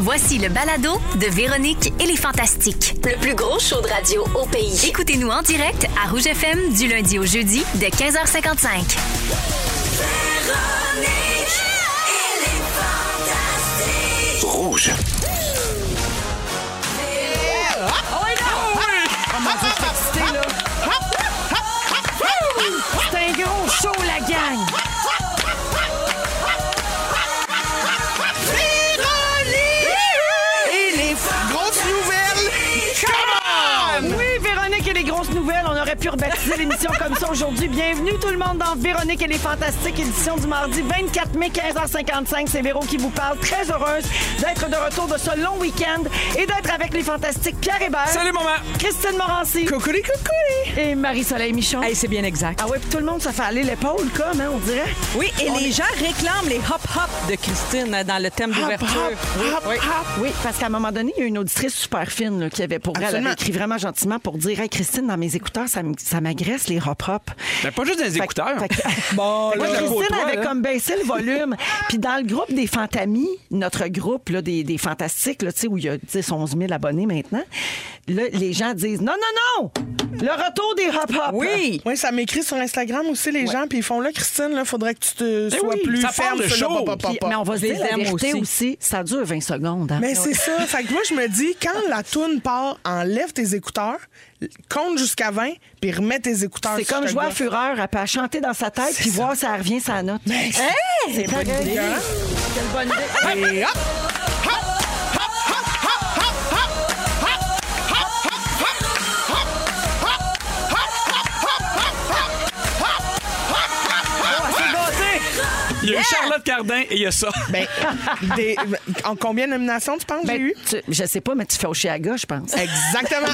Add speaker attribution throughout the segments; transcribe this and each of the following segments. Speaker 1: Voici le balado de Véronique et les Fantastiques.
Speaker 2: Le plus gros show de radio au pays.
Speaker 1: Écoutez-nous en direct à Rouge FM du lundi au jeudi de 15h55.
Speaker 3: Rouge.
Speaker 4: C'est un gros show, la gang! Et les
Speaker 5: Grosse nouvelle! Come
Speaker 4: Oui, Véronique et les grosses nouvelles, on aurait pu rebaptiser l'émission comme ça aujourd'hui. Bienvenue tout le monde dans Véronique et les fantastiques, édition du mardi 24 mai 15h55. C'est Véro qui vous parle, très heureuse d'être de retour de ce long week-end et d'être avec les fantastiques Pierre Hébert,
Speaker 5: Salut, maman!
Speaker 4: Christine Morancy
Speaker 5: Coucou, coucou!
Speaker 4: et Marie-Soleil Michon.
Speaker 6: Hey, c'est bien exact.
Speaker 4: Ah ouais, puis tout le monde, ça fait aller l'épaule comme, hein, on dirait.
Speaker 6: Oui, et les gens réclament les hop-hop de Christine euh, dans le thème d'ouverture. Oui, oui.
Speaker 4: Ah, Oui, parce qu'à un moment donné, il y a une auditrice super fine là, qui avait pour elle, elle
Speaker 5: Absolument.
Speaker 4: avait écrit vraiment gentiment pour dire Hey Christine, dans mes écouteurs, ça m- ça m'agresse les hop-hop.
Speaker 5: Ben, pas juste dans les
Speaker 4: Fait que-
Speaker 5: écouteurs.
Speaker 4: fait que-
Speaker 5: Bon,
Speaker 4: Fait que
Speaker 5: là, je la
Speaker 4: Christine
Speaker 5: côtoie,
Speaker 4: avait
Speaker 5: là.
Speaker 4: comme baissé le volume. Puis dans le groupe des Fantamis, notre groupe là, des, des Fantastiques, là, tu sais, où il y a 10, 11 000 abonnés maintenant, là, les gens disent Non, non, non Le retour des hop-hop
Speaker 6: Oui.
Speaker 7: Oui, ça m'écrit sur Instagram aussi, les gens, puis ils font là, Christine, là, faudrait que tu te sois
Speaker 5: Eh oui,
Speaker 7: plus
Speaker 5: ça
Speaker 7: ferme
Speaker 5: parle de
Speaker 7: sur le
Speaker 5: show.
Speaker 7: pop, pop,
Speaker 4: Puis-
Speaker 7: pop.
Speaker 4: mais on va se
Speaker 6: Je les
Speaker 4: dire la
Speaker 6: aime
Speaker 4: vérité aussi.
Speaker 6: aussi.
Speaker 4: ça dure 20 secondes. hein.
Speaker 7: Mais c'est ça. Fait que moi, je me dis, quand la toune part, enlève tes écouteurs, compte jusqu'à 20, puis remets tes écouteurs.
Speaker 4: C'est
Speaker 7: sur
Speaker 4: comme
Speaker 7: ce
Speaker 4: jouer à
Speaker 7: gars.
Speaker 4: Fureur, elle peut chanter dans sa tête puis voir ça revient sa note.
Speaker 7: Mais c'est-
Speaker 4: Hey, c'est pas
Speaker 7: Hein? Et hop!
Speaker 5: Il y a eu Charlotte Cardin et il y a ça.
Speaker 7: Ben, des- en combien de nominations tu penses
Speaker 4: Ben,
Speaker 7: que j'ai eu?
Speaker 4: je sais pas, mais tu fais au Chiaga, je pense.
Speaker 7: Exactement.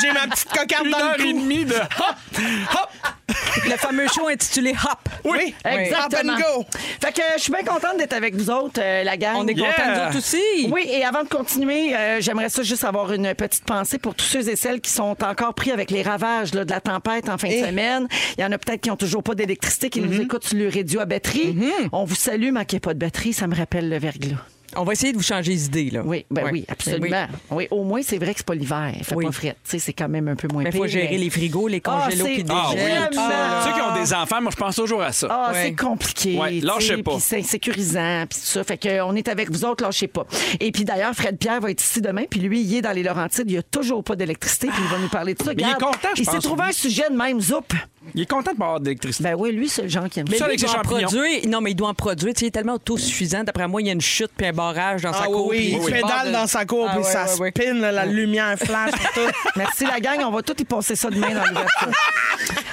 Speaker 7: j'ai ma petite cocarde
Speaker 5: Une
Speaker 7: dans
Speaker 5: heure et
Speaker 7: le cou.
Speaker 5: demie de
Speaker 6: Ah
Speaker 5: hop, hop.
Speaker 6: Le fameux show intitulé Hop.
Speaker 7: Oui.
Speaker 4: Exactement.
Speaker 7: Up and go.
Speaker 4: Fait que euh, je suis bien contente d'être avec vous autres, euh, la gang.
Speaker 6: On est
Speaker 5: Yeah.
Speaker 6: contents d'autres aussi.
Speaker 4: Oui, et avant de continuer, euh, j'aimerais ça juste avoir une petite pensée pour tous ceux et celles qui sont encore pris avec les ravages là, de la tempête en fin
Speaker 7: Eh.
Speaker 4: de semaine. Il y en a peut-être qui ont toujours pas d'électricité, qui
Speaker 7: Mm-hmm.
Speaker 4: nous écoutent sur le radio à batterie. On vous salue, manquez pas de batterie, ça me rappelle le verglas.
Speaker 6: On va essayer de vous changer les idées, là.
Speaker 4: Oui, ben
Speaker 6: Ouais.
Speaker 4: oui, absolument.
Speaker 6: Oui.
Speaker 4: Oui, au moins, c'est vrai que c'est pas l'hiver. Il fait
Speaker 6: Oui.
Speaker 4: pas frais. Tu sais, c'est quand même un peu moins
Speaker 6: Mais il
Speaker 4: pire,
Speaker 6: faut gérer les frigos, les congélos
Speaker 4: c'est
Speaker 6: qui dégèlent.
Speaker 5: Ah oui.
Speaker 4: vraiment-
Speaker 6: tout ça, là.
Speaker 5: Ceux qui ont des enfants, moi, je pense toujours à ça.
Speaker 4: Ah,
Speaker 6: Ouais.
Speaker 4: c'est compliqué.
Speaker 5: Ouais,
Speaker 4: tu sais,
Speaker 5: lâchez pas.
Speaker 4: Puis c'est insécurisant, puis tout ça. Fait qu'on est avec vous autres, lâchez pas. Et puis d'ailleurs, Fred Pierre va être ici demain, puis lui, il est dans les Laurentides, il a toujours pas d'électricité, puis il va nous parler de ça.
Speaker 5: Ah, il est
Speaker 4: Regarde,
Speaker 5: content, je
Speaker 4: Il s'est
Speaker 5: pense,
Speaker 4: trouvé
Speaker 5: lui.
Speaker 4: un sujet de même, zoup.
Speaker 5: Il est content de pas avoir d'électricité.
Speaker 4: Ben oui, lui, c'est le genre qui aime
Speaker 6: Mais
Speaker 5: Ça,
Speaker 6: lui, il
Speaker 5: avec ses
Speaker 6: doit en
Speaker 5: champignons.
Speaker 6: produire. Non, mais il doit en produire. Tu sais, il est tellement autosuffisant. D'après moi, il y a une chute puis un barrage dans sa
Speaker 7: Ah
Speaker 6: cour.
Speaker 7: oui,
Speaker 6: puis
Speaker 7: il
Speaker 6: il se barre
Speaker 7: pédale
Speaker 6: de-
Speaker 7: dans sa cour,
Speaker 6: Ah
Speaker 7: puis
Speaker 6: ouais,
Speaker 7: ça
Speaker 6: ouais, ouais.
Speaker 7: spin, là, la lumière flash, puis tout.
Speaker 4: Merci la gang, on va tout y passer ça demain dans l'ouverture.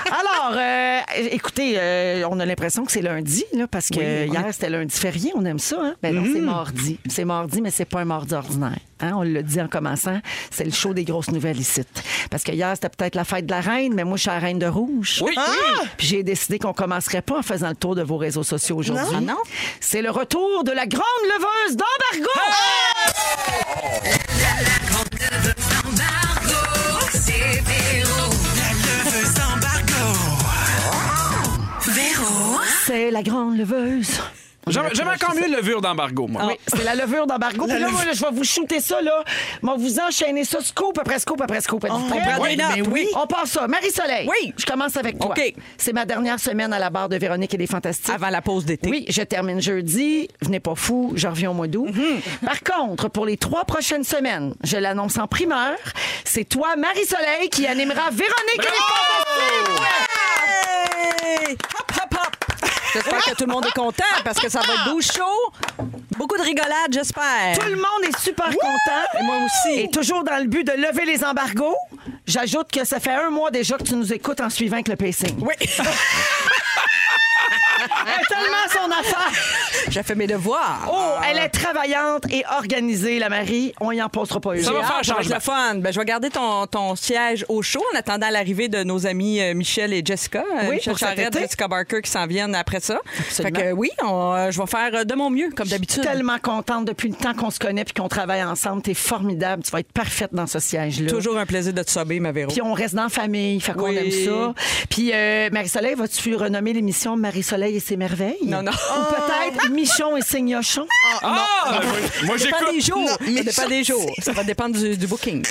Speaker 4: Alors, euh, écoutez, euh, on a l'impression que c'est lundi, là, parce que hier c'était lundi férié, on aime ça. Hein? Ben non, c'est mardi. C'est mardi, mais c'est pas un mardi ordinaire. Hein? On l'a dit en commençant, c'est le show des grosses nouvelles ici. Parce que hier c'était peut-être la fête de la reine, mais moi je suis la reine de rouge.
Speaker 5: Oui. Ah!
Speaker 4: Puis j'ai décidé qu'on commencerait pas en faisant le tour de vos réseaux sociaux aujourd'hui.
Speaker 6: Non. Ah non?
Speaker 4: C'est le retour de la grande leveuse d'embargo. C'est la grande leveuse.
Speaker 5: J'aime j'aime encore mieux le levure d'embargo, moi.
Speaker 6: Ah.
Speaker 4: Oui, Ah, c'est la levure d'embargo. Puis là, moi, là, je vais vous shooter ça, là. Moi, vous enchaîner ça, scoop après scoop après scoop. Êtes-vous prêts?
Speaker 6: prend des notes,
Speaker 4: mais
Speaker 6: Oh, oui.
Speaker 4: On part ça. Marie-Soleil.
Speaker 6: Oui.
Speaker 4: Je commence avec toi.
Speaker 6: OK.
Speaker 4: C'est ma dernière semaine à la barre de Véronique et les Fantastiques.
Speaker 6: Avant la pause d'été.
Speaker 4: Oui, je termine jeudi. Venez pas fou, je reviens au mois d'août.
Speaker 6: Mm-hmm.
Speaker 4: Par contre, pour les trois prochaines semaines, je l'annonce en primeur, c'est toi, Marie-Soleil, qui animera Véronique et les Fantastiques.
Speaker 6: Hey! Hop, hop, hop! J'espère que tout le monde est content parce que ça va être doux chaud. Beaucoup de rigolade, j'espère.
Speaker 4: Tout le monde est super content.
Speaker 6: Et moi aussi.
Speaker 4: Et toujours dans le but de lever les embargos, j'ajoute que ça fait un mois déjà que tu nous écoutes en suivant avec le pacing.
Speaker 6: Oui,
Speaker 4: Elle a tellement son affaire.
Speaker 6: j'ai fait mes devoirs. Ah.
Speaker 4: Oh, elle est travaillante et organisée, la Marie. On y en posera pas une.
Speaker 5: Ça va faire
Speaker 6: Ça va être
Speaker 5: changement.
Speaker 6: le fun. Ben, je vais garder ton, ton siège au chaud en attendant l'arrivée de nos amis euh, Michel et Jessica. Euh,
Speaker 4: Oui,
Speaker 6: Michel
Speaker 4: pour cet
Speaker 6: Charette,
Speaker 4: été.
Speaker 6: Jessica Barker qui s'en viennent après ça.
Speaker 4: Absolument.
Speaker 6: Fait que euh, oui, on, euh, je vais faire euh, de mon mieux, comme
Speaker 4: Je
Speaker 6: d'habitude.
Speaker 4: suis tellement contente depuis le temps qu'on se connaît puis qu'on travaille ensemble. T'es formidable. Tu vas être parfaite dans ce siège-là.
Speaker 6: Toujours un plaisir de te sober, ma Véro.
Speaker 4: Puis on reste dans la famille, fait qu'on
Speaker 6: Oui.
Speaker 4: aime ça. Puis euh, Marie-Soleil, vas-tu renommer l'émission Marie-Soleil Soleil et ses merveilles.
Speaker 6: Non, Ah! non.
Speaker 4: Ou peut-être Michon et Signochon.
Speaker 5: Ah! ben oui. Moi,
Speaker 6: Ça dépend des
Speaker 5: j'écoute.
Speaker 6: jours.
Speaker 7: Non, mais
Speaker 6: ça dépend
Speaker 7: ça-
Speaker 6: des jours. Ça va dépendre du, du booking.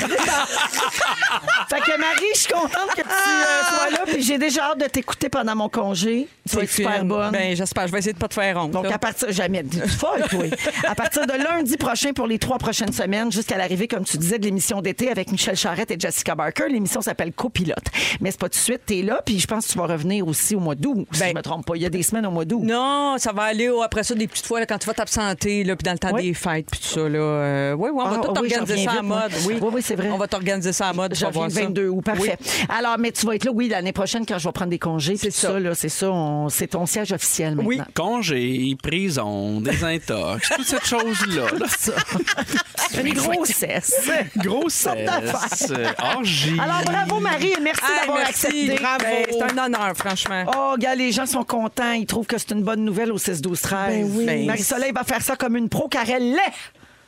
Speaker 4: Fait que Marie, je suis contente que tu euh,
Speaker 6: Ah!
Speaker 4: sois là, puis j'ai déjà hâte de t'écouter pendant mon congé. Tu vas être super
Speaker 6: fine.
Speaker 4: bonne.
Speaker 6: Ben, j'espère. Je vais essayer de pas te faire honte.
Speaker 4: Donc,
Speaker 6: là.
Speaker 4: à partir, jamais, tu es folle, toi. À partir de lundi prochain pour les trois prochaines semaines, jusqu'à l'arrivée, comme tu disais, de l'émission d'été avec Michel Charrette et Jessica Barker. L'émission s'appelle Copilote. Mais c'est pas tout de suite, t'es là, puis je pense que tu vas revenir aussi au mois d'août, si
Speaker 6: Ben-
Speaker 4: je me trompe pas. Il y a des semaines au mois d'août.
Speaker 6: Non, ça va aller au- après ça des petites fois là, quand tu vas t'absenter là, puis dans le temps
Speaker 4: Oui.
Speaker 6: des fêtes puis tout ça là. euh, oui, oui, on va
Speaker 4: Ah,
Speaker 6: tout
Speaker 4: oui, j'en
Speaker 6: organiser
Speaker 4: reviens
Speaker 6: ça en
Speaker 4: vite, moi.
Speaker 6: mode.
Speaker 4: Oui, oui, c'est vrai.
Speaker 6: On va t'organiser ça en mode. tu
Speaker 4: Je
Speaker 6: vas voir
Speaker 4: reviens le
Speaker 6: ça.
Speaker 4: 22 août, parfait. Alors, mais tu vas être là, oui, l'année prochaine quand je vais prendre des congés. C'est ça.
Speaker 6: ça.
Speaker 4: là, c'est ça, on- c'est ton siège officiel maintenant.
Speaker 6: Oui.
Speaker 5: Congé, prison, désintox, toute cette chose-là. là.
Speaker 4: Une grossesse. Sorte
Speaker 5: Grossesse,
Speaker 4: d'affaire.
Speaker 5: orgie.
Speaker 4: Alors, bravo Marie et merci
Speaker 6: Hey,
Speaker 4: d'avoir
Speaker 6: Ah, merci.
Speaker 4: accepté.
Speaker 6: Bravo. Ben, c'est un honneur, franchement.
Speaker 4: Oh, gars, les gens sont contents. Ils trouvent que c'est une bonne nouvelle au 6, 12, 13.
Speaker 7: Ben oui.
Speaker 6: Ben,
Speaker 4: Marie-Soleil va faire ça comme une pro car elle l'est.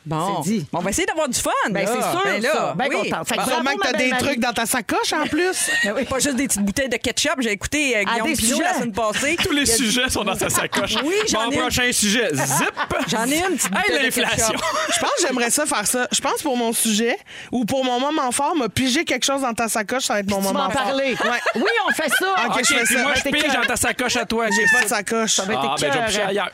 Speaker 6: Bon.
Speaker 4: c'est dit.
Speaker 6: On va essayer d'avoir du fun.
Speaker 4: Ben,
Speaker 6: là.
Speaker 4: c'est sûr, ça. Ben, contente.
Speaker 6: Bah,
Speaker 4: Fait que bravo,
Speaker 7: Sûrement que t'as
Speaker 4: ma
Speaker 7: des
Speaker 4: belle
Speaker 7: trucs
Speaker 4: Marie.
Speaker 7: dans ta sacoche en plus.
Speaker 6: Oui. Pas juste des petites bouteilles de ketchup. J'ai écouté euh,
Speaker 4: Ah,
Speaker 6: Guillaume
Speaker 4: des
Speaker 6: Pinot la
Speaker 4: sujets.
Speaker 6: semaine passée.
Speaker 5: Tous les
Speaker 6: Il y a-
Speaker 5: sujets sont dans sa sacoche.
Speaker 6: Oui, j'en
Speaker 5: Mon
Speaker 6: ai une.
Speaker 5: prochain sujet, zip!
Speaker 6: J'en ai une petite bouteille
Speaker 5: Hey,
Speaker 6: de
Speaker 5: l'inflation!
Speaker 6: ketchup.
Speaker 7: Je pense que j'aimerais ça faire ça. Je pense pour mon sujet ou pour mon moment fort, me piger quelque chose dans ta sacoche, ça va être mon
Speaker 4: Tu vas
Speaker 7: moment
Speaker 4: en
Speaker 7: fort.
Speaker 4: parler.
Speaker 7: Ouais.
Speaker 4: Oui, on fait ça.
Speaker 7: Ok,
Speaker 5: OK,
Speaker 7: je fais
Speaker 5: puis
Speaker 7: ça.
Speaker 5: moi,
Speaker 7: Ben,
Speaker 5: je
Speaker 7: t'es
Speaker 5: pige
Speaker 7: cœur.
Speaker 5: dans ta sacoche à toi.
Speaker 7: J'ai pas de sacoche.
Speaker 4: va être
Speaker 5: Ah, ben, je vais
Speaker 4: écœurant.
Speaker 5: piger ailleurs.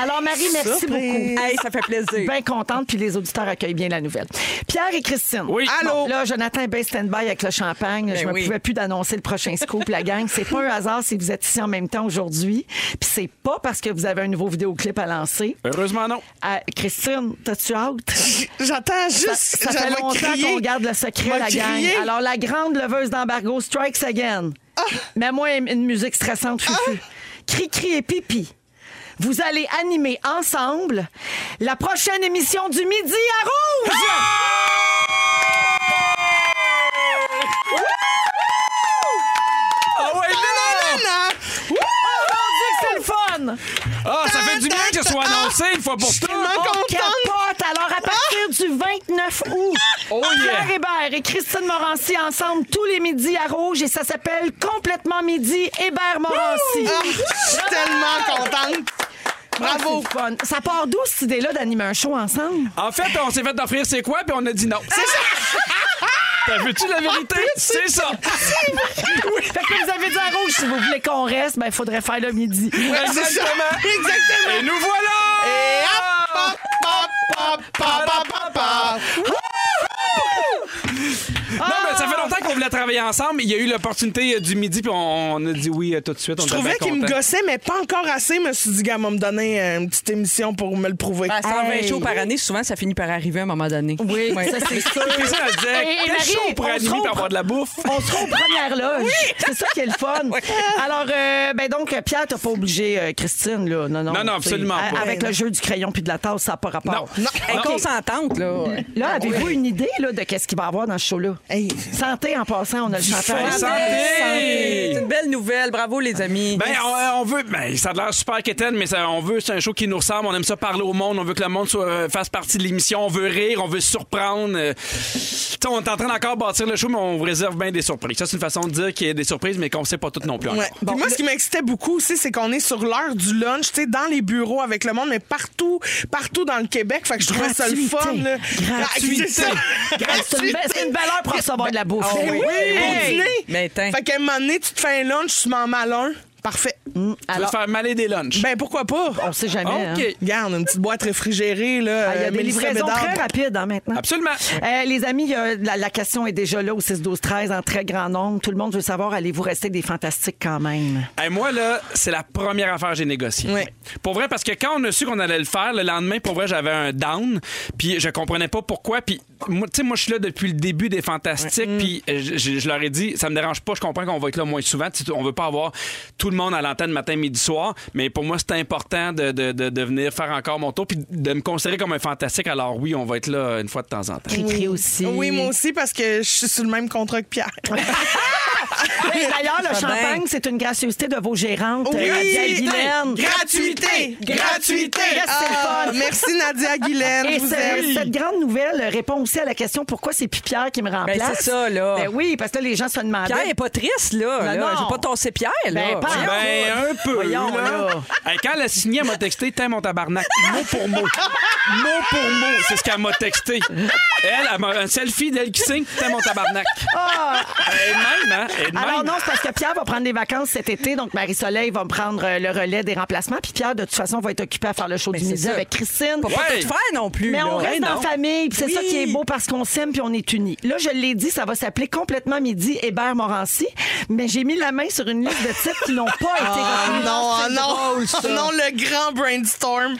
Speaker 4: Alors, Marie, merci beaucoup.
Speaker 6: Hey, ça fait plaisir.
Speaker 4: Bien contente, puis les auditeurs accueillent bien la nouvelle. Pierre et Christine.
Speaker 5: Oui.
Speaker 4: Bon,
Speaker 7: Allô?
Speaker 4: là, Jonathan est bien stand-by avec le champagne. je ne
Speaker 6: oui.
Speaker 4: pouvais plus d'annoncer le prochain scoop, la gang. C'est pas un hasard si vous êtes ici en même temps aujourd'hui. Puis c'est pas parce que vous avez un nouveau vidéoclip à lancer.
Speaker 5: Heureusement, non.
Speaker 4: Ah, Christine, t'as-tu hâte?
Speaker 7: Ah. J'attends juste.
Speaker 4: Ça, ça
Speaker 7: je
Speaker 4: fait
Speaker 7: vais
Speaker 4: longtemps
Speaker 7: crier.
Speaker 4: qu'on garde le secret,
Speaker 7: Va
Speaker 4: la gang.
Speaker 7: crier.
Speaker 4: Alors, la grande leveuse d'embargo strikes again.
Speaker 5: Ah.
Speaker 4: Mets-moi une une musique stressante, Fufu. Cri-cri et pipi. Vous allez animer ensemble la prochaine émission du Midi à Rouge!
Speaker 5: Ah ouais, non!
Speaker 7: Ah,
Speaker 4: On dit que c'est le fun!
Speaker 5: Ah, ça fait du bien que ce soit annoncé une fois pour
Speaker 7: Je suis
Speaker 5: toutes!
Speaker 7: tellement
Speaker 4: On
Speaker 7: contente.
Speaker 4: capote. Alors, à partir du 29 août,
Speaker 5: Ah! Oh yeah.
Speaker 4: Pierre Hébert et Christine Morancy ensemble tous les midis à Rouge et ça s'appelle Complètement Midi Hébert-Morancy.
Speaker 7: Ah, Je suis tellement contente. Bravo.
Speaker 4: Ah, c'est fun. Ça part d'où cette idée-là d'animer un show ensemble?
Speaker 5: En fait, on s'est fait offrir c'est quoi, puis on a dit non. C'est ça! T'as vu-tu la vérité?
Speaker 7: Ah,
Speaker 5: C'est ça!
Speaker 4: Fait que vous avez dit à Rouge, si vous voulez qu'on reste, ben, il faudrait faire le midi.
Speaker 5: Exactement!
Speaker 7: Exactement.
Speaker 5: Et nous voilà!
Speaker 7: Et hop, hop, hop, hop, hop, hop, hop.
Speaker 5: Non, mais ça fait longtemps qu'on voulait travailler ensemble. Il y a eu l'opportunité euh, du midi, puis on, on a dit oui euh, tout de suite. On
Speaker 7: Je
Speaker 5: était
Speaker 7: trouvais
Speaker 5: bien
Speaker 7: qu'il me
Speaker 5: contents.
Speaker 7: gossait, mais pas encore assez. Je me suis dit, gars, on va me donner euh, une petite émission pour me le prouver.
Speaker 4: Ben,
Speaker 6: À 120
Speaker 4: Hey.
Speaker 6: Ben, shows par année, souvent, ça finit par arriver à un moment donné.
Speaker 4: Oui,
Speaker 6: Ouais.
Speaker 4: ça c'est sûr.
Speaker 5: Puis ça, elle disait,
Speaker 4: Et- et
Speaker 5: quel
Speaker 4: Marie,
Speaker 5: show on pourrait
Speaker 4: on se
Speaker 5: animer
Speaker 4: trouve-
Speaker 5: pour avoir de la bouffe?
Speaker 4: On sera aux premières loges. C'est ça qui est le fun. Alors, euh, ben donc, Pierre, t'as pas obligé euh, Christine, là. Non, non.
Speaker 5: Non, non,
Speaker 4: c'est-
Speaker 5: absolument
Speaker 4: a-
Speaker 5: pas.
Speaker 4: Avec le jeu du crayon puis de la tasse, ça n'a pas rapport. Eh,
Speaker 5: Non, non.
Speaker 6: Hey,
Speaker 5: Ok.
Speaker 6: qu'on s'entende, là.
Speaker 4: Là, avez-vous une idée là, de qu'est-ce qu'il va y avoir dans ce show-là?
Speaker 7: Hey.
Speaker 4: Santé en passant, on a le
Speaker 5: fun,
Speaker 4: champagne.
Speaker 5: santé.
Speaker 6: C'est une belle nouvelle. Bravo, les amis.
Speaker 5: Ben, on, on veut. Ben, ça a l'air super quétaine, mais ça, on veut. C'est un show qui nous ressemble. On aime ça parler au monde. On veut que le monde soit, euh, fasse partie de l'émission. On veut rire. On veut surprendre. euh, tu sais, on est en train d'encore bâtir le show, mais on vous réserve bien des surprises. Ça, c'est une façon de dire qu'il y a des surprises, mais qu'on sait pas toutes non plus. encore.
Speaker 7: Ouais. Puis moi, ce qui m'excitait beaucoup aussi, c'est qu'on est sur l'heure du lunch, tu sais, dans les bureaux avec le monde, mais partout, partout dans le Québec. Fait que je trouvais ça le
Speaker 4: Gratuité.
Speaker 7: fun. là.
Speaker 4: Gratuité.
Speaker 7: Ah, c'est ça.
Speaker 4: C'est une, belle- c'est une belle heure pour recevoir de la bouffe.
Speaker 7: Ben oui, bon
Speaker 6: Hey.
Speaker 7: dîner.
Speaker 6: Mais tiens.
Speaker 7: Fait qu'à un moment donné, tu te fais un lunch, tu m'en mets un. Parfait.
Speaker 5: Tu veux te faire maler des lunchs.
Speaker 7: Ben pourquoi pas?
Speaker 4: Mm. On sait jamais.
Speaker 5: OK.
Speaker 4: hein.
Speaker 7: Regarde, une petite boîte réfrigérée, là.
Speaker 4: Ah, Il y a
Speaker 7: euh,
Speaker 4: des
Speaker 7: Mélissa
Speaker 4: livraisons
Speaker 7: Bédard.
Speaker 4: très rapides hein, maintenant.
Speaker 5: Absolument.
Speaker 4: Euh, les amis, il y a- la, la question est déjà là au 6-12-13 en très grand nombre. Tout le monde veut savoir, allez-vous rester des fantastiques quand même?
Speaker 5: Hey, moi, là, c'est la première affaire que j'ai négociée.
Speaker 7: Ouais.
Speaker 5: Pour vrai, parce que quand on a su qu'on allait le faire, le lendemain, pour vrai, j'avais un down. Puis je comprenais pas pourquoi. Puis, moi, tu sais, moi, je suis là depuis le début des Fantastiques. Puis euh, je, je- je leur ai dit, ça me dérange pas, je comprends qu'on va être là moins souvent. Tu sais, on veut pas avoir tout le monde à l'antenne matin, midi, soir. Mais pour moi, c'est important de, de- de- de venir faire encore mon tour. Puis de me considérer comme un fantastique. Alors oui, on va être là une fois de temps en temps.
Speaker 4: Cri-cri aussi.
Speaker 7: Oui, moi aussi, parce que je suis sur le même contrat que Pierre.
Speaker 4: Oui, Ah, D'ailleurs, le
Speaker 6: Ça va
Speaker 4: champagne,
Speaker 6: bien.
Speaker 4: c'est une gracieuseté de vos gérantes.
Speaker 7: Ah, ben. Oh Oui,
Speaker 4: euh, Nadia et
Speaker 7: gratuité,
Speaker 4: Guylaine.
Speaker 7: gratuité. Gratuité! Gratuité! Ah, merci Nadia Guilaine.
Speaker 4: Et
Speaker 7: je vous
Speaker 4: ce-
Speaker 7: aime.
Speaker 4: cette grande nouvelle répond aussi à la question pourquoi c'est plus Pierre qui me remplace.
Speaker 6: Ben, c'est ça, là.
Speaker 4: Ben oui, parce que là, les gens se demandaient.
Speaker 6: Pierre est pas triste, là.
Speaker 4: Non,
Speaker 6: là.
Speaker 4: non.
Speaker 6: J'ai pas tossé Pierre, là.
Speaker 4: Ben, pas
Speaker 6: Voyons.
Speaker 5: Ben, un peu.
Speaker 4: Voyons,
Speaker 5: là.
Speaker 4: là.
Speaker 5: Hey, quand elle a signé, elle m'a texté T'es mon tabarnak. Mot pour mot. Mot pour mot. C'est ce qu'elle m'a texté. Elle, elle m'a un selfie d'elle qui signe T'es mon tabarnak.
Speaker 4: Ah!
Speaker 5: Elle-même, hein? Elle-même.
Speaker 4: Alors non, c'est parce que Pierre va prendre des vacances cet été, donc Marie-Soleil va me prendre euh, le relais des remplacements. Puis Pierre, de toute façon, va être occupé à faire le show
Speaker 6: Mais
Speaker 4: du
Speaker 6: Ben, c'est
Speaker 4: midi
Speaker 6: ça.
Speaker 4: avec Christine.
Speaker 6: Faut pas
Speaker 5: Ouais.
Speaker 6: tout faire non plus.
Speaker 4: Mais
Speaker 6: là.
Speaker 4: on reste
Speaker 5: hein,
Speaker 4: en
Speaker 5: non.
Speaker 4: famille, puis c'est ça
Speaker 6: Oui.
Speaker 4: qui est beau parce qu'on s'aime puis on est unis. Là, je l'ai dit, ça va s'appeler complètement midi Hébert Morancy, mais j'ai mis la main sur une liste de titres qui n'ont pas été
Speaker 7: Ah
Speaker 4: retenus.
Speaker 7: non, ah non.
Speaker 4: ça.
Speaker 7: non, le grand brainstorm.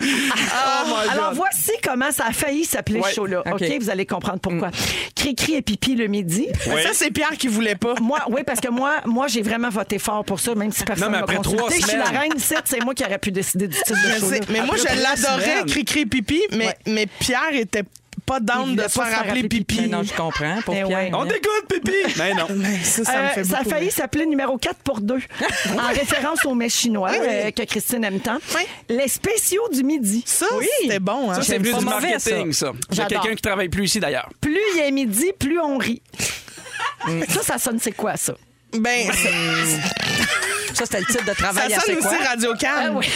Speaker 7: Ah,
Speaker 4: Alors voici comment ça a failli s'appeler
Speaker 5: Ouais.
Speaker 4: ce show-là.
Speaker 6: OK. Mm.
Speaker 4: OK, vous allez comprendre pourquoi. Cri-cri et pipi le midi.
Speaker 5: Ouais.
Speaker 7: Ça, c'est Pierre qui voulait pas.
Speaker 4: Moi, oui, parce que moi, moi, j'ai vraiment voté fort pour ça, même si personne
Speaker 5: Non, mais
Speaker 4: m'a
Speaker 5: après
Speaker 4: consulté.
Speaker 5: trois
Speaker 4: Je suis la
Speaker 5: semaines.
Speaker 4: reine 7, c'est moi qui aurais pu décider du titre de
Speaker 7: Je
Speaker 4: show.
Speaker 7: sais. Mais moi,
Speaker 5: Après
Speaker 7: je
Speaker 5: trois
Speaker 7: l'adorais,
Speaker 5: semaines.
Speaker 7: cri-cri pipi, mais, mais Pierre était pas down
Speaker 4: Il
Speaker 7: de
Speaker 4: voulait
Speaker 7: se
Speaker 4: pas
Speaker 7: faire appeler pipi.
Speaker 6: Ben non, je comprends. Pour
Speaker 4: Ben
Speaker 6: Pierre.
Speaker 4: ouais.
Speaker 5: On dégoûte, pipi. Mais non.
Speaker 7: Mais ça, ça me
Speaker 4: Euh,
Speaker 7: fait
Speaker 4: ça a
Speaker 7: beaucoup
Speaker 4: failli
Speaker 7: rire.
Speaker 4: s'appeler numéro 4 pour 2, en référence au mets chinois
Speaker 7: oui.
Speaker 4: euh, que Christine aime tant.
Speaker 7: Oui.
Speaker 4: Les spéciaux du midi.
Speaker 7: Ça, c'était bon. Hein?
Speaker 5: Ça, c'est
Speaker 6: J'aime
Speaker 5: venu
Speaker 6: pas
Speaker 5: du
Speaker 6: mauvais,
Speaker 5: marketing, ça. J'ai
Speaker 4: J'adore.
Speaker 5: quelqu'un qui travaille plus ici, d'ailleurs.
Speaker 4: Plus il est midi, plus on rit.
Speaker 7: Mm.
Speaker 4: Ça, ça sonne, c'est quoi ça?
Speaker 7: ben, ça,
Speaker 6: Ça, c'était le type de
Speaker 7: ça
Speaker 6: travail à c'est
Speaker 7: sonne
Speaker 6: quoi?
Speaker 7: aussi radio
Speaker 4: Ah
Speaker 7: can
Speaker 4: oui,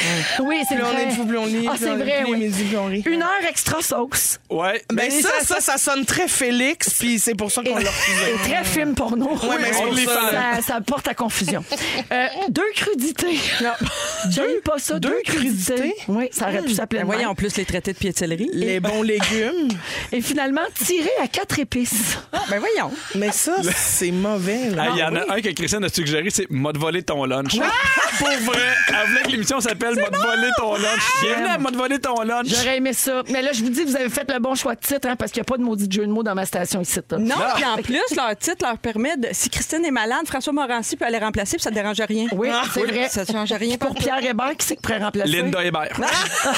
Speaker 4: oui c'est
Speaker 7: Plus on
Speaker 4: vrai.
Speaker 7: est debout, plus on lit,
Speaker 4: Ah,
Speaker 7: plus
Speaker 4: c'est
Speaker 7: on-
Speaker 4: vrai,
Speaker 7: plus
Speaker 4: oui.
Speaker 7: on est debout, plus on rit.
Speaker 4: Une heure extra sauce.
Speaker 5: Ouais.
Speaker 7: Ben
Speaker 5: Mais
Speaker 7: ça, ça, ça sonne très Félix, puis c'est pour ça
Speaker 4: Et,
Speaker 7: qu'on l'a refusé.
Speaker 4: et très film porno.
Speaker 7: mais
Speaker 5: c'est pour ça.
Speaker 4: ça, ça porte à confusion. Euh, deux crudités. J'aime pas ça. Deux,
Speaker 7: deux
Speaker 4: crudités.
Speaker 7: crudités?
Speaker 4: Oui, ça aurait pu s'appeler.
Speaker 6: Ben
Speaker 4: de
Speaker 6: voyons, en
Speaker 4: même.
Speaker 6: plus, les traités de piétillerie.
Speaker 7: Les bons légumes.
Speaker 4: Et finalement, tirer à quatre épices.
Speaker 6: Ben voyons.
Speaker 7: Mais ça, c'est mauvais.
Speaker 5: Ah,
Speaker 7: Là.
Speaker 5: Il y en a un que Christine a suggéré, c'est M'a de voler ton lunch. Pour vrai, elle voulait que l'émission s'appelle M'a de voler ton lunch. Bienvenue à M'a de voler ton lunch.
Speaker 4: Ah. J'aurais aimé ça. Mais là, je vous dis, vous avez fait le bon choix de titre, hein, parce qu'il n'y a pas de maudit jeu de mots dans ma station ici. là.
Speaker 6: Non, puis en plus, leur titre leur permet de. Si Christine est malade, François Morancy peut aller remplacer, puis ça ne dérange rien.
Speaker 4: Oui, c'est vrai.
Speaker 6: Ça ne change rien
Speaker 4: Pour
Speaker 6: pour
Speaker 4: Pierre Hébert, qui c'est qui pourrait remplacer?
Speaker 5: Linda Hébert.
Speaker 4: Ah,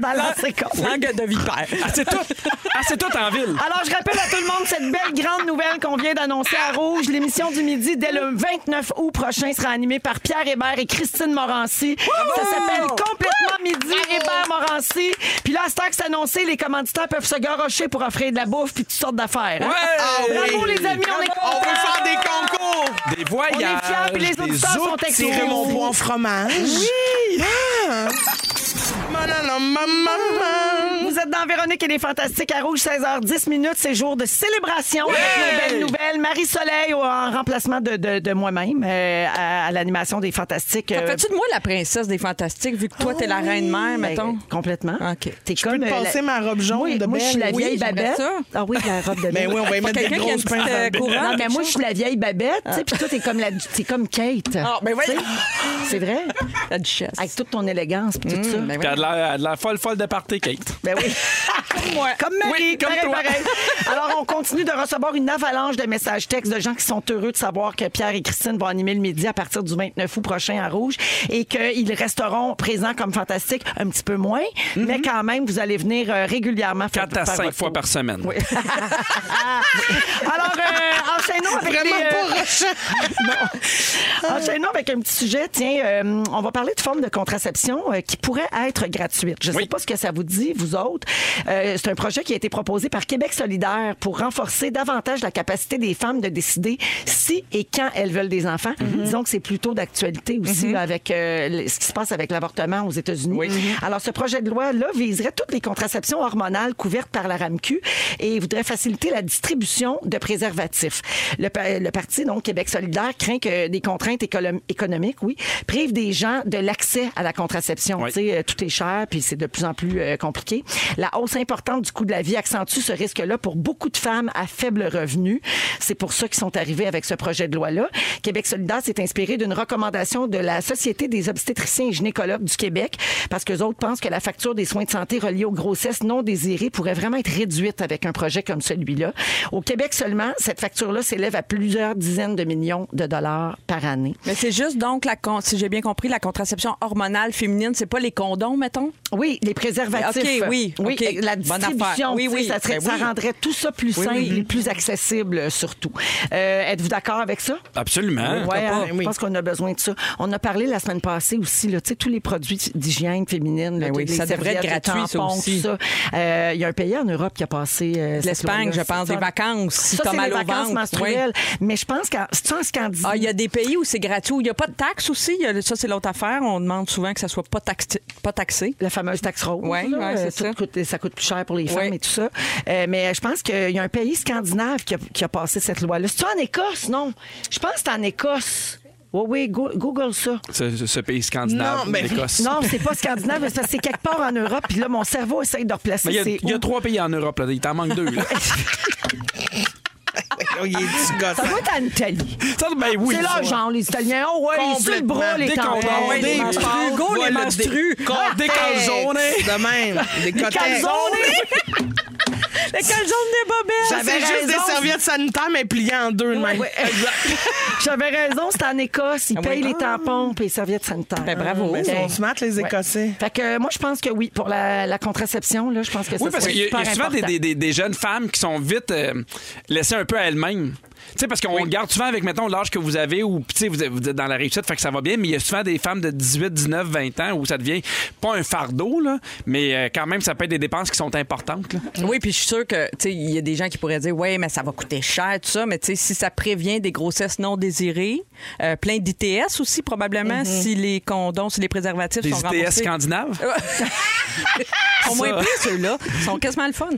Speaker 4: Balance et corps.
Speaker 6: Langue de vipère.
Speaker 5: Ah, c'est tout. Ah, c'est tout en ville.
Speaker 4: Alors, je rappelle à tout le monde cette belle grande nouvelle qu'on vient d'annoncer à Rouge. L'émission du midi, dès le 29 août prochain, sera animée par Pierre Hébert et Christine Morancy. Ça s'appelle Complètement Midi, Hébert Morancy. Puis là, à cette heure que c'est annoncé, les commanditaires peuvent se garocher pour offrir de la bouffe puis toutes sortes d'affaires. hein.
Speaker 5: Ouais.
Speaker 4: Bravo, les amis, on est
Speaker 7: Ah On veut
Speaker 4: contents.
Speaker 7: faire des concours.
Speaker 5: Des
Speaker 4: On
Speaker 5: voyages.
Speaker 4: est fiers, puis les
Speaker 5: des
Speaker 4: auditeurs sont
Speaker 5: outils.
Speaker 4: excellents.
Speaker 7: Tirer mon bon fromage. Oui. Ah. Manana, maman.
Speaker 4: Vous êtes dans Véronique et les Fantastiques à Rouge, 16h10 minutes. C'est jour de célébration avec nos belles nouvelles. Marie-Soleil en remplacement de, de- de moi-même euh, à, à l'animation des Fantastiques.
Speaker 6: Ça
Speaker 4: euh,
Speaker 6: Fais-tu de moi la princesse des fantastiques, vu que toi, t'es la reine-mère,
Speaker 4: ben,
Speaker 6: mettons?
Speaker 4: complètement.
Speaker 6: OK.
Speaker 4: T'es
Speaker 7: peux
Speaker 4: comme
Speaker 7: te
Speaker 4: euh,
Speaker 7: passer ma robe jaune
Speaker 4: moi,
Speaker 7: de
Speaker 4: moi, je suis la
Speaker 7: belle?
Speaker 4: vieille
Speaker 6: Oui, j'aimerais
Speaker 4: babette.
Speaker 6: ça.
Speaker 4: Ah oui, la robe de
Speaker 7: Ben
Speaker 4: belle.
Speaker 7: oui, on va y mettre des
Speaker 6: Quelqu'un qui a une
Speaker 7: grosses
Speaker 6: petite euh,
Speaker 7: pinces.
Speaker 6: couronne.
Speaker 4: Non, mais moi, je suis la vieille babette, tu sais,
Speaker 7: Ah.
Speaker 4: puis toi, t'es comme, la, t'es comme Kate.
Speaker 6: Ah, ben oui.
Speaker 4: Tu sais, C'est vrai.
Speaker 6: La duchesse.
Speaker 4: Avec toute ton élégance, puis tout ça.
Speaker 6: Ben
Speaker 5: Puis
Speaker 6: oui.
Speaker 5: elle a de l'air- elle a de l'air folle, folle de party, Kate.
Speaker 4: Ben oui. Comme Marie,
Speaker 5: Oui, comme
Speaker 4: pareil,
Speaker 5: toi.
Speaker 4: pareil. Alors, on continue de recevoir une avalanche de messages textes de gens qui sont heureux de savoir que Pierre et Christine vont animer le midi à partir du 29 août prochain à Rouge et qu'ils resteront présents comme fantastiques un petit peu moins, mais quand même, vous allez venir euh, régulièrement. faire-
Speaker 5: 4 Mhm. à
Speaker 4: faire
Speaker 5: 5
Speaker 4: votre
Speaker 5: fois
Speaker 4: tour.
Speaker 5: par semaine.
Speaker 4: Alors, euh, enchaînons avec
Speaker 7: Vraiment
Speaker 4: les, euh,
Speaker 7: pas rochant.
Speaker 4: Enchaînons Ah, avec un petit sujet. Tiens, euh, on va parler de formes de contraception euh, qui pourraient être gratuites. Je ne sais
Speaker 5: Oui.
Speaker 4: pas ce que ça vous dit, vous autres. Euh, c'est un projet qui a été proposé par Québec solidaire pour renforcer davantage la capacité des femmes de décider si et quand elles veulent des enfants. Disons que c'est plutôt d'actualité aussi là, avec euh, le- ce qui se passe avec l'avortement aux États-Unis. Alors, ce projet de loi-là viserait toutes les contraceptions hormonales couvertes par la RAMQ et voudrait faciliter la distribution de préservatifs. Le, pa- le parti, donc, Québec solidaire, craint que des contraintes écolo- économiques, oui, privent des gens de l'accès à la contraception.
Speaker 5: Oui.
Speaker 4: Tu sais, euh, tout est cher, puis c'est de plus en plus euh, compliqué. La hausse importante du coût de la vie accentue ce risque-là pour beaucoup de femmes à faible revenu. C'est pour ça qu'ils sont arrivés avec ce projet de loi-là. Québec solidaire s'est inspiré d'une recommandation de la Société des obstétriciens et gynécologues du Québec, parce qu'eux autres pensent que la facture des soins de santé reliés aux grossesses non désirées pourrait vraiment être réduite avec un projet comme celui-là. Au Québec seulement, cette facture-là s'élève à plusieurs dizaines de millions de dollars par année.
Speaker 6: Mais c'est juste donc, la con- si j'ai bien compris, la contraception hormonale féminine, c'est pas les condoms, mettons?
Speaker 4: Oui, les préservatifs.
Speaker 6: OK, oui, OK.
Speaker 4: la
Speaker 6: affaire.
Speaker 4: distribution.
Speaker 6: Oui,
Speaker 4: tu sais,
Speaker 6: oui.
Speaker 4: Ça, serait-
Speaker 6: Ben
Speaker 4: ça
Speaker 6: oui.
Speaker 4: rendrait tout ça plus simple et plus accessible, euh, surtout. Euh, Êtes-vous d'accord avec ça?
Speaker 5: Absolument.
Speaker 4: Ouais,
Speaker 6: pas.
Speaker 4: hein, Je
Speaker 6: Oui.
Speaker 4: pense qu'on a besoin de ça. On a parlé la semaine passée aussi, là, tu sais, tous les produits d'hygiène féminine. là,
Speaker 6: Ben
Speaker 4: tous
Speaker 6: oui,
Speaker 4: les
Speaker 6: ça devrait être
Speaker 4: serviettes,
Speaker 6: gratuit,
Speaker 4: les
Speaker 6: ça
Speaker 4: tampons,
Speaker 6: aussi.
Speaker 4: tout ça. Euh, Il y a un pays en Europe qui a passé. euh, cette
Speaker 6: L'Espagne,
Speaker 4: loi-là.
Speaker 6: je pense,
Speaker 4: C'est
Speaker 6: les vacances, si
Speaker 4: Ça,
Speaker 6: t'as
Speaker 4: c'est
Speaker 6: mal
Speaker 4: les
Speaker 6: au
Speaker 4: vacances
Speaker 6: ventre,
Speaker 4: menstruelles. Mais je pense qu'en c'est en Scandinavie.
Speaker 6: Ah, il y a des pays où c'est gratuit, où il n'y a pas de taxe aussi. Il y a le- Ça, c'est l'autre affaire. On demande souvent que ça soit pas, taxé- pas taxé.
Speaker 4: la fameuse taxe rose.
Speaker 6: Ouais,
Speaker 4: là,
Speaker 6: ouais,
Speaker 4: euh,
Speaker 6: c'est
Speaker 4: tout
Speaker 6: ça.
Speaker 4: coûte- ça coûte plus cher pour les femmes
Speaker 6: Ouais.
Speaker 4: et tout ça. Euh, mais je pense qu'il y a un pays scandinave qui a, qui a passé cette loi-là. C'est-tu en Écosse? Non. Je pense que c'est en Écosse. Oui, oui, go- Google ça.
Speaker 5: Ce, ce- ce pays scandinave,
Speaker 7: Non, mais-
Speaker 5: l'Écosse.
Speaker 4: Non, c'est pas scandinave, mais c'est parce que c'est quelque part en Europe. Puis là, mon cerveau essaye de replacer.
Speaker 5: Mais il y a-
Speaker 4: c'est
Speaker 5: il y, a
Speaker 4: où.
Speaker 5: trois pays en Europe, là. Il t'en manque deux. là.
Speaker 7: Oh, Il est du gosse.
Speaker 4: Ça doit être en Italie.
Speaker 5: Ça, ben oui.
Speaker 4: c'est là, genre, les Italiens. Oh, ouais, sur le bras, les
Speaker 5: Dès qu'on
Speaker 4: tampons.
Speaker 5: dort,
Speaker 4: Ouais,
Speaker 5: dès
Speaker 4: les
Speaker 5: qu'on
Speaker 4: menstrues.
Speaker 5: parle,
Speaker 6: Hugo, les
Speaker 7: Voilà,
Speaker 6: menstrues.
Speaker 7: Des, con- des calzones. De même. Des cotex.
Speaker 4: Calzone. hein?
Speaker 6: Le calzone des bobettes!
Speaker 7: J'avais
Speaker 4: J'avais
Speaker 7: juste des
Speaker 4: raison.
Speaker 7: serviettes sanitaires, mais pliées en deux. de même.
Speaker 4: Ouais. J'avais raison, c'est en Écosse. Ils
Speaker 6: Ah oui.
Speaker 4: payent les tampons et les serviettes sanitaires.
Speaker 6: Ben, bravo.
Speaker 7: Mais
Speaker 6: Ouais.
Speaker 7: Ils sont smart, les
Speaker 4: Ouais.
Speaker 7: Écossais.
Speaker 4: Fait que euh, moi, je pense que oui, pour la, la contraception, là, je pense que ça
Speaker 5: Oui, parce
Speaker 4: serait
Speaker 5: qu'il y a- il y
Speaker 4: super
Speaker 5: a souvent des,
Speaker 4: important.
Speaker 5: des- des- des jeunes femmes qui sont vite euh, laissées un peu à elles-mêmes. Tu sais, parce qu'on regarde souvent avec, mettons, l'âge que vous avez ou, tu sais, vous êtes vous êtes dans la réussite, fait que ça va bien, mais il y a souvent des femmes de 18, 19, 20 ans où ça devient pas un fardeau, là, mais euh, quand même, ça peut être des dépenses qui sont importantes. là.
Speaker 6: Oui, puis je suis sûre que, tu sais, il y a des gens qui pourraient dire, ouais, mais ça va coûter cher, tout ça. Mais, tu sais, si ça prévient des grossesses non désirées, euh, plein d'ITS aussi, probablement, si les condoms, si les préservatifs
Speaker 5: Des
Speaker 6: sont
Speaker 5: ITS
Speaker 6: remboursés.
Speaker 5: scandinaves.
Speaker 6: Ils sont moins
Speaker 5: Ça.
Speaker 6: pires, ceux-là. Ils sont quasiment le fun.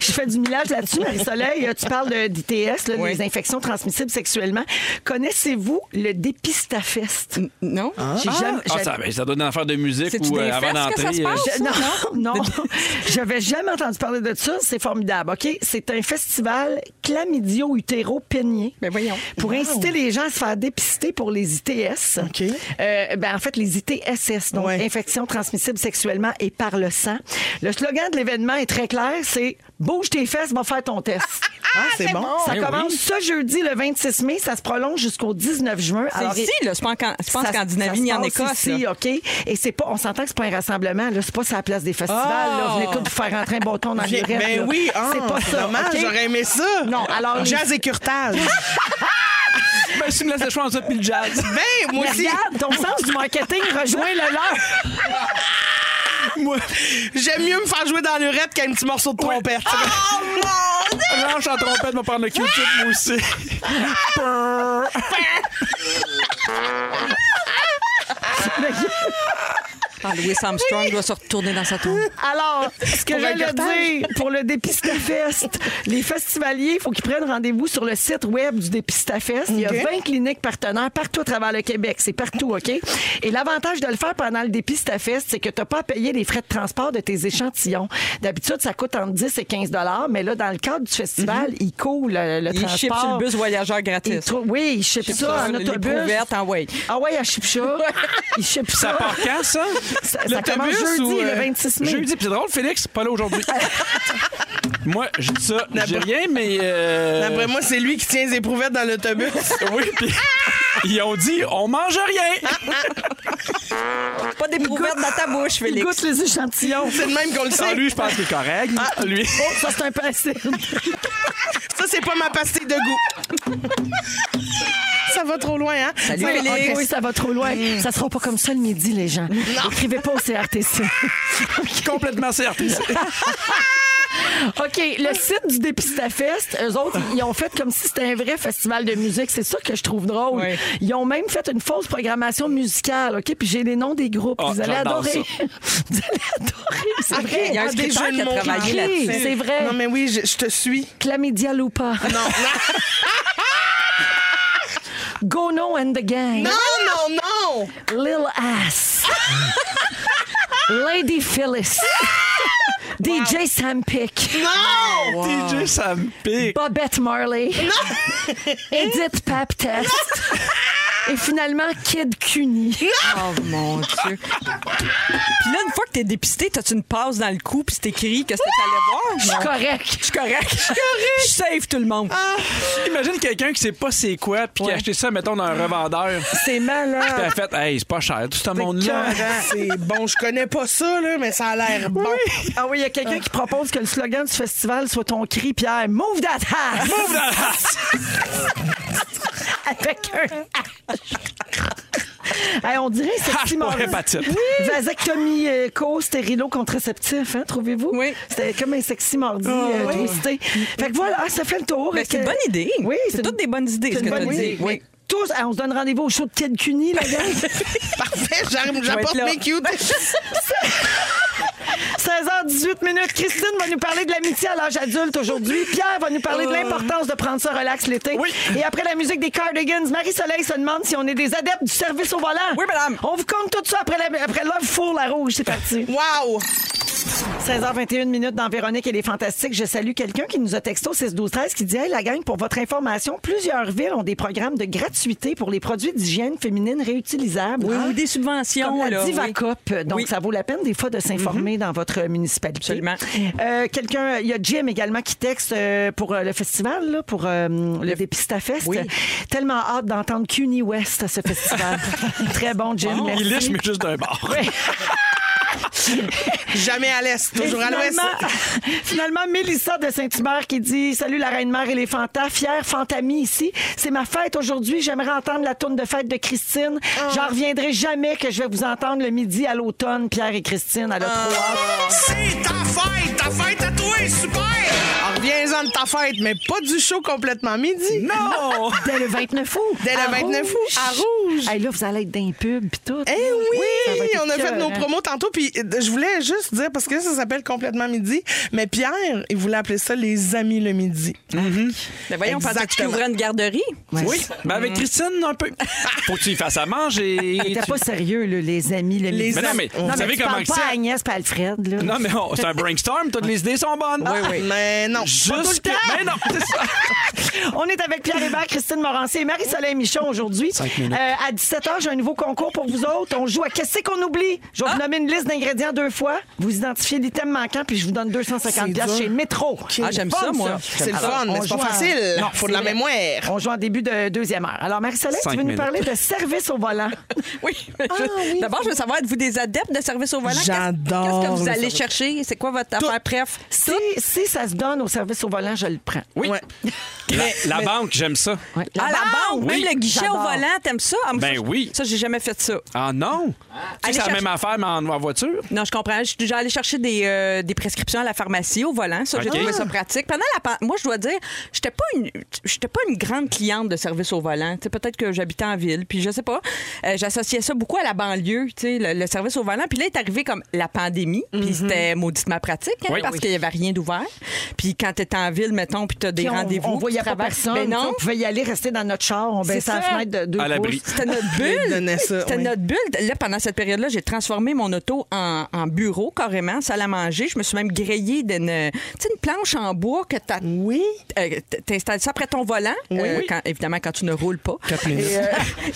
Speaker 4: Je fais du millage là-dessus, Marie-Soleil. Euh, Tu parles de- d'ITS, là,
Speaker 6: Oui.
Speaker 4: les infections transmissibles sexuellement. Connaissez-vous le dépistafest?
Speaker 6: non?
Speaker 4: J'ai jamais-
Speaker 5: Ah,
Speaker 4: j'ai-
Speaker 5: ça, ben, ça doit être une affaire de musique
Speaker 6: C'est-tu
Speaker 5: ou
Speaker 6: des
Speaker 5: euh, avant
Speaker 6: fesses que ça
Speaker 5: d'entrer.
Speaker 6: se passe?
Speaker 4: Je- non, non. J'avais jamais entendu parler de ça. C'est formidable, OK? C'est un festival chlamydio utéro peigné
Speaker 6: Ben voyons.
Speaker 4: Pour inciter les gens à se faire dépister pour les ITS.
Speaker 7: OK.
Speaker 4: Euh, ben, en fait, les ITSS, donc
Speaker 7: Ouais.
Speaker 4: infections transmissibles sexuellement et par le sang. Le slogan de l'événement est très clair, c'est « Bouge tes fesses, va faire ton test
Speaker 7: Ah, c'est bon. ».
Speaker 4: Ça
Speaker 5: Ben
Speaker 4: commence
Speaker 5: oui.
Speaker 4: ce jeudi, le 26 mai. Ça se prolonge jusqu'au 19 juin. Alors,
Speaker 6: C'est ici, là. C'est pas en, Can- c'est pas en
Speaker 4: ça-
Speaker 6: Scandinavie
Speaker 4: ça
Speaker 6: ni
Speaker 4: se
Speaker 6: en
Speaker 4: passe
Speaker 6: Écosse.
Speaker 4: ici,
Speaker 6: là.
Speaker 4: OK? Et c'est pas, on s'entend que c'est pas un rassemblement, là. C'est pas sur la place des festivals,
Speaker 6: Oh!
Speaker 4: là. Venez tous vous faire rentrer un bâton dans les
Speaker 7: Viens-
Speaker 4: rêves.
Speaker 7: Ben oui, hein,
Speaker 4: c'est pas ça.
Speaker 7: dommage,
Speaker 4: OK?
Speaker 7: j'aurais aimé ça.
Speaker 4: Non, alors, les-
Speaker 7: Jazz et curtage.
Speaker 5: Ben, si tu me laisses le choix entre ça puis le jazz.
Speaker 7: ben, moi
Speaker 4: Mais
Speaker 7: aussi.
Speaker 4: regarde, ton sens du marketing rejoint le leur.
Speaker 5: Moi,
Speaker 7: J'aime mieux me faire jouer dans l'urette qu'un petit morceau de trompette. Oh,
Speaker 5: range en trompette, me prendre le Q-tip, moi aussi.
Speaker 6: Ah, Louis Armstrong doit se retourner dans sa tombe.
Speaker 4: Alors, ce que
Speaker 7: Pour un
Speaker 4: j'allais
Speaker 7: cartage.
Speaker 4: dire pour le Dépistafest, les festivaliers, il faut qu'ils prennent rendez-vous sur le site web du Dépistafest. Il y a
Speaker 7: OK.
Speaker 4: 20 cliniques partenaires partout à travers le Québec. C'est partout, OK? Et l'avantage de le faire pendant le Dépistafest, c'est que tu n'as pas à payer les frais de transport de tes échantillons. D'habitude, ça coûte entre 10 et 15 mais là, dans le cadre du festival, il coule le, le
Speaker 6: Il
Speaker 4: transport.
Speaker 6: chip sur le bus voyageur gratis.
Speaker 4: Il trou- oui, il ship ça,
Speaker 6: ça,
Speaker 4: en
Speaker 6: les
Speaker 4: autobus.
Speaker 6: pots vertes en way.
Speaker 4: Ah ouais, il ship ça. Il ship ça.
Speaker 5: Ça part quand, ça?
Speaker 4: Ça- ça commence
Speaker 5: L'autobus
Speaker 4: jeudi,
Speaker 5: ou, euh,
Speaker 4: le 26 mai.
Speaker 5: Jeudi, puis c'est drôle, Félix, pas là aujourd'hui. Moi, je dis ça, j'ai rien, mais... euh,
Speaker 7: D'après moi, c'est lui qui tient les éprouvettes dans l'autobus.
Speaker 5: Oui, puis ils ont dit, on mange
Speaker 4: Ah,
Speaker 5: rien.
Speaker 6: Pas des pouvettes dans ta bouche,
Speaker 4: Il
Speaker 6: Félix.
Speaker 4: goûte les échantillons.
Speaker 7: C'est de même qu'on le
Speaker 5: Ah,
Speaker 7: sait.
Speaker 5: lui, je pense qu'il est correct. Lui.
Speaker 4: Oh, ça, c'est un passif.
Speaker 7: Ça, c'est pas ma pastille de goût. Ça va trop loin, hein?
Speaker 6: Salut,
Speaker 7: Ça-
Speaker 6: Félix.
Speaker 4: Ok, oui, ça va trop loin. Ça sera pas comme ça le midi, les gens. Écrivez pas au CRTC.
Speaker 5: Complètement certain.
Speaker 4: OK, le site du Dépistafest, eux autres, ils ont fait comme si c'était un vrai festival de musique. C'est ça que je trouve drôle.
Speaker 6: Oui.
Speaker 4: Ils ont même fait une fausse programmation musicale, OK? Puis j'ai les noms des groupes.
Speaker 5: Ah,
Speaker 4: Vous allez
Speaker 5: j'adore
Speaker 4: adorer. Vous allez adorer, c'est
Speaker 7: Ok,
Speaker 4: vrai.
Speaker 6: Il y a un
Speaker 7: ah, des
Speaker 6: scripteur
Speaker 7: jeux de
Speaker 6: qui a
Speaker 7: mots.
Speaker 6: travaillé
Speaker 7: Ok.
Speaker 4: là-dessus. C'est vrai.
Speaker 7: Non, mais oui, je, je te suis.
Speaker 4: Chlamydia Lupa.
Speaker 7: Non,
Speaker 4: Gono and the Gang.
Speaker 7: non, non, non, non.
Speaker 4: Lil Ass. Lady Phyllis. DJ Sam Pick.
Speaker 7: Non!
Speaker 5: DJ Sam Pick.
Speaker 4: Bobette Marley. Edith Paptest. Et finalement, Kid Cuny.
Speaker 6: Oh mon Dieu. Puis là, une fois que t'es dépisté, t'as-tu une passe dans le cou, puis c'est écrit que c'était allé
Speaker 4: Je suis
Speaker 6: voir? Non.
Speaker 4: correct.
Speaker 6: Je suis correct. Je suis correct. Je save tout le monde.
Speaker 5: Imagine quelqu'un qui sait pas c'est quoi, puis qui a acheté ça, mettons, dans un revendeur. Puis
Speaker 4: C'est
Speaker 5: elle
Speaker 4: malade.
Speaker 5: a fait, hey, c'est pas cher, tout ce
Speaker 7: Écœurant.
Speaker 5: monde-là.
Speaker 7: hein, C'est bon, je connais pas ça, là, mais ça a l'air bon.
Speaker 4: Ah oui, il y a quelqu'un qui propose que le slogan du festival soit ton cri, Pierre. Move that ass!
Speaker 5: Ouvre la race!
Speaker 4: Avec un H. Hey, on dirait c'est
Speaker 5: H pour hépatite.
Speaker 4: Oui. Vasectomie euh, co, stérilo contraceptif, hein, trouvez-vous?
Speaker 6: Oui. Ah,
Speaker 4: C'était comme un sexy mardi euh,
Speaker 6: oui.
Speaker 4: twisté. Fait que voilà, ah, ça fait le tour.
Speaker 6: Mais
Speaker 4: Est-ce
Speaker 6: c'est une
Speaker 4: que-
Speaker 6: bonne idée.
Speaker 4: Oui,
Speaker 6: C'est toutes des bonnes idées,
Speaker 4: c'est
Speaker 6: ce
Speaker 4: une
Speaker 6: que
Speaker 4: bonne
Speaker 6: t'as
Speaker 4: idée.
Speaker 6: dit. Oui.
Speaker 4: Mais Tous, hey, on se donne rendez-vous au show de Kid Cuny, la gang.
Speaker 7: Parfait, j'arrive- j'apporte
Speaker 6: là.
Speaker 7: mes cute.
Speaker 4: 16h18 minutes. Christine va nous parler de l'amitié à l'âge adulte aujourd'hui. Pierre va nous parler de l'importance de prendre ça relax l'été.
Speaker 5: Oui.
Speaker 4: Et après la musique des Cardigans, Marie-Soleil se demande si on est des adeptes du service au volant.
Speaker 6: Oui, madame.
Speaker 4: On vous compte tout ça après, la, après Love Four, la rouge. C'est parti.
Speaker 7: Wow!
Speaker 4: 16h21 minutes dans Véronique et les Fantastiques. Je salue quelqu'un qui nous a texto 6 12 13 qui dit Hey, la gang, pour votre information, plusieurs villes ont des programmes de gratuité pour les produits d'hygiène féminine réutilisables.
Speaker 6: Oui, ou des
Speaker 4: Comme
Speaker 6: subventions.
Speaker 4: la
Speaker 6: là, oui.
Speaker 4: Divacop. Donc,
Speaker 6: Oui. Mhm.
Speaker 4: ça vaut la peine des fois de s'informer dans votre municipalité.
Speaker 6: Absolument.
Speaker 4: Euh, Quelqu'un, il y a Jim également qui texte euh, pour euh, le festival, là, pour euh, le Dépistafest.
Speaker 6: Oui.
Speaker 4: Tellement hâte d'entendre CUNY West à ce festival. Très bon, Jim. merci.
Speaker 5: Il lèche, mais juste d'un bord.
Speaker 7: Jamais à l'est,
Speaker 4: Et
Speaker 7: toujours à l'ouest.
Speaker 4: Finalement, finalement, Mélissa de Saint-Hubert qui dit Salut la Reine-Mère et les Fantas, fière Fantamie ici. C'est ma fête aujourd'hui. J'aimerais entendre la tourne de fête de Christine.
Speaker 6: Ah.
Speaker 4: J'en reviendrai jamais que je vais vous entendre le midi à l'automne, Pierre et Christine. Elle a
Speaker 6: Ah.
Speaker 4: trop hâte.
Speaker 7: C'est ta fête! Ta fête à toi! Super! Alors, Ah, Reviens-en de ta fête, mais pas du show complètement midi. Non!
Speaker 4: Dès le 29 août.
Speaker 7: Dès le
Speaker 4: À
Speaker 7: 29 août,
Speaker 4: Rouge.
Speaker 7: à Rouge.
Speaker 4: Hey, là, vous allez être dans les pubs pis tout.
Speaker 7: Eh oui!
Speaker 4: Ça va être
Speaker 7: on a fait
Speaker 4: écœurant.
Speaker 7: nos promos tantôt, puis euh, je voulais juste dire, parce que ça s'appelle complètement midi, mais Pierre, il voulait appeler ça les amis le midi.
Speaker 6: Mais Ben, voyons, parce que tu
Speaker 7: Exactement.
Speaker 6: ouvrais une garderie.
Speaker 5: Oui, mais
Speaker 4: Mm.
Speaker 5: avec Christine, un peu. Faut que tu y fasses à manger.
Speaker 4: T'es
Speaker 5: tu-
Speaker 4: pas sérieux, là, les amis. Le midi.
Speaker 5: Mais non, mais vous
Speaker 4: non,
Speaker 5: savez
Speaker 4: tu
Speaker 5: comment
Speaker 4: parles
Speaker 5: que
Speaker 4: pas
Speaker 5: c'est-
Speaker 4: à Agnès pis Alfred. Là.
Speaker 5: Non, mais on- c'est un brainstorm, toutes les idées sont bonnes.
Speaker 7: Ah, Mais non, pas tout le
Speaker 5: Juste
Speaker 7: temps.
Speaker 5: que- Mais non, c'est ça.
Speaker 4: On est avec Pierre Hébert, Christine Morancé et Marie-Soleil Michon aujourd'hui. Euh, à 17h, j'ai un nouveau concours pour vous autres. On joue à Qu'est-ce qu'on oublie? Je
Speaker 5: Ah!
Speaker 4: vais vous nommer une liste d'ingrédients deux fois. Vous identifiez l'item manquant, puis je vous donne 250
Speaker 7: C'est
Speaker 4: piastres
Speaker 7: dur.
Speaker 4: chez Métro.
Speaker 6: Ah, j'aime
Speaker 4: Fun,
Speaker 6: ça, moi.
Speaker 7: C'est le
Speaker 6: Alors,
Speaker 7: fun, mais
Speaker 4: on
Speaker 7: c'est pas
Speaker 4: joue en-
Speaker 7: facile.
Speaker 4: Non,
Speaker 7: Faut de la
Speaker 4: c'est vrai.
Speaker 7: mémoire.
Speaker 4: On joue en début de deuxième heure. Alors, Marie-Soleil, tu
Speaker 5: Cinq
Speaker 4: veux nous
Speaker 5: minutes.
Speaker 4: parler de service au volant?
Speaker 6: Oui. Je- D'abord, je veux savoir, êtes-vous des adeptes de service au volant? Qu'est-ce-
Speaker 7: J'adore
Speaker 6: Qu'est-ce que vous
Speaker 7: le
Speaker 6: allez
Speaker 7: service.
Speaker 6: chercher? C'est quoi votre affaire? Bref,
Speaker 4: Si, si ça se donne au service au volant, je le prends.
Speaker 5: Oui.
Speaker 7: Ouais.
Speaker 5: La, la banque, j'aime ça.
Speaker 4: Ouais, la
Speaker 6: à la banque,
Speaker 5: Oui.
Speaker 6: même le guichet au
Speaker 4: J'adore.
Speaker 6: volant, t'aimes ça? Ah, moi,
Speaker 5: Ben
Speaker 6: ça, je-
Speaker 5: oui.
Speaker 6: Ça, j'ai jamais fait ça.
Speaker 5: Ah non! Tu sais,
Speaker 6: Allez
Speaker 5: c'est la
Speaker 6: chercher-
Speaker 5: même affaire, mais en, en voiture.
Speaker 6: Non, je comprends. Je suis déjà allée chercher des, euh, des prescriptions à la pharmacie au volant. Ça, j'ai
Speaker 5: Ok.
Speaker 6: trouvé ça pratique. Pendant la pan- moi, je dois dire, j'étais pas une, j'étais pas une grande cliente de service au volant. Tu sais, peut-être que j'habitais en ville, puis je sais pas. Euh, j'associais ça beaucoup à la banlieue, tu sais, le, le service au volant. Puis là, est arrivé comme la pandémie,
Speaker 4: Mhm.
Speaker 6: puis c'était mauditement pratique hein,
Speaker 5: Oui.
Speaker 6: parce
Speaker 5: Oui.
Speaker 6: qu'il y avait rien d'ouvert. Puis quand t'es en ville, mettons, puis t'as des
Speaker 4: Puis on-
Speaker 6: rendez-vous,
Speaker 4: On
Speaker 6: puis
Speaker 4: voyait
Speaker 6: tu
Speaker 4: pas
Speaker 6: travailles-
Speaker 4: personne.
Speaker 6: Ben
Speaker 4: tu sais,
Speaker 6: non.
Speaker 4: On pouvait y aller rester dans notre char. On baissait
Speaker 6: C'est
Speaker 4: la
Speaker 6: ça.
Speaker 4: fenêtre de deux
Speaker 5: À l'abri.
Speaker 4: pouces.
Speaker 6: C'était notre
Speaker 7: Il
Speaker 6: bulle.
Speaker 7: donnait ça,
Speaker 6: C'était
Speaker 7: oui.
Speaker 6: notre bulle. Là, pendant cette période-là, j'ai transformé mon auto en, en bureau carrément, salle à manger. Je me suis même grillée d'une tu sais, une planche en bois que tu
Speaker 7: Oui.
Speaker 6: installes ça après ton volant, euh, quand- évidemment quand tu ne roules pas. Et, euh,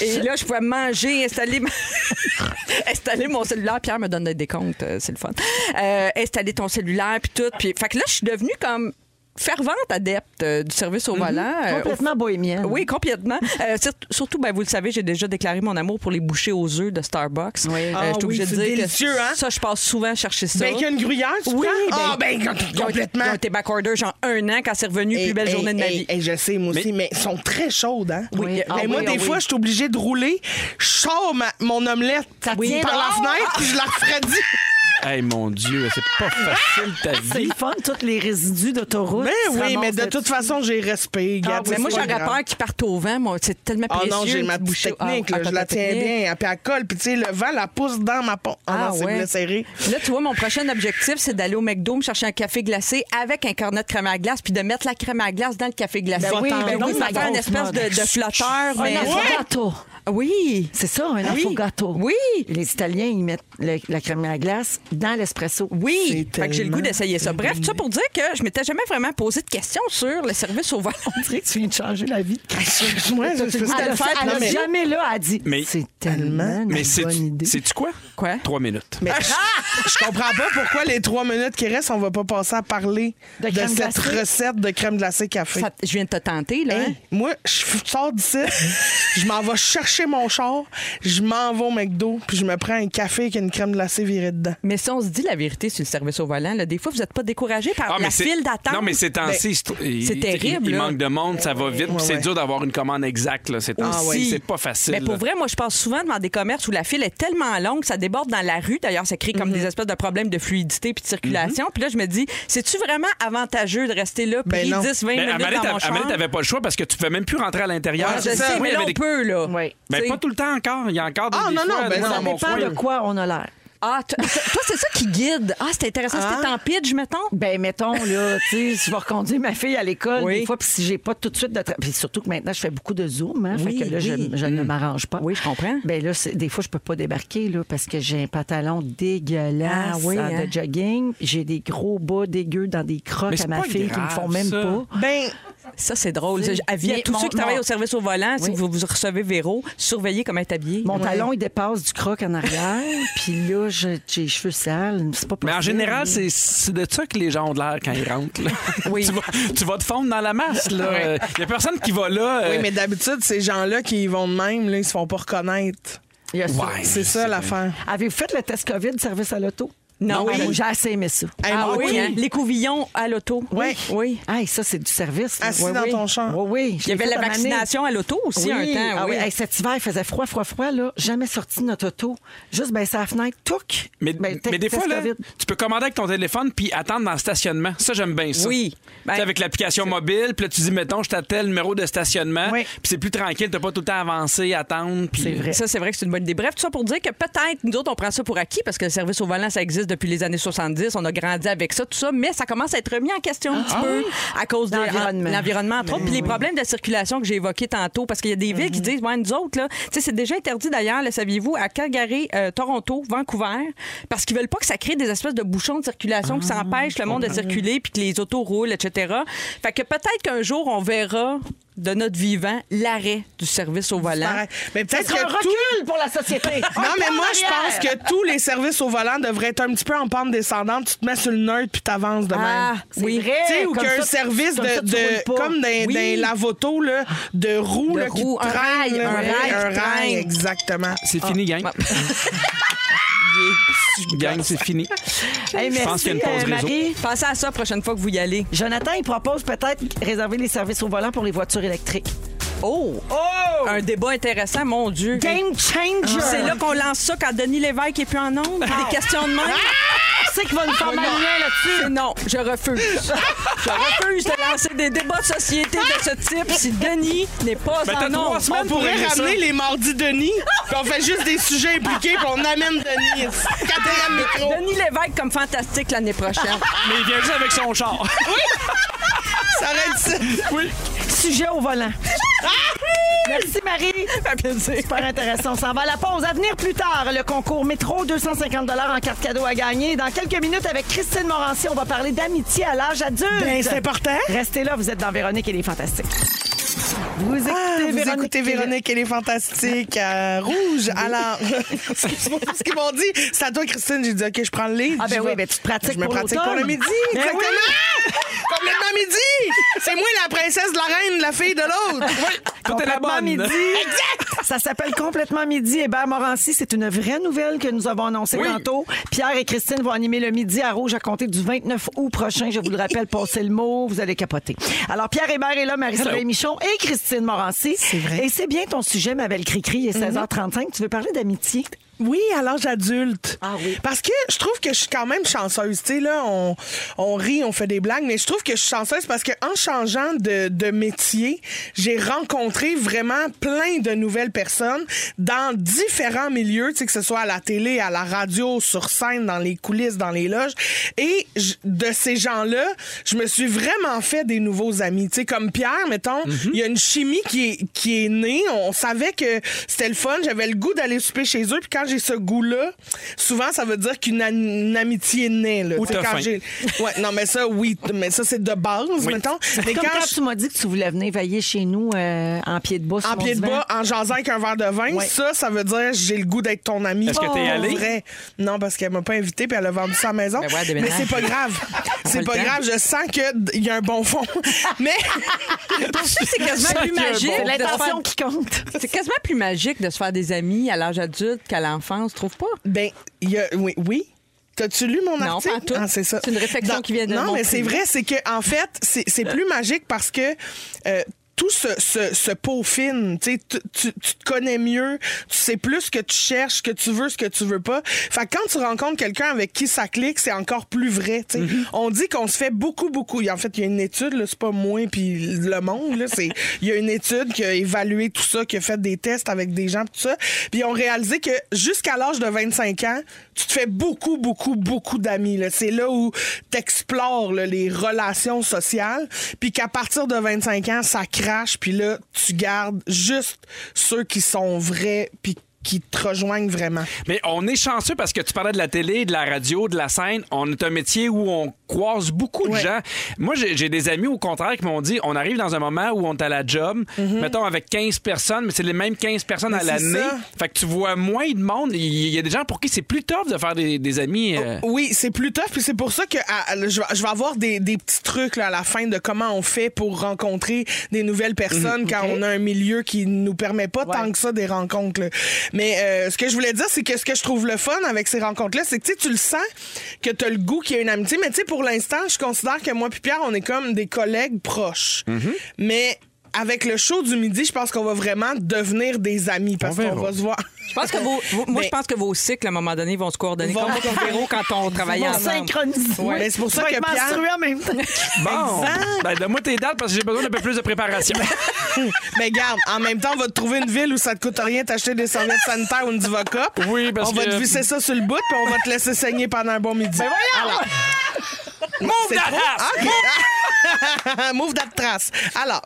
Speaker 6: et là, je pouvais manger, installer, ma- installer mon cellulaire. Pierre me donne des comptes, c'est le fun. Euh, installer ton cellulaire, puis tout. Puis, fait que là, je suis devenue comme fervente adepte euh, du service
Speaker 7: Mhm.
Speaker 6: au volant. euh, au
Speaker 4: Complètement
Speaker 7: Mm.
Speaker 4: bohémienne.
Speaker 6: oui, complètement. Euh, sur- surtout, ben, vous le savez, j'ai déjà déclaré mon amour pour les bouchées aux œufs de Starbucks.
Speaker 4: Oui.
Speaker 6: Euh,
Speaker 7: Ah
Speaker 6: je suis obligée
Speaker 7: oui,
Speaker 6: de
Speaker 7: c'est
Speaker 6: dire
Speaker 7: délicieux,
Speaker 6: que
Speaker 7: hein?
Speaker 6: ça, je passe souvent chercher ça.
Speaker 7: Bacon gruyère, tu
Speaker 6: Oui,
Speaker 7: prends? Ah, ben,
Speaker 6: ils ont-
Speaker 7: complètement.
Speaker 6: Ils ont été backorder genre un an quand c'est revenu,
Speaker 7: Hey,
Speaker 6: plus belle
Speaker 7: hey,
Speaker 6: journée de ma
Speaker 7: hey,
Speaker 6: vie.
Speaker 7: hey, je sais, moi aussi, mais ils sont très chaudes, hein?
Speaker 6: Oui.
Speaker 7: Mais
Speaker 6: Ah
Speaker 7: moi,
Speaker 6: oui,
Speaker 7: des
Speaker 6: ah
Speaker 7: fois,
Speaker 6: oui.
Speaker 7: je suis obligée de rouler. Je sors ma- mon omelette par
Speaker 4: tient
Speaker 7: la
Speaker 6: Ah!
Speaker 4: dehors.
Speaker 7: fenêtre, puis je la refroidis.
Speaker 5: Hey mon Dieu, c'est pas
Speaker 6: Ah,
Speaker 5: facile ta
Speaker 4: C'est
Speaker 5: vie.
Speaker 4: le fun, tous les résidus d'autoroute.
Speaker 7: Mais
Speaker 6: Ben
Speaker 4: qui se
Speaker 7: Ben oui, mais
Speaker 4: ramassent
Speaker 7: de toute façon, j'ai respect. regarde,
Speaker 6: Ah Mais
Speaker 7: c'est
Speaker 6: moi,
Speaker 7: pas
Speaker 6: j'aurais
Speaker 7: grave.
Speaker 6: peur qu'ils partent au vent. moi. C'est tellement
Speaker 7: Ah
Speaker 6: précieux.
Speaker 7: non, j'ai
Speaker 6: une
Speaker 7: ma
Speaker 6: petite bouchée.
Speaker 7: petite technique,
Speaker 6: Ah,
Speaker 7: là,
Speaker 6: ah,
Speaker 7: je la
Speaker 6: ta
Speaker 7: tiens
Speaker 6: technique.
Speaker 7: bien. Puis elle colle, puis tu sais, le vent la pousse dans ma pompe. Ah, non, c'est bien serré.
Speaker 6: Là, tu vois, mon prochain objectif, c'est d'aller au McDo me chercher un café glacé avec un cornet de crème à glace, puis de mettre la crème à glace dans le café glacé.
Speaker 4: Ben oui, ben
Speaker 6: Puis
Speaker 4: oui,
Speaker 6: de
Speaker 4: ma
Speaker 6: faire une
Speaker 4: grosse
Speaker 6: espèce
Speaker 4: mode.
Speaker 7: Ah,
Speaker 6: de, de flotteur.
Speaker 4: Un
Speaker 6: mais-
Speaker 4: affogato.
Speaker 6: Oui.
Speaker 4: C'est ça, un
Speaker 6: Oui.
Speaker 4: info gâteau.
Speaker 6: Oui.
Speaker 4: Les Italiens, ils mettent le- la crème à la glace dans l'espresso.
Speaker 6: Oui,
Speaker 7: C'est
Speaker 6: fait que j'ai le
Speaker 7: tellement
Speaker 6: goût d'essayer ça. Bref, tout ça pour dire que je m'étais jamais vraiment posé de questions sur le service au volant.
Speaker 4: On dirait que tu viens de changer la vie de
Speaker 6: Ah,
Speaker 7: Moi, je- je- c'était
Speaker 4: Elle
Speaker 7: le
Speaker 4: a,
Speaker 7: fait,
Speaker 4: elle
Speaker 7: non,
Speaker 4: a
Speaker 7: mais-
Speaker 4: jamais là, elle a dit.
Speaker 5: Mais-
Speaker 4: c'est tellement une
Speaker 5: Mais c'est
Speaker 4: bonne idée.
Speaker 5: tu quoi?
Speaker 6: Quoi?
Speaker 5: Trois minutes.
Speaker 7: Je comprends pas pourquoi les trois minutes qui restent, on va pas passer à parler
Speaker 4: De
Speaker 7: de,
Speaker 4: crème
Speaker 7: cette
Speaker 4: glacée.
Speaker 7: recette de crème glacée café.
Speaker 6: Ça- je viens de te tenter, là. hein?
Speaker 7: Hey, moi, je f- sors d'ici, je m'en vais chercher mon char, je m'en vais au McDo, puis je me prends un café avec une crème glacée virée dedans.
Speaker 6: Mais si on se dit la vérité sur le service au volant, là, des fois, vous n'êtes pas découragé par
Speaker 5: Ah,
Speaker 6: la
Speaker 5: c'est-
Speaker 6: file d'attente. Ben,
Speaker 5: Non, mais ces temps-ci, il-
Speaker 6: c'est
Speaker 5: il-
Speaker 6: terrible,
Speaker 5: Il,
Speaker 6: là.
Speaker 5: manque de monde, ça va vite, puis c'est
Speaker 7: ouais.
Speaker 5: dur d'avoir une commande exacte, là, ces temps-ci.
Speaker 6: Aussi.
Speaker 5: C'est pas facile.
Speaker 6: Mais Ben, pour
Speaker 5: là.
Speaker 6: vrai, moi, je passe souvent devant des commerces où la file est tellement longue que ça déborde dans la rue. D'ailleurs, ça crée comme
Speaker 7: Mm-hmm.
Speaker 6: des espèces de problèmes de fluidité puis de circulation. Puis là, je me dis, c'est-tu vraiment avantageux de rester là,
Speaker 7: Ben
Speaker 6: pris
Speaker 7: non.
Speaker 6: 10, 20
Speaker 5: Mais
Speaker 6: minutes
Speaker 5: Amélie,
Speaker 6: dans mon
Speaker 5: t'avais-
Speaker 6: char?
Speaker 5: Amélie, t'avais pas le choix parce que tu pouvais même plus rentrer à l'intérieur.
Speaker 6: Ah, je sais,
Speaker 7: ça.
Speaker 5: Moi,
Speaker 6: mais
Speaker 5: il y
Speaker 6: là,
Speaker 5: avait
Speaker 6: on
Speaker 5: des-
Speaker 6: peut, là.
Speaker 4: Oui.
Speaker 5: Ben,
Speaker 6: Tu sais.
Speaker 5: pas tout le temps encore. Il y a encore des,
Speaker 7: Ah,
Speaker 5: des
Speaker 7: non,
Speaker 5: fois,
Speaker 7: non, ben non,
Speaker 5: moi, dans
Speaker 4: Ça
Speaker 7: mon
Speaker 4: dépend de quoi on a l'air.
Speaker 6: Ah, t- toi, c'est ça qui guide. Ah, c'est intéressant. C'était en pitch, mettons.
Speaker 4: Ben, mettons, là, tu sais, je vais reconduire ma fille à l'école
Speaker 6: Oui.
Speaker 4: des fois, puis si j'ai pas tout de suite de... tra- Puis surtout que maintenant, je fais beaucoup de Zoom, hein,
Speaker 6: Oui,
Speaker 4: fait que là,
Speaker 6: oui.
Speaker 4: je, je ne m'arrange pas.
Speaker 6: Oui, je comprends.
Speaker 4: Ben là, c'est- des fois, je peux pas débarquer, là, parce que j'ai un pantalon dégueulasse
Speaker 6: Ah oui,
Speaker 4: hein,
Speaker 6: hein.
Speaker 4: de jogging, puis j'ai des gros bas dégueux dans des
Speaker 5: Mais
Speaker 4: crocs
Speaker 5: c'est
Speaker 4: à ma
Speaker 5: pas
Speaker 4: fille qui me
Speaker 5: grave,
Speaker 4: font même
Speaker 5: ça.
Speaker 4: pas.
Speaker 7: Ben,
Speaker 6: Ça, c'est drôle.
Speaker 4: C'est-
Speaker 6: Avis à
Speaker 4: Mais
Speaker 6: tous
Speaker 4: mon-
Speaker 6: ceux qui travaillent
Speaker 4: mon-
Speaker 6: au service au volant, si
Speaker 4: Oui.
Speaker 6: vous vous recevez Véro, surveillez comment être habillé.
Speaker 4: Mon talon, il dépasse du croc en arrière, puis là, je- j'ai les cheveux sales. C'est pas
Speaker 5: Mais en
Speaker 4: possible.
Speaker 5: général, c'est c'est de ça que les gens ont de l'air quand ils rentrent. là.
Speaker 6: Oui.
Speaker 5: tu, vas, tu vas te fondre dans la masse. Il n'y a personne qui va là. euh,
Speaker 7: oui, mais d'habitude, ces gens-là qui y vont de même, là, ils se font pas reconnaître.
Speaker 4: Il y a ça.
Speaker 5: Ouais,
Speaker 7: C'est ça l'affaire.
Speaker 4: Avez-vous fait le test COVID service à l'auto?
Speaker 6: Non.
Speaker 4: Ah,
Speaker 6: Oui.
Speaker 4: moi, J'ai assez aimé ça.
Speaker 7: Hey,
Speaker 6: Ah
Speaker 7: moi,
Speaker 6: oui,
Speaker 7: tu-
Speaker 6: hein? les couvillons à l'auto.
Speaker 7: Ouais.
Speaker 6: Oui.
Speaker 4: Ah, ça, c'est du service. là.
Speaker 7: Assis
Speaker 4: Ouais,
Speaker 7: dans
Speaker 4: oui.
Speaker 7: ton champ.
Speaker 4: Oui, oui. Je
Speaker 6: Il y
Speaker 4: l'ai
Speaker 6: avait
Speaker 4: fait
Speaker 6: la
Speaker 4: à un moment donné.
Speaker 6: vaccination à l'auto aussi
Speaker 4: Oui.
Speaker 6: un temps.
Speaker 4: Ah
Speaker 6: oui.
Speaker 4: oui. Hey, cet hiver, il faisait froid, froid, froid. Là. Jamais sorti de notre auto. Juste baisser la fenêtre, touc.
Speaker 5: Mais,
Speaker 4: Ben, te-
Speaker 5: mais des
Speaker 4: test
Speaker 5: fois, là,
Speaker 4: COVID.
Speaker 5: tu peux commander avec ton téléphone puis attendre dans le stationnement. Ça, j'aime bien ça.
Speaker 6: Oui. Ben,
Speaker 5: Tu sais, avec l'application mobile, puis là, tu dis, mettons, je t'attelle le numéro de stationnement,
Speaker 4: Oui.
Speaker 5: puis c'est plus tranquille, t'as pas tout le temps avancé, attendre. puis-
Speaker 4: C'est vrai.
Speaker 6: Ça, c'est vrai que c'est une bonne idée. Bref, tout ça pour dire que peut-être, nous autres, on prend ça pour acquis parce que le service au volant, ça existe depuis les années 70. On a grandi avec ça, tout ça, mais ça commence à être remis en question un petit peu à cause de
Speaker 4: Ah L'environnement. Ben
Speaker 6: en- l'environnement, entre autres. Puis les problèmes de circulation que j'ai évoqués tantôt, parce qu'il y a des villes
Speaker 4: Mhm.
Speaker 6: qui disent, ouais, nous autres, là, tu sais, c'est déjà interdit d'ailleurs, le saviez-vous, à Calgary, euh, Toronto, Vancouver, parce qu'ils veulent pas que ça crée des espèces de bouchons de circulation
Speaker 4: Ah,
Speaker 6: qui s'empêchent le monde de circuler puis que les autos roulent, etc. Fait que peut-être qu'un jour, on verra de notre vivant l'arrêt du service au volant.
Speaker 7: Pareil. Mais
Speaker 4: Ça
Speaker 7: peut-être
Speaker 4: serait un
Speaker 7: que tout...
Speaker 4: recul pour la société.
Speaker 7: Non, mais moi, je pense que tous les services au volant devraient être un petit peu en pente descendante. Tu te mets sur le neutre puis t'avances de
Speaker 6: Ah,
Speaker 7: même.
Speaker 6: oui.
Speaker 4: vrai.
Speaker 7: Tu sais, ou
Speaker 4: Comme
Speaker 7: qu'un
Speaker 4: ça,
Speaker 7: service
Speaker 4: comme
Speaker 7: de,
Speaker 4: ça, tu
Speaker 7: de-
Speaker 4: roules pas.
Speaker 7: comme d'un
Speaker 6: Oui.
Speaker 7: d'un lavoto là, de roue
Speaker 6: De
Speaker 7: là, qui
Speaker 6: roue, un
Speaker 7: traîne,
Speaker 6: rail,
Speaker 7: là.
Speaker 6: un
Speaker 7: Oui,
Speaker 6: rail qui
Speaker 7: un rail,
Speaker 6: traîne.
Speaker 7: exactement.
Speaker 5: C'est fini,
Speaker 4: Ah,
Speaker 5: gang. gang, c'est fini.
Speaker 4: Hey,
Speaker 5: je
Speaker 4: merci,
Speaker 5: pense qu'il y a une pause
Speaker 4: euh,
Speaker 5: réseau.
Speaker 4: Marie.
Speaker 6: Pensez à ça la prochaine fois que vous y allez.
Speaker 4: Jonathan, il propose peut-être réserver les services au volant pour les voitures électriques.
Speaker 6: Oh! Un débat intéressant, mon Dieu.
Speaker 4: Game changer!
Speaker 6: C'est là qu'on lance ça quand Denis Lévesque est plus en ondes.
Speaker 5: Ah!
Speaker 6: Des questions de même.
Speaker 4: C'est qui va nous faire
Speaker 7: Ah,
Speaker 4: mal là-dessus.
Speaker 6: Non, je refuse. Je refuse de lancer des débats de société de ce type si Denis n'est pas
Speaker 5: Ben, t'as
Speaker 6: en
Speaker 5: trois
Speaker 6: ondes.
Speaker 5: semaines.
Speaker 7: On pourrait
Speaker 5: régler ça.
Speaker 7: ramener les mardis Denis, puis on fait juste des sujets impliqués, puis on amène Denis. Quatrième micro.
Speaker 6: Denis Lévesque comme fantastique l'année prochaine.
Speaker 5: Mais il vient juste avec son char.
Speaker 7: Ça aurait été ça.
Speaker 4: Sujet au volant.
Speaker 7: Ah!
Speaker 4: Merci Marie. Super intéressant. On s'en va à la pause. À venir plus tard, le concours Métro, 250 en carte cadeau à gagner. Dans quelques minutes, avec Christine Morancy, on va parler d'amitié à l'âge adulte.
Speaker 7: Ben, c'est important.
Speaker 4: Restez là, vous êtes dans Véronique et les Fantastiques. Vous écoutez,
Speaker 7: Ah, vous
Speaker 4: Véronique,
Speaker 7: écoutez Véronique, elle est fantastique. à rouge, alors. Excuse-moi, parce qu'ils m'ont dit, ça toi, Christine. J'ai dit, OK, je prends le livre.
Speaker 4: Ah ben
Speaker 7: J'y
Speaker 4: oui,
Speaker 7: vais.
Speaker 4: ben tu te pratiques
Speaker 7: Je me
Speaker 4: pour
Speaker 7: pratique
Speaker 4: l'automne.
Speaker 7: pour le midi.
Speaker 4: Ben
Speaker 7: Exactement. Complètement midi. C'est moi la princesse de la reine, la fille de l'autre.
Speaker 5: Tout est la
Speaker 4: Complètement
Speaker 5: bonne.
Speaker 4: midi. Ça s'appelle Complètement midi. Hébert Morancy, c'est une vraie nouvelle que nous avons annoncée
Speaker 5: Oui.
Speaker 4: tantôt. Pierre et Christine vont animer le midi à Rouge à compter du 29 août prochain. Je vous le rappelle, passez le mot, vous allez capoter. Alors, Pierre Hébert est là, Marie-Soleil Michon et Christine Morancy. C'est
Speaker 7: vrai. Mhm.
Speaker 4: Et c'est bien ton sujet, ma belle Cricri, il est 16h35. Tu veux parler d'amitié?
Speaker 7: Oui, à l'âge adulte.
Speaker 4: Ah oui.
Speaker 7: Parce que je trouve que je suis quand même chanceuse. Tu sais, là, on, on rit, on fait des blagues, mais je trouve que je suis chanceuse parce qu'en changeant de, de métier, j'ai rencontré vraiment plein de nouvelles personnes dans différents milieux, tu sais, que ce soit à la télé, à la radio, sur scène, dans les coulisses, dans les loges. Et j- de ces gens-là, je me suis vraiment fait des nouveaux amis. Tu sais, comme Pierre, mettons,
Speaker 5: Mhm.
Speaker 7: il y a une chimie qui est, qui est née. On savait que c'était le fun. J'avais le goût d'aller souper chez eux. Puis quand j'ai ce goût-là, souvent, ça veut dire qu'une am- une amitié naît. Là,
Speaker 5: Ou
Speaker 7: Tu sais,
Speaker 5: t'as
Speaker 7: quand
Speaker 5: faim.
Speaker 7: j'ai- Ouais, non, mais ça, oui. Mais ça, c'est de base, mettons. Mais
Speaker 4: Comme quand,
Speaker 7: je-
Speaker 4: tu m'as dit que tu voulais venir veiller chez nous euh, en pied de bois sur
Speaker 7: en
Speaker 4: mon
Speaker 7: pied de
Speaker 4: divan.
Speaker 7: bas, en jasant avec un verre de vin,
Speaker 4: Ouais.
Speaker 7: ça, ça veut dire j'ai le goût d'être ton ami.
Speaker 5: Est-ce que t'es
Speaker 7: Pour
Speaker 5: allée?
Speaker 7: vrai. Non, parce qu'elle m'a pas invité puis elle a vendu sa maison.
Speaker 6: Ben ouais, elle
Speaker 7: mais
Speaker 6: déménage.
Speaker 7: c'est pas grave.
Speaker 6: On a
Speaker 7: c'est
Speaker 6: le
Speaker 7: pas
Speaker 6: temps.
Speaker 7: grave. Je sens qu'il y a un bon fond. mais
Speaker 6: C'est quasiment plus magique.
Speaker 4: C'est
Speaker 6: de se
Speaker 4: l'intention
Speaker 6: faire-
Speaker 4: qui compte.
Speaker 6: C'est quasiment plus magique de se faire des amis à l'âge adulte qu'à l'enfance, tu trouves pas?
Speaker 7: ben, il y a, oui, oui. T'as-tu lu mon
Speaker 6: Non,
Speaker 7: article?
Speaker 6: pas en tout.
Speaker 7: Ah, c'est ça.
Speaker 6: C'est une réflexion qui vient de
Speaker 7: Non,
Speaker 6: mon
Speaker 7: mais c'est
Speaker 6: public.
Speaker 7: vrai, c'est que en fait, c'est c'est plus magique parce que euh, tout se, se, se peaufine. Tu, sais, tu, tu- tu te connais mieux, tu sais plus ce que tu cherches, ce que tu veux, ce que tu veux pas. Fait que quand tu rencontres quelqu'un avec qui ça clique, c'est encore plus vrai. tu sais. On dit qu'on se fait beaucoup, beaucoup. En fait, il y a une étude, là, c'est pas moi puis le monde. là, c'est- Il y a une étude qui a évalué tout ça, qui a fait des tests avec des gens, tout ça. Puis ils ont réalisé que jusqu'à l'âge de 25 ans, tu te fais beaucoup, beaucoup, beaucoup d'amis. là. C'est là où t'explores là, les relations sociales, puis qu'à partir de 25 ans, ça crache, puis là, tu gardes juste ceux qui sont vrais, puis qui te rejoignent vraiment.
Speaker 5: Mais on est chanceux parce que tu parlais de la télé, de la radio, de la scène. On est un métier où on croise beaucoup de
Speaker 7: Ouais.
Speaker 5: gens. Moi, j'ai j'ai des amis au contraire qui m'ont dit on arrive dans un moment où on est à la job, mettons avec 15 personnes, mais c'est les mêmes 15 personnes à
Speaker 7: Mais c'est
Speaker 5: l'année.
Speaker 7: ça.
Speaker 5: Fait que tu vois moins de monde. Il il y, a des gens pour qui c'est plus tough de faire des, des amis. euh,
Speaker 7: Oui, c'est plus tough, puis c'est pour ça que à- à- je, vais, je vais avoir des, des petits trucs là, à la fin de comment on fait pour rencontrer des nouvelles personnes quand on a un milieu qui nous permet pas tant que ça des rencontres. là. Mais euh, ce que je voulais dire, c'est que ce que je trouve le fun avec ces rencontres-là, c'est que tu sais, tu le sens que tu as le goût qu'il y a une amitié, mais tu sais, pour l'instant, je considère que moi puis Pierre, on est comme des collègues proches. Mais avec le show du midi, je pense qu'on va vraiment devenir des amis parce qu'on va se voir.
Speaker 6: Je pense que vos, vos- moi,
Speaker 7: Mais-
Speaker 6: je pense que vos cycles, à un moment donné, vont se coordonner.
Speaker 7: Vont-
Speaker 6: Comme moi, comme Véro, quand on travaillait
Speaker 4: On
Speaker 6: ensemble.
Speaker 4: synchronise.
Speaker 7: Ouais. Mais c'est pour
Speaker 4: Tu
Speaker 7: ça
Speaker 4: vas
Speaker 7: que
Speaker 4: être
Speaker 7: Pierre-
Speaker 4: menstruée en même temps.
Speaker 5: Bon, ben, donne-moi tes dates parce que j'ai besoin d'un peu plus de préparation.
Speaker 7: Mais garde, en même temps, on va te trouver une ville où ça te coûte rien d'acheter des serviettes sanitaires ou une Divocop.
Speaker 5: Oui, parce
Speaker 7: On va
Speaker 5: que-
Speaker 7: te visser ça sur le bout, puis on va te laisser saigner pendant un bon midi. Alors,
Speaker 5: Move
Speaker 7: c'est
Speaker 5: that
Speaker 7: trop- Ah,
Speaker 5: ass!
Speaker 7: OK. Move that trace. Alors,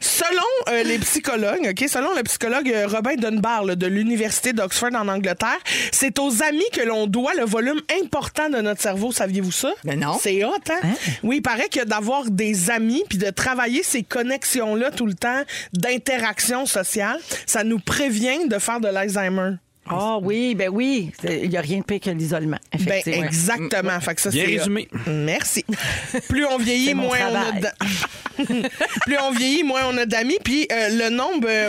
Speaker 7: selon euh, les psychologues, OK, selon le psychologue euh, Robin Dunbar là, de l'Université d'Oxford en Angleterre, c'est aux amis que l'on doit le volume important de notre cerveau. Saviez-vous ça?
Speaker 6: Mais non.
Speaker 7: C'est hot, hein? Oui, il paraît que d'avoir des amis puis de travailler ces connexions-là tout le temps, d'interaction sociale, ça nous prévient de faire de l'Alzheimer.
Speaker 4: Ah oui, ben oui. C'est- Il n'y a rien de pire que l'isolement.
Speaker 7: Ben,
Speaker 4: effectivement.
Speaker 7: exactement. Fait que ça,
Speaker 5: Bien
Speaker 7: c'est-
Speaker 5: résumé.
Speaker 7: Merci. Plus on vieillit,
Speaker 4: C'est mon
Speaker 7: moins on a
Speaker 4: travail.
Speaker 7: d'a- Plus on vieillit, moins on a d'amis. Puis euh, le nombre. euh,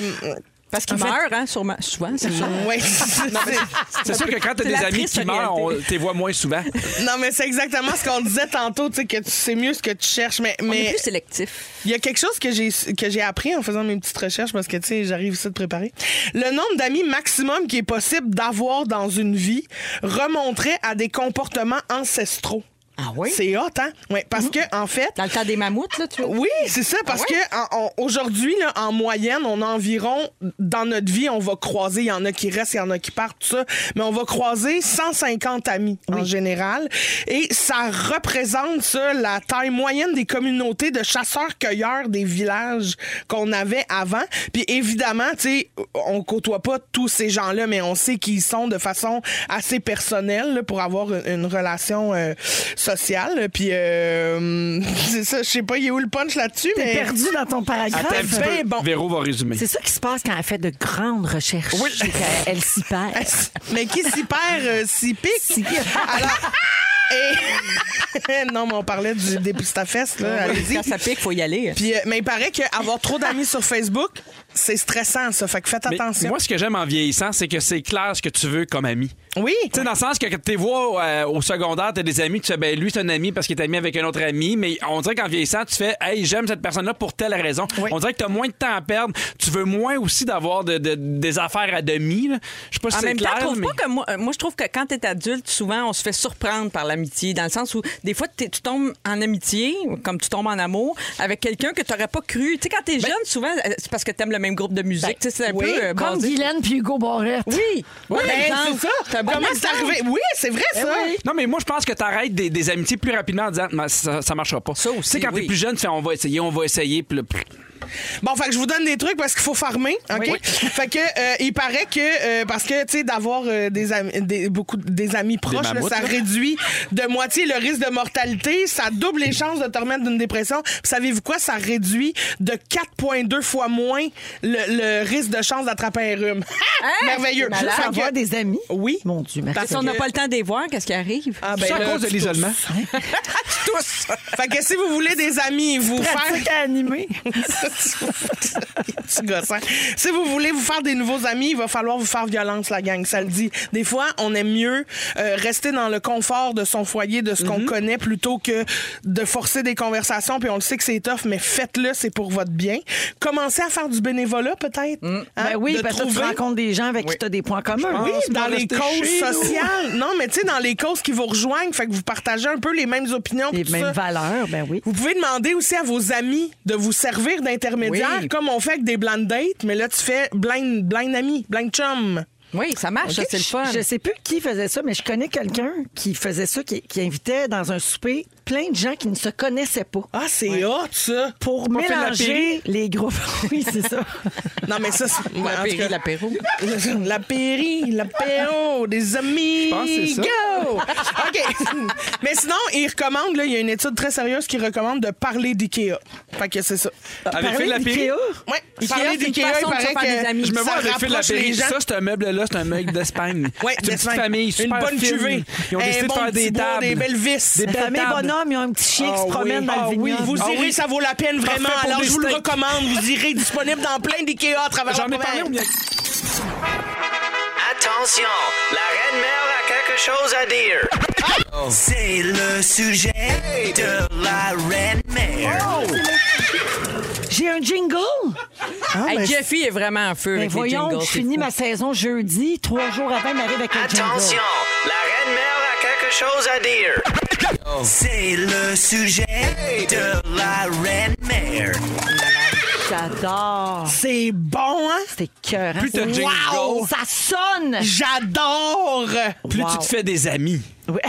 Speaker 6: Parce qu'ils
Speaker 7: En fait-
Speaker 6: meurent, hein, sûrement. Souvent, c'est ça.
Speaker 7: ouais, c'est-
Speaker 5: C'est sûr que quand t'as
Speaker 6: C'est
Speaker 5: des
Speaker 6: la
Speaker 5: amis
Speaker 6: triste
Speaker 5: qui meurent, on
Speaker 6: réalité.
Speaker 5: les voit moins souvent.
Speaker 7: non, mais c'est exactement ce qu'on disait tantôt, tu sais, que tu sais mieux ce que tu cherches. Mais,
Speaker 6: On est
Speaker 7: mais
Speaker 6: plus sélectif.
Speaker 7: il y a quelque chose que j'ai que j'ai appris en faisant mes petites recherches parce que tu sais j'arrive ici de préparer. Le nombre d'amis maximum qui est possible d'avoir dans une vie remonterait à des comportements ancestraux.
Speaker 6: Ah oui? Mmh.
Speaker 7: C'est hot, hein? Oui, parce que en fait,
Speaker 6: Dans le temps des mammouths, là, tu vois.
Speaker 7: Oui, c'est ça,
Speaker 6: Ah
Speaker 7: parce que en- en- aujourd'hui, là, en moyenne, on a environ, dans notre vie, on va croiser, il y en a qui restent, il y en a qui partent, tout ça, mais on va croiser 150 amis en général. Et ça représente, ça, la taille moyenne des communautés de chasseurs-cueilleurs des villages qu'on avait avant. Puis évidemment, tu sais, on côtoie pas tous ces gens-là, mais on sait qui ils sont de façon assez personnelle là, pour avoir une, une relation euh, sociale. Puis euh, c'est ça, je sais pas, il est où le punch là-dessus, mais.
Speaker 4: T'es perdu dans ton paragraphe.
Speaker 5: Attends un petit
Speaker 7: ben
Speaker 5: peu.
Speaker 7: bon.
Speaker 5: Véro va résumer.
Speaker 4: C'est ça qui se passe quand elle fait de grandes recherches.
Speaker 5: Oui.
Speaker 4: C'est qu'elle s'y perd.
Speaker 7: Mais qui s'y perd, euh, s'y pique. Alors. et- non, mais on parlait du
Speaker 5: Ah
Speaker 7: dépistafest, là. Allez-y.
Speaker 6: Quand ça pique, faut y aller.
Speaker 7: Puis, euh, mais il paraît qu'avoir trop d'amis sur Facebook, c'est stressant, ça. Fait que faites
Speaker 5: Mais
Speaker 7: attention.
Speaker 5: Moi, ce que j'aime en vieillissant, c'est que c'est clair ce que tu veux comme ami.
Speaker 7: oui.
Speaker 5: Tu sais, dans le sens que quand t'es vois euh, au secondaire, t'as des amis, tu fais, ben lui, c'est un ami parce qu'il est ami avec un autre ami, mais on dirait qu'en vieillissant, tu fais, hey, j'aime cette personne-là pour telle raison. On dirait que t'as moins de temps à perdre. Tu veux moins aussi d'avoir de- de- des affaires à demi. là. Je sais pas si
Speaker 6: En
Speaker 5: c'est
Speaker 6: même temps,
Speaker 5: clair.
Speaker 6: je trouve
Speaker 5: mais-
Speaker 6: pas que moi, euh, moi, je trouve que quand t'es adulte, souvent, on se fait surprendre par l'amitié, dans le sens où des fois, t'es- tu tombes en amitié, ou comme tu tombes en amour, avec quelqu'un que t'aurais pas cru. Tu sais, quand t'es jeune, souvent, euh, c'est parce que t'aimes le même groupe de musique. Tu sais, c'est un
Speaker 7: Ben oui,
Speaker 6: peu euh,
Speaker 8: Comme
Speaker 6: basé.
Speaker 8: Guylaine puis Hugo Barrette.
Speaker 6: Oui,
Speaker 7: Ben,
Speaker 6: par exemple.
Speaker 7: c'est ça.
Speaker 6: un bon
Speaker 7: Comment c'est
Speaker 6: exemple.
Speaker 7: arrivé? Oui, c'est vrai,
Speaker 5: Eh
Speaker 7: ça.
Speaker 5: Non, mais moi, je pense que t'arrêtes des, des amitiés plus rapidement en disant, Mais ça, ça marchera pas.
Speaker 6: Ça aussi,
Speaker 5: Tu sais, quand
Speaker 6: oui.
Speaker 5: t'es plus jeune, tu fais, on va essayer, on va essayer, puis là, pff,
Speaker 7: Bon, fait que je vous donne des trucs parce qu'il faut farmer, OK? Fait que euh, il paraît que euh, parce que tu sais d'avoir euh, des amis des, beaucoup des amis proches, là,
Speaker 5: mammouths,
Speaker 7: ça
Speaker 5: là.
Speaker 7: réduit de moitié le risque de mortalité, ça double les chances de te remettre d'une dépression. Puis savez-vous quoi, ça réduit de 4.2 fois moins le, le risque de chance d'attraper un rhume. Merveilleux.
Speaker 6: c'est malade.
Speaker 7: Fait que-
Speaker 4: Avoir des amis.
Speaker 7: Oui.
Speaker 4: Mon Dieu, merci.
Speaker 7: Parce
Speaker 6: Si on n'a
Speaker 7: que-
Speaker 6: pas le temps de les voir, qu'est-ce qui arrive?
Speaker 7: Ah, ben
Speaker 5: ça à
Speaker 7: là,
Speaker 5: cause de
Speaker 7: tu
Speaker 5: l'isolement.
Speaker 7: tousses. Tous. Fait que si vous voulez des amis, vous faire
Speaker 4: Pratique à animer. hein?
Speaker 7: Petit gossin. Si vous voulez vous faire des nouveaux amis, il va falloir vous faire violence, la gang. Ça le dit. Des fois, on aime mieux euh, rester dans le confort de son foyer, de ce qu'on connaît, plutôt que de forcer des conversations. Puis on le sait que c'est tough, mais faites-le, c'est pour votre bien. Commencez à faire du bénévolat, peut-être. Hein,
Speaker 4: Ben oui,
Speaker 7: de
Speaker 4: parce que tu
Speaker 7: trouver-
Speaker 4: rencontres des gens avec qui tu as des points communs.
Speaker 7: oui, dans les
Speaker 5: rester
Speaker 7: causes
Speaker 5: chez nous.
Speaker 7: sociales. Non, mais tu sais, dans les causes qui vous rejoignent, fait que vous partagez un peu les mêmes opinions. puis
Speaker 4: Les
Speaker 7: tout
Speaker 4: mêmes
Speaker 7: ça.
Speaker 4: valeurs, ben oui.
Speaker 7: Vous pouvez demander aussi à vos amis de vous servir d'intermédiaire,
Speaker 6: Oui.
Speaker 7: comme on fait avec des blind dates, mais là, tu fais blind, blind ami, blind chum.
Speaker 6: Oui, ça marche, ça, c'est le fun.
Speaker 4: Je sais plus qui faisait ça, mais je connais quelqu'un qui faisait ça, qui, qui invitait dans un souper plein de gens qui ne se connaissaient pas.
Speaker 7: Ah, c'est hot, ça!
Speaker 4: Pour
Speaker 7: Pas Phil
Speaker 4: mélanger les groupes. Oui, c'est ça.
Speaker 7: Non, mais ça, c'est. en tout
Speaker 6: L'apéro,
Speaker 7: cas-
Speaker 6: l'apéro.
Speaker 7: La Périe, l'apéro des amis.
Speaker 5: pense que c'est ça.
Speaker 7: Go! OK. Mais sinon, il recommande, là, il y a une étude très sérieuse qui recommande de parler d'IKEA. Fait que c'est ça.
Speaker 5: Avec Phil
Speaker 4: Parler
Speaker 5: Lapéry.
Speaker 4: d'IKEA,
Speaker 7: Ouais,
Speaker 6: Ikea,
Speaker 7: parler
Speaker 6: c'est une
Speaker 7: d'IKEA, il
Speaker 6: façon de se
Speaker 7: paraît
Speaker 6: faire des
Speaker 7: que.
Speaker 6: amis.
Speaker 5: Je me vois
Speaker 7: ça
Speaker 5: avec Phil
Speaker 7: rapproche les
Speaker 5: Lapéry.
Speaker 7: gens.
Speaker 5: Ça, ce meuble-là, c'est un meuble d'Espagne.
Speaker 7: Ouais,
Speaker 5: c'est une petite
Speaker 7: d'Espagne.
Speaker 5: famille,
Speaker 7: Une
Speaker 5: super
Speaker 7: bonne
Speaker 5: fine.
Speaker 7: cuvée.
Speaker 5: Ils ont
Speaker 7: Un
Speaker 5: décidé
Speaker 7: bon
Speaker 5: de faire
Speaker 7: petit
Speaker 5: des
Speaker 7: bois,
Speaker 5: tables.
Speaker 7: des belles vis.
Speaker 5: Des
Speaker 7: La
Speaker 4: La
Speaker 5: belles
Speaker 4: famille
Speaker 5: tables.
Speaker 4: Ben, bonhomme, ils ont un petit chien qui se
Speaker 7: Ah
Speaker 4: promène
Speaker 7: oui.
Speaker 4: dans
Speaker 7: Ah
Speaker 4: le
Speaker 7: oui,
Speaker 4: vignoble.
Speaker 7: Vous
Speaker 5: Ah
Speaker 7: irez,
Speaker 5: oui.
Speaker 7: ça vaut la peine vraiment.
Speaker 5: Parfait pour
Speaker 7: Alors,
Speaker 5: des
Speaker 7: je vous le
Speaker 5: steaks.
Speaker 7: recommande. Vous irez disponible dans plein d'IKEA à travers
Speaker 5: J'en
Speaker 7: le
Speaker 5: ai parlé
Speaker 7: Québec.
Speaker 5: ou bien.
Speaker 9: Attention, la reine mère a quelque chose à dire.
Speaker 3: C'est le sujet de la reine mère.
Speaker 4: J'ai un jingle.
Speaker 6: Hey, Jeffy est vraiment en feu
Speaker 4: Ben
Speaker 6: avec les
Speaker 4: voyons,
Speaker 6: jingles,
Speaker 4: je
Speaker 6: c'est
Speaker 4: finis
Speaker 6: fou.
Speaker 4: ma saison jeudi. Trois jours avant, elle m'arrive avec un
Speaker 9: Attention,
Speaker 4: jingle.
Speaker 9: la reine mère a quelque chose à dire.
Speaker 3: C'est le sujet de la reine mère.
Speaker 4: J'adore.
Speaker 7: C'est bon, hein?
Speaker 4: C'est cœur.
Speaker 5: Plus t'as de jingle.
Speaker 4: Ça sonne.
Speaker 7: J'adore!
Speaker 5: Plus
Speaker 4: Wow.
Speaker 5: tu te fais des amis.
Speaker 4: Oui.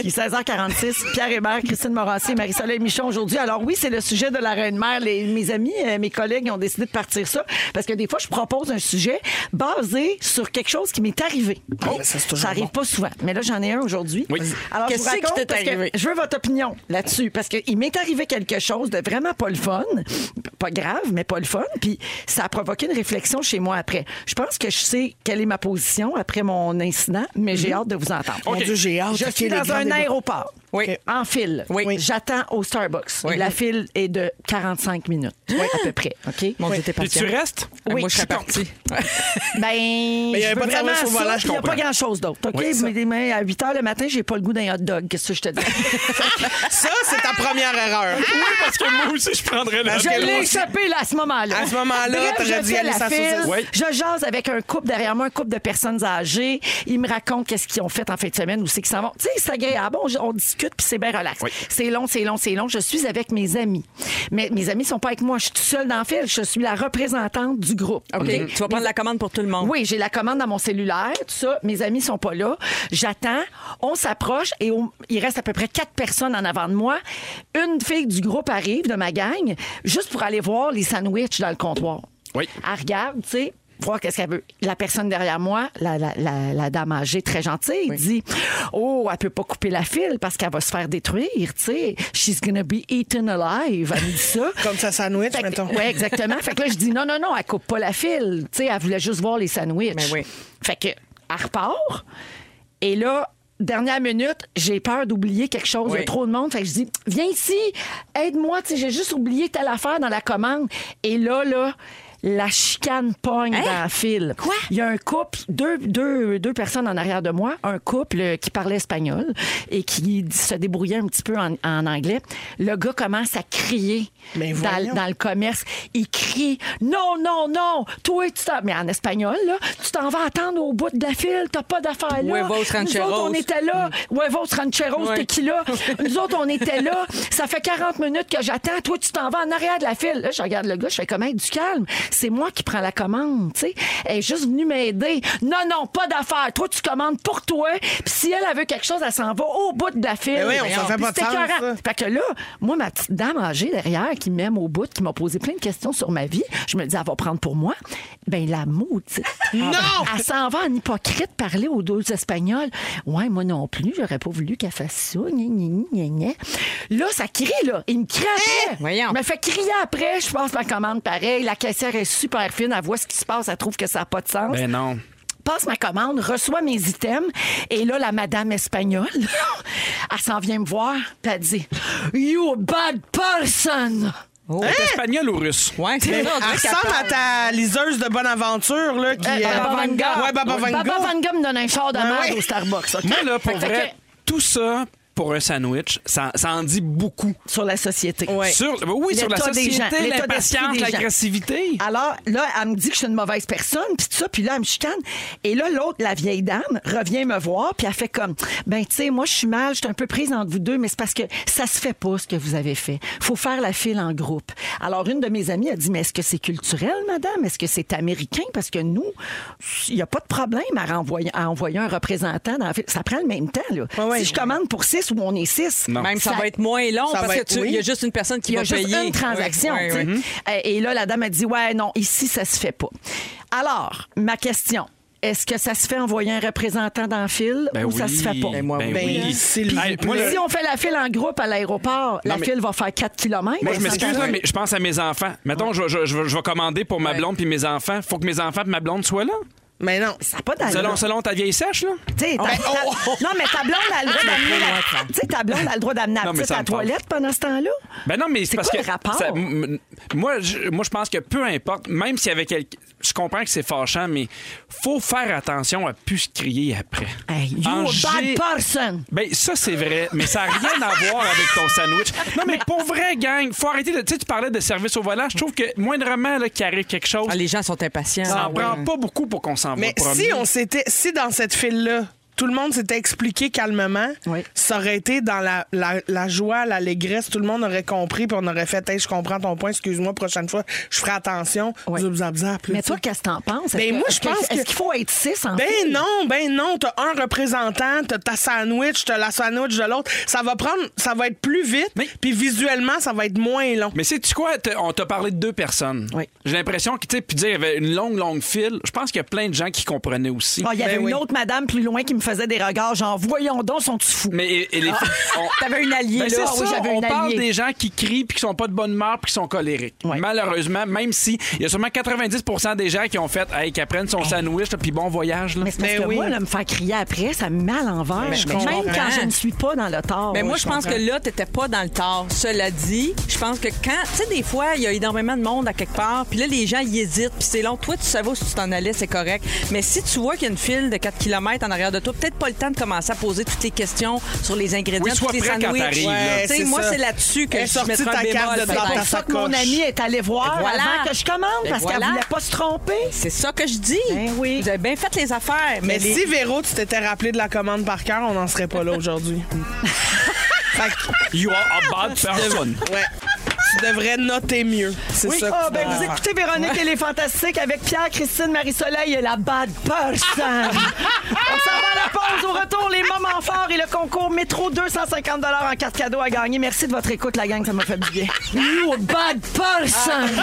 Speaker 4: Il est 16h46. Pierre Hébert, Christine Morancé, Marie-Soleil Michon aujourd'hui. Alors oui, c'est le sujet de la Reine-Mère. Les- Mes amis, euh, mes collègues ont décidé de partir ça parce que des fois, je propose un sujet basé sur quelque chose qui m'est arrivé.
Speaker 7: ça, c'est toujours
Speaker 4: ça arrive
Speaker 7: bon.
Speaker 4: pas souvent. Mais là, j'en ai un aujourd'hui.
Speaker 5: Oui.
Speaker 4: Alors, je vous
Speaker 6: Qu'est-ce qui
Speaker 4: raconte
Speaker 6: t'est
Speaker 4: parce que
Speaker 6: arrivé?
Speaker 4: je veux votre opinion là-dessus parce qu'il m'est arrivé quelque chose de vraiment pas le fun. Pas grave, mais pas le fun. Puis ça a provoqué une réflexion chez moi après. Je pense que je sais quelle est ma position après mon incident, mais j'ai hâte de vous entendre.
Speaker 7: Mon Dieu, j'ai hâte.
Speaker 4: Je
Speaker 7: Mhm. Ok,
Speaker 4: suis
Speaker 7: les
Speaker 4: dans
Speaker 7: grands
Speaker 4: un
Speaker 7: débats.
Speaker 4: aéroport.
Speaker 6: Oui.
Speaker 4: Ok. En file.
Speaker 6: Oui.
Speaker 4: J'attends au Starbucks.
Speaker 6: Oui.
Speaker 4: La file est de 45 minutes, à peu près. OK?
Speaker 6: Mon Dieu, t'es
Speaker 5: Puis tu
Speaker 6: patient.
Speaker 5: restes.
Speaker 6: Ah,
Speaker 4: Oui,
Speaker 6: Moi, je serais
Speaker 4: je suis
Speaker 6: partie.
Speaker 4: Ben,
Speaker 7: il y
Speaker 4: je
Speaker 7: avait
Speaker 4: veux
Speaker 7: pas de
Speaker 4: vraiment
Speaker 7: service
Speaker 4: ça,
Speaker 7: au volant, je
Speaker 4: puis Il n'y a
Speaker 7: comprends.
Speaker 4: pas grand-chose d'autre. OK?
Speaker 5: Oui, ça.
Speaker 4: mais, mais à 8 h le matin, j'ai pas le goût d'un hot dog. Qu'est-ce que je te dis?
Speaker 7: Ça, c'est ta première erreur.
Speaker 5: Oui, parce que moi aussi, je prendrais le.
Speaker 7: Parce
Speaker 4: Je
Speaker 7: que moi
Speaker 4: l'ai
Speaker 7: aussi-
Speaker 4: échappé là, à ce moment-là.
Speaker 7: À ce moment-là,
Speaker 4: Bref,
Speaker 7: t'aurais
Speaker 4: je
Speaker 7: dû
Speaker 4: fais
Speaker 7: aller
Speaker 4: la
Speaker 7: sans
Speaker 4: file.
Speaker 7: saucisse.
Speaker 5: Oui.
Speaker 4: Je jase avec un couple derrière moi, un couple de personnes âgées. Ils me racontent qu'est-ce qu'ils ont fait en fin de semaine, où c'est qu'ils s'en vont. Tu sais, c'est agréable. On, on discute, puis c'est bien relax. C'est long, c'est long, c'est long. Je suis avec mes amis. Mais mes amis sont pas avec moi. Je suis toute seule dans la file. Je suis la représentante du groupe.
Speaker 6: OK. Tu vas prendre la commande pour tout le monde.
Speaker 4: Oui, j'ai la commande dans mon cellulaire, tout ça. Mes amis sont pas là. J'attends. On s'approche et on- il reste à peu près quatre personnes en avant de moi. Une fille du groupe arrive de ma gang juste pour aller voir les sandwichs dans le comptoir.
Speaker 5: Oui.
Speaker 4: Elle regarde, tu sais, voir qu'est-ce qu'elle veut. La personne derrière moi, la, la- la- la dame âgée très gentille, dit Oh, elle peut pas couper la file parce qu'elle va se faire détruire, tu sais. She's gonna be eaten alive. Elle me dit ça.
Speaker 7: Comme sa sandwich,
Speaker 4: Fait que-
Speaker 7: mettons.
Speaker 4: Ouais, exactement. Fait que là, je dis non, non, non, elle coupe pas la file. Tu sais, elle voulait juste voir les sandwichs.
Speaker 6: Mais oui.
Speaker 4: Fait que, elle repart. Et là, dernière minute, j'ai peur d'oublier quelque chose. Il y a
Speaker 6: Oui.
Speaker 4: trop de monde. Fait que je dis, viens ici, aide-moi. Tu sais, J'ai juste oublié telle affaire dans la commande. Et là, là, la chicane pogne dans la file.
Speaker 6: Hein? Quoi?
Speaker 4: Il y a un couple, deux, deux, deux personnes en arrière de moi, un couple euh, qui parlait espagnol et qui d- se débrouillait un petit peu en, en anglais. Le gars commence à crier
Speaker 7: Mais
Speaker 4: dans,
Speaker 7: voyons.
Speaker 4: dans le commerce. Il crie Non, non, non, toi, tu t'en. Mais en espagnol, là, tu t'en vas attendre au bout de la file, t'as pas d'affaires là.
Speaker 6: Huevos
Speaker 4: Nous
Speaker 6: rancheros. Mm.
Speaker 4: autres, on était là. Huevos rancheros,
Speaker 6: Ouais.
Speaker 4: tequila. Nous autres, on était là. Ça fait 40 minutes que j'attends. Toi, tu t'en vas en arrière de la file. Là, je regarde le gars, je fais comme, Hey, du calme. C'est moi qui prends la commande, tu sais. Elle est juste venue m'aider. Non, non, pas d'affaires. Toi, tu commandes pour toi. Puis si elle, elle veut quelque chose, elle s'en va au bout de la file.
Speaker 7: Mais oui, on s'en fait
Speaker 4: Puis
Speaker 7: pas de
Speaker 4: c'est
Speaker 7: sens,
Speaker 4: écœurant.
Speaker 7: ça.
Speaker 4: Fait que là, moi, ma petite dame âgée derrière, qui m'aime au bout, qui m'a posé plein de questions sur ma vie, je me dis, elle va prendre pour moi. Ben, la maudite.
Speaker 7: Non!
Speaker 4: Elle s'en va en hypocrite parler aux deux Espagnols. Ouais, moi non plus, j'aurais pas voulu qu'elle fasse ça. Gna, gna, gna, gna, gna. Là, ça crie, là. Il me crie après.
Speaker 6: Voyons.
Speaker 4: Il me fait crier après. Je passe ma commande pareil. La caissière est super fine. Elle voit ce qui se passe. Elle trouve que ça n'a pas de sens
Speaker 5: Ben non.
Speaker 4: passe ma commande, reçois mes items. Et là, la madame espagnole, elle s'en vient me voir, puis elle dit You bad person!
Speaker 5: Espagnol ou russe?
Speaker 6: Ouais, c'est
Speaker 7: Elle
Speaker 6: ça, on dirait qu'elle
Speaker 7: ressemble à ta liseuse de bonne aventure, là, qui
Speaker 4: Euh,
Speaker 7: est-
Speaker 4: Baba Vanga.
Speaker 7: Ouais, Baba Vanga.
Speaker 4: Baba Vanga me donne un char de merde
Speaker 7: ouais.
Speaker 4: au Starbucks. OK?
Speaker 5: Moi, là, pour
Speaker 4: Fait que-
Speaker 5: vrai, tout ça pour un sandwich, ça, ça en dit beaucoup.
Speaker 4: Sur la société.
Speaker 5: Sur, ben oui, sur la
Speaker 4: L'état des gens,
Speaker 5: société,
Speaker 4: l'état
Speaker 5: l'impatience,
Speaker 4: d'esprit des gens.
Speaker 5: l'agressivité.
Speaker 4: Alors là, elle me dit que je suis une mauvaise personne, puis tout ça, puis là, elle me chicane. Et là, l'autre, la vieille dame, revient me voir, puis elle fait comme, ben tu sais, moi, je suis mal, je suis un peu prise entre vous deux, mais c'est parce que ça se fait pas ce que vous avez fait. Faut faire la file en groupe. Alors une de mes amies a dit, mais est-ce que c'est culturel, madame Est-ce que c'est américain Parce que nous, il y a pas de problème à renvoyer, à envoyer un représentant. Dans la file. Ça prend le même temps. Là.
Speaker 7: Ouais, ouais.
Speaker 4: si je commande pour six ou on est six,
Speaker 5: Non.
Speaker 6: Même ça,
Speaker 4: Ça-
Speaker 6: va être moins long
Speaker 7: ça
Speaker 6: parce
Speaker 7: va
Speaker 6: qu'il
Speaker 7: être- oui.
Speaker 6: y a juste une personne qui
Speaker 4: il y a
Speaker 6: va
Speaker 4: juste
Speaker 6: payer.
Speaker 4: une transaction.
Speaker 6: Ouais,
Speaker 4: tu
Speaker 6: ouais,
Speaker 4: sais. Euh, Et là, la dame a dit Ouais, non, ici, ça se fait pas. Alors, ma question. Est-ce que ça se fait envoyer un représentant dans le fil
Speaker 5: Ben
Speaker 4: ou ça
Speaker 5: oui.
Speaker 4: se fait pas?
Speaker 5: Ben moi,
Speaker 7: Ben,
Speaker 5: oui.
Speaker 7: s'il vous
Speaker 5: Hey,
Speaker 7: plaît.
Speaker 5: moi, le-
Speaker 4: Si on fait la file en groupe à l'aéroport, la
Speaker 5: mais-
Speaker 4: file va faire 4 km.
Speaker 5: Moi, je m'excuse, là, mais je pense à mes enfants. Mettons, je, je- je- je vais commander pour ma
Speaker 6: Ouais.
Speaker 5: blonde puis mes enfants. Faut que mes enfants et ma blonde soient là.
Speaker 7: Mais non.
Speaker 4: Ça n'a pas d'allure.
Speaker 5: Selon, selon ta vieille sèche, là.
Speaker 4: Tu sais, ta- ta- Non, mais ta blonde a le droit d'amener la... Tu sais, ta blonde a le droit d'amener la
Speaker 5: Non, mais
Speaker 4: petite
Speaker 5: ça
Speaker 4: à la
Speaker 5: me parle.
Speaker 4: toilette pendant ce temps-là.
Speaker 5: Ben non, mais c'est
Speaker 4: C'est
Speaker 5: parce
Speaker 4: quoi
Speaker 5: que
Speaker 4: le rapport?
Speaker 5: ça- m- m- moi, je, moi, je pense que peu importe, même s'il y avait quelqu'un. Je comprends que c'est fâchant, mais faut faire attention à plus se crier après.
Speaker 4: Hey, you
Speaker 5: En
Speaker 4: a
Speaker 5: gé-
Speaker 4: bad person!
Speaker 5: Ben, ça, c'est vrai, mais ça n'a rien à voir avec ton sandwich. Non, mais pour vrai, gang, faut arrêter de. Tu sais, tu parlais de service au volant. Je trouve que moindrement là, qu'il arrive quelque chose,
Speaker 6: Ah, les gens sont impatients.
Speaker 5: ça
Speaker 6: Ah,
Speaker 5: en
Speaker 6: ouais.
Speaker 5: prend pas beaucoup pour qu'on s'en
Speaker 7: Mais
Speaker 5: va promener.
Speaker 7: si on s'était, si dans cette file-là, tout le monde s'était expliqué calmement,
Speaker 4: Oui.
Speaker 7: ça aurait été dans la, la- la joie, l'allégresse, tout le monde aurait compris, puis on aurait fait, hey, je comprends ton point, excuse-moi, prochaine fois, je ferai attention.
Speaker 4: Ouais.
Speaker 7: Zoup, zap, zap, là,
Speaker 4: Mais toi,
Speaker 7: tu sais.
Speaker 4: qu'est-ce que t'en penses? Est-ce
Speaker 7: Ben,
Speaker 4: que-
Speaker 7: moi, je
Speaker 4: est-ce que-
Speaker 7: pense que-
Speaker 4: Est-ce qu'il faut être six en
Speaker 7: Ben
Speaker 4: file?
Speaker 7: non, ben non, t'as un représentant, t'as ta sandwich, t'as la sandwich de l'autre. Ça va prendre, ça va être plus vite,
Speaker 5: Mais-
Speaker 7: puis visuellement, ça va être moins long.
Speaker 5: Mais sais-tu quoi? T'as- On t'a parlé de deux personnes.
Speaker 4: Oui.
Speaker 5: J'ai l'impression que, tu sais, puis dire, il y avait une longue, longue file. Je pense qu'il y a plein de gens qui comprenaient aussi.
Speaker 4: Ah, Il y avait
Speaker 7: Ben
Speaker 4: une
Speaker 7: oui.
Speaker 4: autre madame plus loin qui me faisait des regards, genre, voyons donc, sont-tu fous?
Speaker 5: Mais et-
Speaker 4: Ah.
Speaker 5: et les- on-
Speaker 6: T'avais une alliée,
Speaker 5: Ben, c'est
Speaker 6: là.
Speaker 5: ça,
Speaker 4: oui, j'avais
Speaker 5: on
Speaker 4: une
Speaker 5: parle
Speaker 4: alliée.
Speaker 5: des gens qui crient puis qui sont pas de bonne humeur puis qui sont colériques.
Speaker 4: Ouais.
Speaker 5: Malheureusement, même si il y a sûrement 90% des gens qui ont fait hey, qui apprennent son sandwich là, puis bon voyage là.
Speaker 4: Mais c'est parce
Speaker 7: Mais
Speaker 4: que
Speaker 7: oui.
Speaker 4: moi, là, me faire crier après, ça me met à l'envers.
Speaker 7: Mais je
Speaker 4: Même
Speaker 7: comprends.
Speaker 4: quand je ne suis pas dans le tort.
Speaker 6: Mais Ben, moi, je pense que là, t'étais pas dans le tort. Cela dit, je pense que quand. Tu sais, des fois, il y a énormément de monde à quelque part, puis là, les gens y hésitent, puis c'est long. Toi, tu savais où si tu t'en allais, c'est correct. Mais si tu vois qu'il y a une file de 4 km en arrière de toi, peut-être pas le temps de commencer à poser toutes les questions sur les ingrédients,
Speaker 5: Oui,
Speaker 6: tous
Speaker 5: sois
Speaker 6: les
Speaker 5: prêt quand
Speaker 6: sandwichs.
Speaker 5: t'arrives, là.
Speaker 6: Tu sais,
Speaker 7: Ouais,
Speaker 6: moi,
Speaker 7: c'est ça.
Speaker 6: c'est là-dessus que
Speaker 7: Elle
Speaker 6: je
Speaker 7: sortit
Speaker 6: mettrais
Speaker 7: ta
Speaker 6: un bémol.
Speaker 7: carte de
Speaker 6: peut-être.
Speaker 4: C'est
Speaker 7: ta
Speaker 4: pour ça que
Speaker 7: sacoche.
Speaker 4: mon amie est allée voir
Speaker 6: Et voilà.
Speaker 4: avant que je commande
Speaker 6: Et
Speaker 4: parce
Speaker 6: voilà.
Speaker 4: qu'elle voulait pas se tromper.
Speaker 6: C'est ça que je dis.
Speaker 4: Ben oui.
Speaker 6: Vous avez bien fait les affaires.
Speaker 7: Mais
Speaker 6: Mais, les-
Speaker 7: si Véro, tu t'étais rappelé de la commande par cœur, on n'en serait pas là aujourd'hui. Fait que,
Speaker 5: You are a bad person.
Speaker 7: ouais, tu devrais noter mieux. C'est
Speaker 4: Oui.
Speaker 7: ça. que
Speaker 4: Ah,
Speaker 7: tu
Speaker 4: ben,
Speaker 7: devrais
Speaker 4: vous
Speaker 7: faire.
Speaker 4: écoutez Véronique, elle est fantastique avec Pierre, Christine, Marie-Soleil et la bad person. On s'en va à la pause. Au retour, les moments forts et le concours Métro 250 en carte cadeau à gagner. Merci de votre écoute, la gang. Ça m'a fait du bien. Ah, You a bad person.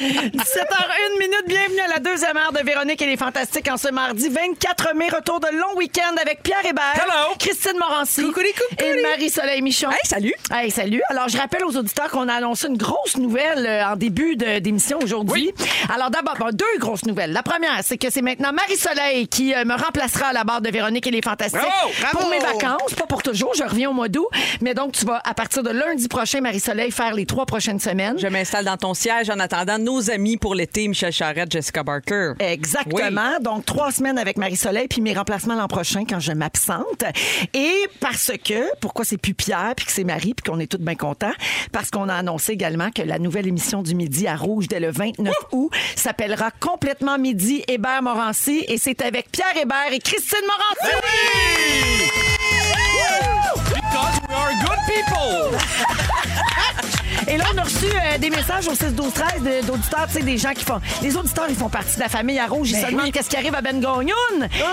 Speaker 4: 17h01 minute, bienvenue à la deuxième heure de Véronique et les Fantastiques en ce mardi 24 mai, retour de long week-end avec Pierre Hébert,
Speaker 5: Hello.
Speaker 4: Christine Morancy
Speaker 7: Coucouli, coucouli.
Speaker 4: et Marie-Soleil Michon.
Speaker 6: Hey, salut.
Speaker 4: Hey, salut. Alors, je rappelle aux auditeurs qu'on a annoncé une grosse nouvelle euh, en début de- d'émission aujourd'hui. Alors, d'abord, bon, deux grosses nouvelles. La première, c'est que c'est maintenant Marie-Soleil qui euh, me remplacera à la barre de Véronique et les Fantastiques
Speaker 5: Bravo,
Speaker 4: pour
Speaker 7: bravo.
Speaker 4: mes vacances. Pas pour toujours, je reviens au mois d'août. Mais donc, tu vas, à partir de lundi prochain, Marie-Soleil, faire les trois prochaines semaines.
Speaker 6: Je m'installe dans ton siège en attendant nos amis pour l'été, Michel Charette, Jessica Barker.
Speaker 4: Exactement. Donc, trois semaines avec Marie-Soleil, puis mes remplacements l'an prochain quand je m'absente. Et parce que, pourquoi c'est plus Pierre, puis que c'est Marie, puis qu'on est toutes bien contents? Parce qu'on a annoncé également que la nouvelle émission du Midi à Rouge dès le 29 août s'appellera complètement Midi Hébert-Morancy et c'est avec Pierre Hébert et Christine Morancy!
Speaker 5: Because we are good people!
Speaker 4: Et là, on a reçu euh, des messages au 6 12 13 de- d'auditeurs, tu sais, des gens qui font. Les auditeurs, ils font partie de la famille à Rouge. Ils se demandent qu'est-ce qui arrive à Ben Gagnon.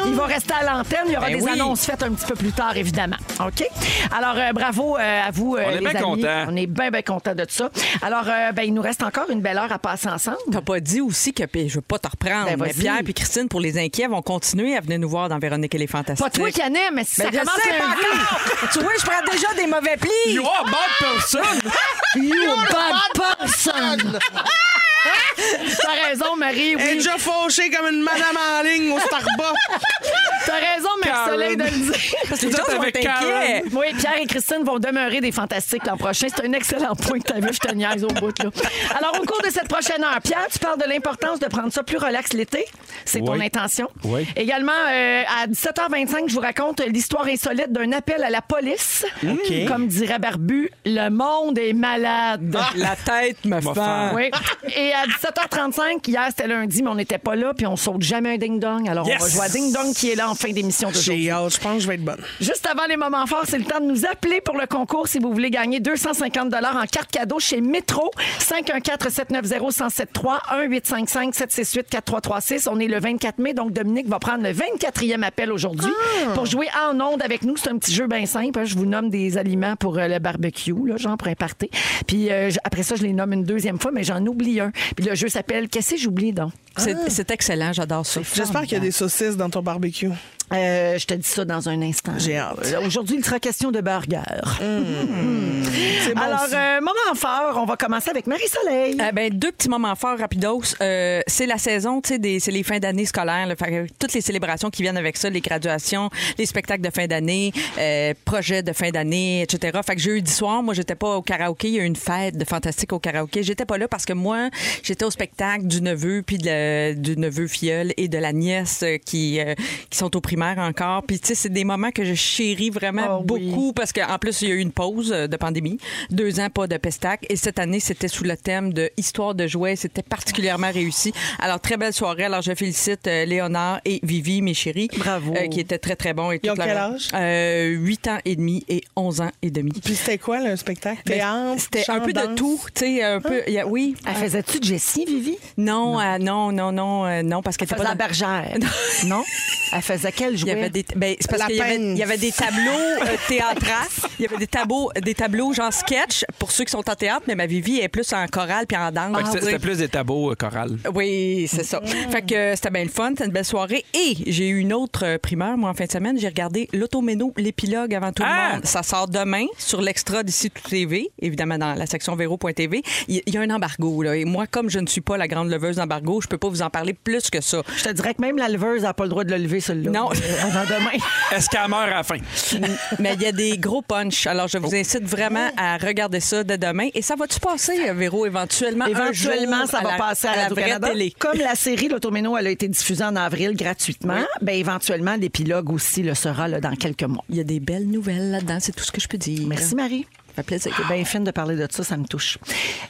Speaker 4: Ils vont rester à l'antenne. Il y aura
Speaker 6: Ah. Ben
Speaker 4: des
Speaker 6: oui.
Speaker 4: annonces faites un petit peu plus tard, évidemment. OK? Alors, euh, bravo euh, à vous, euh,
Speaker 5: On est
Speaker 4: les
Speaker 5: bien
Speaker 4: amis.
Speaker 5: contents.
Speaker 4: On est bien, bien contents de ça. Alors, euh, ben, il nous reste encore une belle heure à passer ensemble.
Speaker 6: T'as pas dit aussi que, puis je veux pas te reprendre,
Speaker 4: Ben,
Speaker 6: mais
Speaker 4: vas-y.
Speaker 6: Pierre et Christine, pour les inquiets, vont continuer à venir nous voir dans Véronique et les Fantastiques.
Speaker 4: Pas toi qui anime, mais si
Speaker 6: Ben,
Speaker 4: ça
Speaker 6: je
Speaker 4: commence
Speaker 6: sais, pas
Speaker 4: lundi,
Speaker 6: encore. tu vois, je prends déjà des mauvais plis.
Speaker 5: You are a bad
Speaker 4: Ah
Speaker 5: person!
Speaker 4: you bad person! T'as raison, Marie.
Speaker 7: Elle est
Speaker 4: Oui.
Speaker 7: déjà fauchée comme une madame en ligne au Starbucks.
Speaker 4: T'as raison, Marie-Soleil, de
Speaker 5: Karen.
Speaker 4: le dire.
Speaker 6: Parce que
Speaker 5: Vous
Speaker 6: les
Speaker 5: êtes
Speaker 6: autres vont
Speaker 5: avec
Speaker 6: être inquiets.
Speaker 5: Karen.
Speaker 4: Oui, Pierre et Christine vont demeurer des fantastiques l'an prochain. C'est un excellent point que tu vu, je te niaise au bout. Là. Alors, au cours de cette prochaine heure, Pierre, tu parles de l'importance de prendre ça plus relax l'été. C'est ton
Speaker 5: Oui.
Speaker 4: intention.
Speaker 5: Oui.
Speaker 4: Également, euh, à 17h25, je vous raconte l'histoire insolite d'un appel à la police. Mm. Comme dirait Barbu, le monde est malade.
Speaker 6: La tête me
Speaker 5: Ah. M'a
Speaker 6: fend.
Speaker 5: fend.
Speaker 4: Oui. Et à 17h35, hier, c'était lundi, mais on n'était pas là, puis on saute jamais un ding-dong. Alors,
Speaker 5: Yes.
Speaker 4: on va jouer à ding-dong qui est là en fin d'émission de
Speaker 7: J'ai hâte, je pense que je vais être bonne.
Speaker 4: Juste avant les moments forts, c'est le temps de nous appeler pour le concours si vous voulez gagner 250 en carte cadeau chez Métro. 514-790-1073-1855-768-4336. On est le 24 mai, donc Dominique va prendre le 24e appel aujourd'hui pour jouer en onde avec nous. C'est un petit jeu bien simple. hein. Je vous nomme des aliments pour euh, le barbecue, là, genre pour un party. Puis euh, j- après ça, je les nomme une deuxième fois, mais j'en oublie un. Puis le jeu s'appelle Qu'est-ce que j'oublie donc?
Speaker 6: C'est c'est excellent, j'adore ça.
Speaker 7: J'espère qu'il y a des saucisses dans ton barbecue.
Speaker 4: Euh, je te dis ça dans un instant.
Speaker 7: J'ai hâte.
Speaker 4: Euh, Aujourd'hui, il sera question de burger.
Speaker 7: bon
Speaker 4: Alors,
Speaker 7: aussi.
Speaker 4: euh, moment fort, on va commencer avec Marie-Soleil.
Speaker 6: Eh ben, deux petits moments forts rapidos. Euh, c'est la saison, tu sais, des- c'est les fins d'année scolaires. là. Fait que toutes les célébrations qui viennent avec ça, les graduations, les spectacles de fin d'année, euh, projets de fin d'année, etc. Fait que jeudi soir, moi, j'étais pas au karaoké. Il y a eu une fête de fantastique au karaoké. J'étais pas là parce que moi, j'étais au spectacle du neveu, puis de la- du neveu filleul et de la nièce euh, qui, euh, qui sont au primaire encore. Puis, tu sais, c'est des moments que je chéris vraiment
Speaker 4: Ah oui.
Speaker 6: beaucoup beaucoup parce qu'en plus, il y a eu une pause euh, de pandémie. Deux ans, pas de pestac. Et cette année, c'était sous le thème de Histoire de jouets. C'était particulièrement réussi. Alors, très belle soirée. Alors, je félicite euh, Léonard et Vivi, mes chéris.
Speaker 4: Bravo.
Speaker 6: euh, qui étaient très, très bons. Et
Speaker 7: Ils ont
Speaker 6: toute la-
Speaker 7: quel âge?
Speaker 6: Euh, 8 ans et demi et 11 ans et demi.
Speaker 7: Puis c'était quoi le spectacle?
Speaker 6: Ben,
Speaker 7: Théâtre?
Speaker 6: C'était un
Speaker 7: chant,
Speaker 6: peu de
Speaker 7: danse?
Speaker 6: tout, tu sais, un peu. il y a- oui.
Speaker 4: Elle faisait-tu de Jessie, Vivi?
Speaker 6: Non, euh, non, non, non, euh, non, parce qu'elle
Speaker 4: Elle
Speaker 6: était
Speaker 4: faisait
Speaker 6: pas
Speaker 4: la
Speaker 6: dans-
Speaker 4: bergère. non? Elle faisait quel
Speaker 6: Il
Speaker 4: jouet?
Speaker 6: y avait des, ben, c'est parce
Speaker 7: La
Speaker 6: qu'il y avait,
Speaker 7: pince.
Speaker 6: il y avait des tableaux euh, théâtrales. Il y avait des tableaux, euh, des tableaux genre sketch pour ceux qui sont en théâtre, mais ma Vivi est plus en chorale puis en danse.
Speaker 5: Fait
Speaker 6: tu
Speaker 5: que c'est-
Speaker 6: sais.
Speaker 7: Ah
Speaker 5: C'était plus des tableaux euh, chorales.
Speaker 6: Oui, c'est ça.
Speaker 7: Mm.
Speaker 6: Fait que euh, c'était bien le fun, c'était une belle soirée. Et j'ai eu une autre euh, primeur, moi, en fin de semaine. J'ai regardé l'automéno, l'épilogue avant tout
Speaker 5: Ah!
Speaker 6: le monde. Ça sort demain sur l'extra d'ici tout TV, évidemment dans la section véro.tv. Il il y a un embargo, là. Et moi, comme je ne suis pas la grande leveuse d'embargo, je peux pas vous en parler plus que ça.
Speaker 4: Je te dirais que même la leveuse n'a pas le droit de le lever, celui-là.
Speaker 6: Non.
Speaker 4: Euh, Avant demain.
Speaker 5: Est-ce qu'elle meurt à la fin?
Speaker 6: Mais il y a des gros punch. Alors, je vous incite vraiment à regarder ça dès demain. Et ça va-tu passer, euh, Véro, éventuellement? un
Speaker 4: Éventuellement,
Speaker 6: jour
Speaker 4: ça va
Speaker 6: la-
Speaker 4: passer à,
Speaker 6: la vraie
Speaker 4: Radio-Canada.
Speaker 6: télé.
Speaker 4: Comme la série L'Automéno, elle a été diffusée en avril gratuitement, ben éventuellement, l'épilogue aussi le sera là, dans quelques mois.
Speaker 6: Il y a des belles nouvelles là-dedans, c'est tout ce que je peux dire.
Speaker 4: Merci, Marie.
Speaker 6: Ah. Ça fait plaisir.
Speaker 4: C'est bien fine de parler de ça, ça me touche.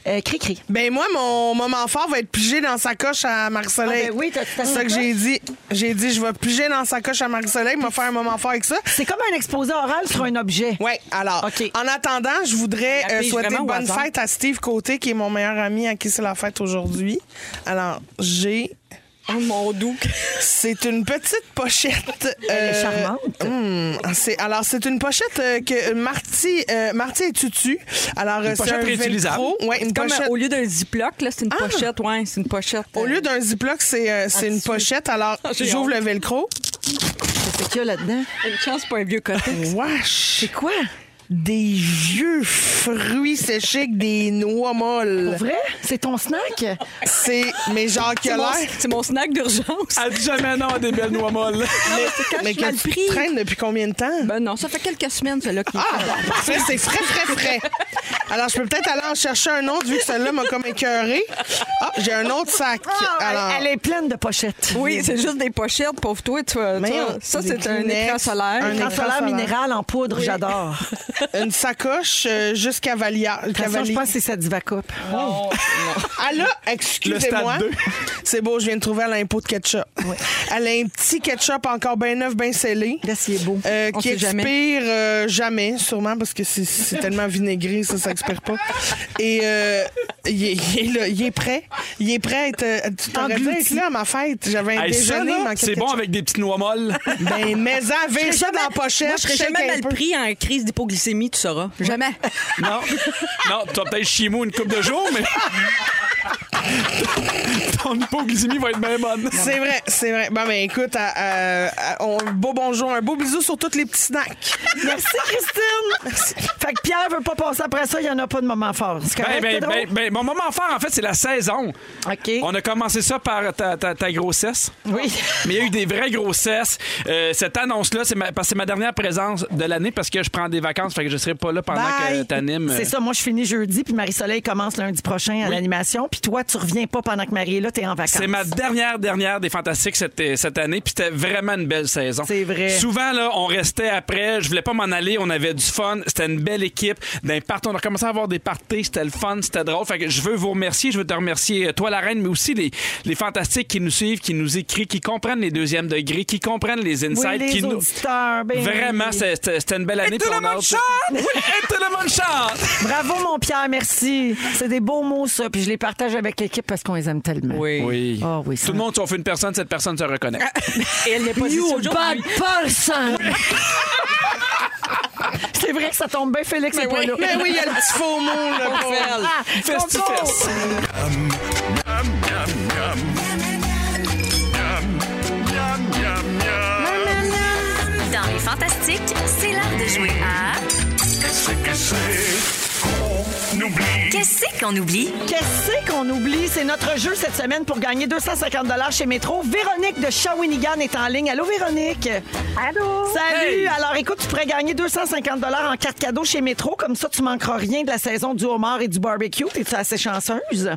Speaker 4: Euh, Cri-cri.
Speaker 7: Ben moi, mon moment fort va être pigé dans sa coche à Marie-Soleil.
Speaker 4: Ah ben oui, t'as- t'as
Speaker 7: C'est ça que
Speaker 4: une
Speaker 7: j'ai dit. J'ai dit, je vais piger dans sa coche à Marie-Soleil, me faire un moment fort avec ça.
Speaker 4: C'est comme un exposé oral sur un objet.
Speaker 7: Oui, alors,
Speaker 4: OK.
Speaker 7: en attendant, je voudrais
Speaker 6: La
Speaker 7: euh,
Speaker 6: pige
Speaker 7: souhaiter
Speaker 6: vraiment au
Speaker 7: bonne
Speaker 6: hasard.
Speaker 7: fête à Steve Côté, qui est mon meilleur ami à qui c'est la fête aujourd'hui. Alors, j'ai
Speaker 6: Oh mon doux.
Speaker 7: C'est une petite pochette. euh,
Speaker 4: Elle est charmante.
Speaker 7: hmm, c'est- alors, c'est une pochette euh, que Marty, euh, Marty et Tutu. Alors, euh, c'est
Speaker 5: pochette
Speaker 7: un
Speaker 5: réutilisable.
Speaker 7: velcro. Ouais, une
Speaker 6: Comme euh,
Speaker 7: pochette.
Speaker 6: au lieu d'un ziploc, là, c'est une pochette, ouais, c'est une pochette.
Speaker 7: Au lieu d'un Ziploc, c'est euh, c'est une
Speaker 6: dessus.
Speaker 7: pochette. Alors,
Speaker 6: j'ai
Speaker 7: j'ouvre
Speaker 6: honte.
Speaker 7: le velcro.
Speaker 4: Qu'est-ce qu'il y a là-dedans?
Speaker 6: Une chance pour un vieux coton.
Speaker 7: Wesh!
Speaker 4: C'est quoi?
Speaker 7: Des vieux fruits séchés avec des noix molles.
Speaker 4: Vrai? C'est ton snack?
Speaker 7: C'est, mais genre, qui
Speaker 6: C'est
Speaker 7: a
Speaker 6: mon,
Speaker 7: l'air.
Speaker 6: c'est mon snack d'urgence.
Speaker 5: Elle dit jamais non à des belles noix molles.
Speaker 6: mal
Speaker 7: Mais que tu
Speaker 6: pris.
Speaker 7: traînes depuis combien de temps?
Speaker 6: Ben non, ça fait quelques semaines, celui-là. Qui...
Speaker 7: Ah, parfait, c'est frais, frais, frais. Alors, je peux peut-être aller en chercher un autre, vu que celui-là m'a comme écœuré. Ah, j'ai un autre sac. Alors,
Speaker 4: Elle est pleine de pochettes.
Speaker 6: Oui, c'est juste des pochettes, pauvre toi. Tu, vois,
Speaker 7: Mais
Speaker 6: tu vois,
Speaker 7: on-
Speaker 6: ça,
Speaker 7: des
Speaker 6: c'est un
Speaker 7: Kleenex,
Speaker 6: écran solaire.
Speaker 7: un
Speaker 4: Grand
Speaker 7: écran
Speaker 4: solaire
Speaker 7: solaire.
Speaker 4: minéral en poudre, j'adore.
Speaker 7: une sacoche euh, juste cavalière.
Speaker 4: De toute façon, je pense que c'est sa divacup.
Speaker 7: Elle a,
Speaker 5: Le
Speaker 7: excusez-moi,
Speaker 5: stade deux.
Speaker 7: c'est beau, je viens de trouver à l'impôt de ketchup. Elle a un petit ketchup encore bien neuf, bien scellé.
Speaker 4: Là, c'est beau.
Speaker 7: euh,
Speaker 6: On
Speaker 7: qui
Speaker 6: sait jamais.
Speaker 7: expire euh, jamais, sûrement, parce que c'est- c'est tellement vinaigré, ça, ça expire pas. Et euh, il est- il est, là, il est prêt. Il est prêt à être. euh, Tu t'aurais dû être
Speaker 4: Englouti.
Speaker 7: là à ma fête. J'avais un
Speaker 5: Hey, ça,
Speaker 7: déjeuner,
Speaker 5: là,
Speaker 7: il manquait
Speaker 5: c'est
Speaker 7: de
Speaker 5: bon
Speaker 7: ketchup.
Speaker 5: avec des petites noix molles.
Speaker 7: Ben, mais avec ça dans la pochette.
Speaker 6: Moi, je serais
Speaker 7: shake
Speaker 6: jamais
Speaker 7: un
Speaker 6: mal
Speaker 7: peu.
Speaker 6: pris en crise d'hypoglycémie, tu sauras. Jamais.
Speaker 5: Non. Non, tu vas peut-être chez moi une coupe de jours, mais. Ton hypoglycémie va être bien bonne.
Speaker 7: C'est vrai, c'est vrai. Bon, ben écoute, à- à- à- on- beau bonjour, un beau bisou sur tous les petits snacks.
Speaker 4: Merci, Christine. Fait que Pierre veut pas passer après ça, il n'y en a pas de moment fort. C'est
Speaker 5: Ben,
Speaker 4: correct,
Speaker 5: ben,
Speaker 4: c'est drôle?
Speaker 5: ben, ben, mon moment fort, en fait, c'est la saison.
Speaker 4: OK.
Speaker 5: On a commencé ça par ta, ta- ta grossesse.
Speaker 4: Oui.
Speaker 5: Mais il y a eu des vraies grossesses. Euh, cette annonce-là, c'est ma, parce que c'est ma dernière présence de l'année parce que je prends des vacances, fait que je serai pas là pendant
Speaker 7: Bye.
Speaker 5: que t'animes. euh,
Speaker 4: C'est ça, moi je finis jeudi, puis Marie-Soleil commence lundi prochain à l'animation, puis toi tu reviens pas pendant que Marie est là, t'es en vacances.
Speaker 5: C'est ma dernière, dernière des Fantastiques cette, cette année, puis c'était vraiment une belle saison.
Speaker 4: C'est vrai.
Speaker 5: Souvent, là, on restait après, je voulais pas m'en aller, on avait du fun, c'était une belle équipe. D'un party, on a commencé à avoir des parties, c'était le fun, c'était drôle. Fait que je veux vous remercier, je veux te remercier, euh, toi, la reine, mais aussi les, les Fantastiques qui nous suivent, qui nous écrivent, qui comprennent les deuxièmes degrés, qui comprennent les
Speaker 4: Oui,
Speaker 5: insights,
Speaker 4: les
Speaker 5: qui nous.
Speaker 4: auditeurs, ben
Speaker 5: Vraiment,
Speaker 4: oui.
Speaker 5: c'est- c'était c'était une belle année.
Speaker 4: tout
Speaker 5: puis
Speaker 4: le
Speaker 5: on a
Speaker 4: monde
Speaker 5: hâte-
Speaker 4: chante!
Speaker 5: Oui, et tout le monde chante!
Speaker 4: Bravo mon Pierre, merci. C'est des beaux mots ça, puis je les partage avec l'équipe parce qu'on les aime tellement.
Speaker 5: Oui.
Speaker 4: Ah oui, ça.
Speaker 5: Tout le monde, si on fait une personne, cette personne se reconnaît.
Speaker 6: Et elle n'est pas ici
Speaker 4: You bad
Speaker 6: aujourd'hui.
Speaker 4: person. c'est vrai que ça tombe bien, Félix est pas là.
Speaker 7: Mais oui, il y a le petit faux mot, là. pour-
Speaker 4: Ah,
Speaker 5: Festi
Speaker 4: concours.
Speaker 5: fest.
Speaker 1: Dans les fantastiques, c'est l'heure de jouer à Qu'est-ce qu'on oublie?
Speaker 4: Qu'est-ce qu'on oublie? C'est notre jeu cette semaine pour gagner 250 chez Métro. Véronique de Shawinigan est en ligne. Allô, Véronique? Allô? Salut! Alors, écoute, tu pourrais gagner 250 en carte cadeau chez Métro. Comme ça, tu manqueras rien de la saison du homard et du barbecue. T'es-tu assez chanceuse?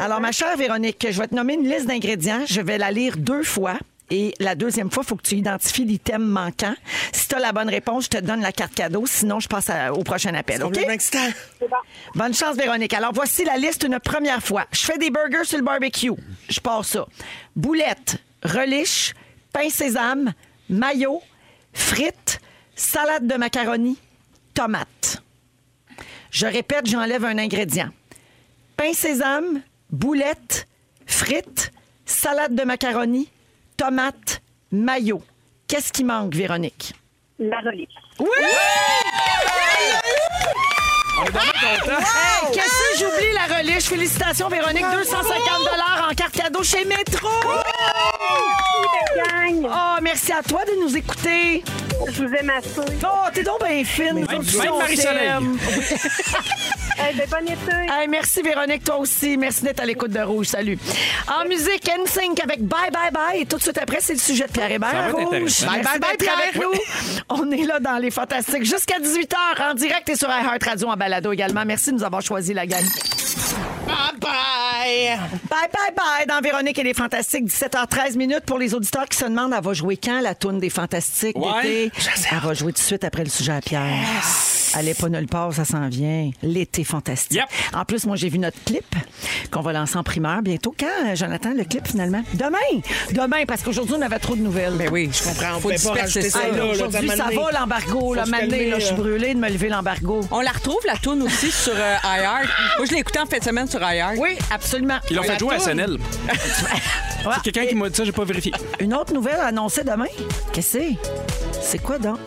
Speaker 4: Alors, ma chère Véronique, je vais te nommer une liste d'ingrédients. Je vais la lire deux fois. Et la deuxième fois, il faut que tu identifies l'item manquant. Si tu as la bonne réponse, je te donne la carte cadeau. Sinon, je passe à- au prochain appel. OK?
Speaker 7: Complètement excitant.
Speaker 4: Bonne chance, Véronique. Alors, voici la liste une première fois. Je fais des burgers sur le barbecue. Je pars ça. Boulettes, relish, pain sésame, mayo, frites, salade de macaroni, tomates. Je répète, j'enlève un ingrédient. Pain sésame, boulettes, frites, salade de macaroni, tomates, mayo. Qu'est-ce qui manque, Véronique?
Speaker 5: On est vraiment contents.
Speaker 4: Hey, Qu'est-ce que j'oublie la relish? Félicitations, Véronique. 250 en carte cadeau chez Métro. Oh, merci à toi de nous écouter.
Speaker 8: Je vous aime assez.
Speaker 4: Oh, t'es donc bien fine.
Speaker 5: Même-
Speaker 4: Si
Speaker 5: même
Speaker 4: on
Speaker 5: Marie-Soleil.
Speaker 4: t'aime.
Speaker 8: Eh ben, bonne été.
Speaker 4: Hey, merci Véronique, toi aussi. Merci d'être à l'écoute de Rouge. Salut. En musique, NSYNC avec Bye Bye Bye. Et tout de suite après, c'est le sujet de Pierre Hébert.
Speaker 5: Ça va être
Speaker 4: Rouge.
Speaker 5: intéressant.
Speaker 4: Bye Bye Bye, Pierre avec nous. On est là dans les fantastiques jusqu'à 18h en direct et sur iHeartRadio en balado également. Merci de nous avoir choisi la gagne.
Speaker 7: Bye!
Speaker 4: Bye bye bye dans Véronique et les Fantastiques 17h13 minutes pour les auditeurs qui se demandent elle va jouer quand la toune des Fantastiques
Speaker 5: Ouais.
Speaker 4: d'été Elle va jouer tout de suite après le sujet à Pierre. Elle est pas nulle part, ça s'en vient. L'été fantastique.
Speaker 5: Yep.
Speaker 4: En plus, moi, j'ai vu notre clip qu'on va lancer en primeur bientôt. Quand, euh, Jonathan, le clip finalement? Demain! Demain, parce qu'aujourd'hui, on avait trop de nouvelles.
Speaker 6: Ben oui, je
Speaker 7: comprends, on
Speaker 6: Faut
Speaker 7: pouvait pas
Speaker 6: disperser
Speaker 7: rajouter
Speaker 6: ça.
Speaker 7: ça,
Speaker 4: Hey,
Speaker 7: là, là,
Speaker 4: Aujourd'hui,
Speaker 7: t'as
Speaker 4: ça
Speaker 7: mané.
Speaker 4: va l'embargo. là,
Speaker 7: se
Speaker 4: mané,
Speaker 7: calmer,
Speaker 4: là, je suis
Speaker 7: là.
Speaker 4: brûlée de me lever l'embargo.
Speaker 6: On la retrouve, la toune aussi, sur euh, iHeart. Moi, je l'ai écoutée en fin de semaine sur iHeart.
Speaker 4: Oui, absolument.
Speaker 5: Ils l'ont fait jouer à SNL. C'est quelqu'un qui m'a dit ça, j'ai pas vérifié.
Speaker 4: Une autre nouvelle annoncée demain. Qu'est-ce que c'est? C'est quoi donc?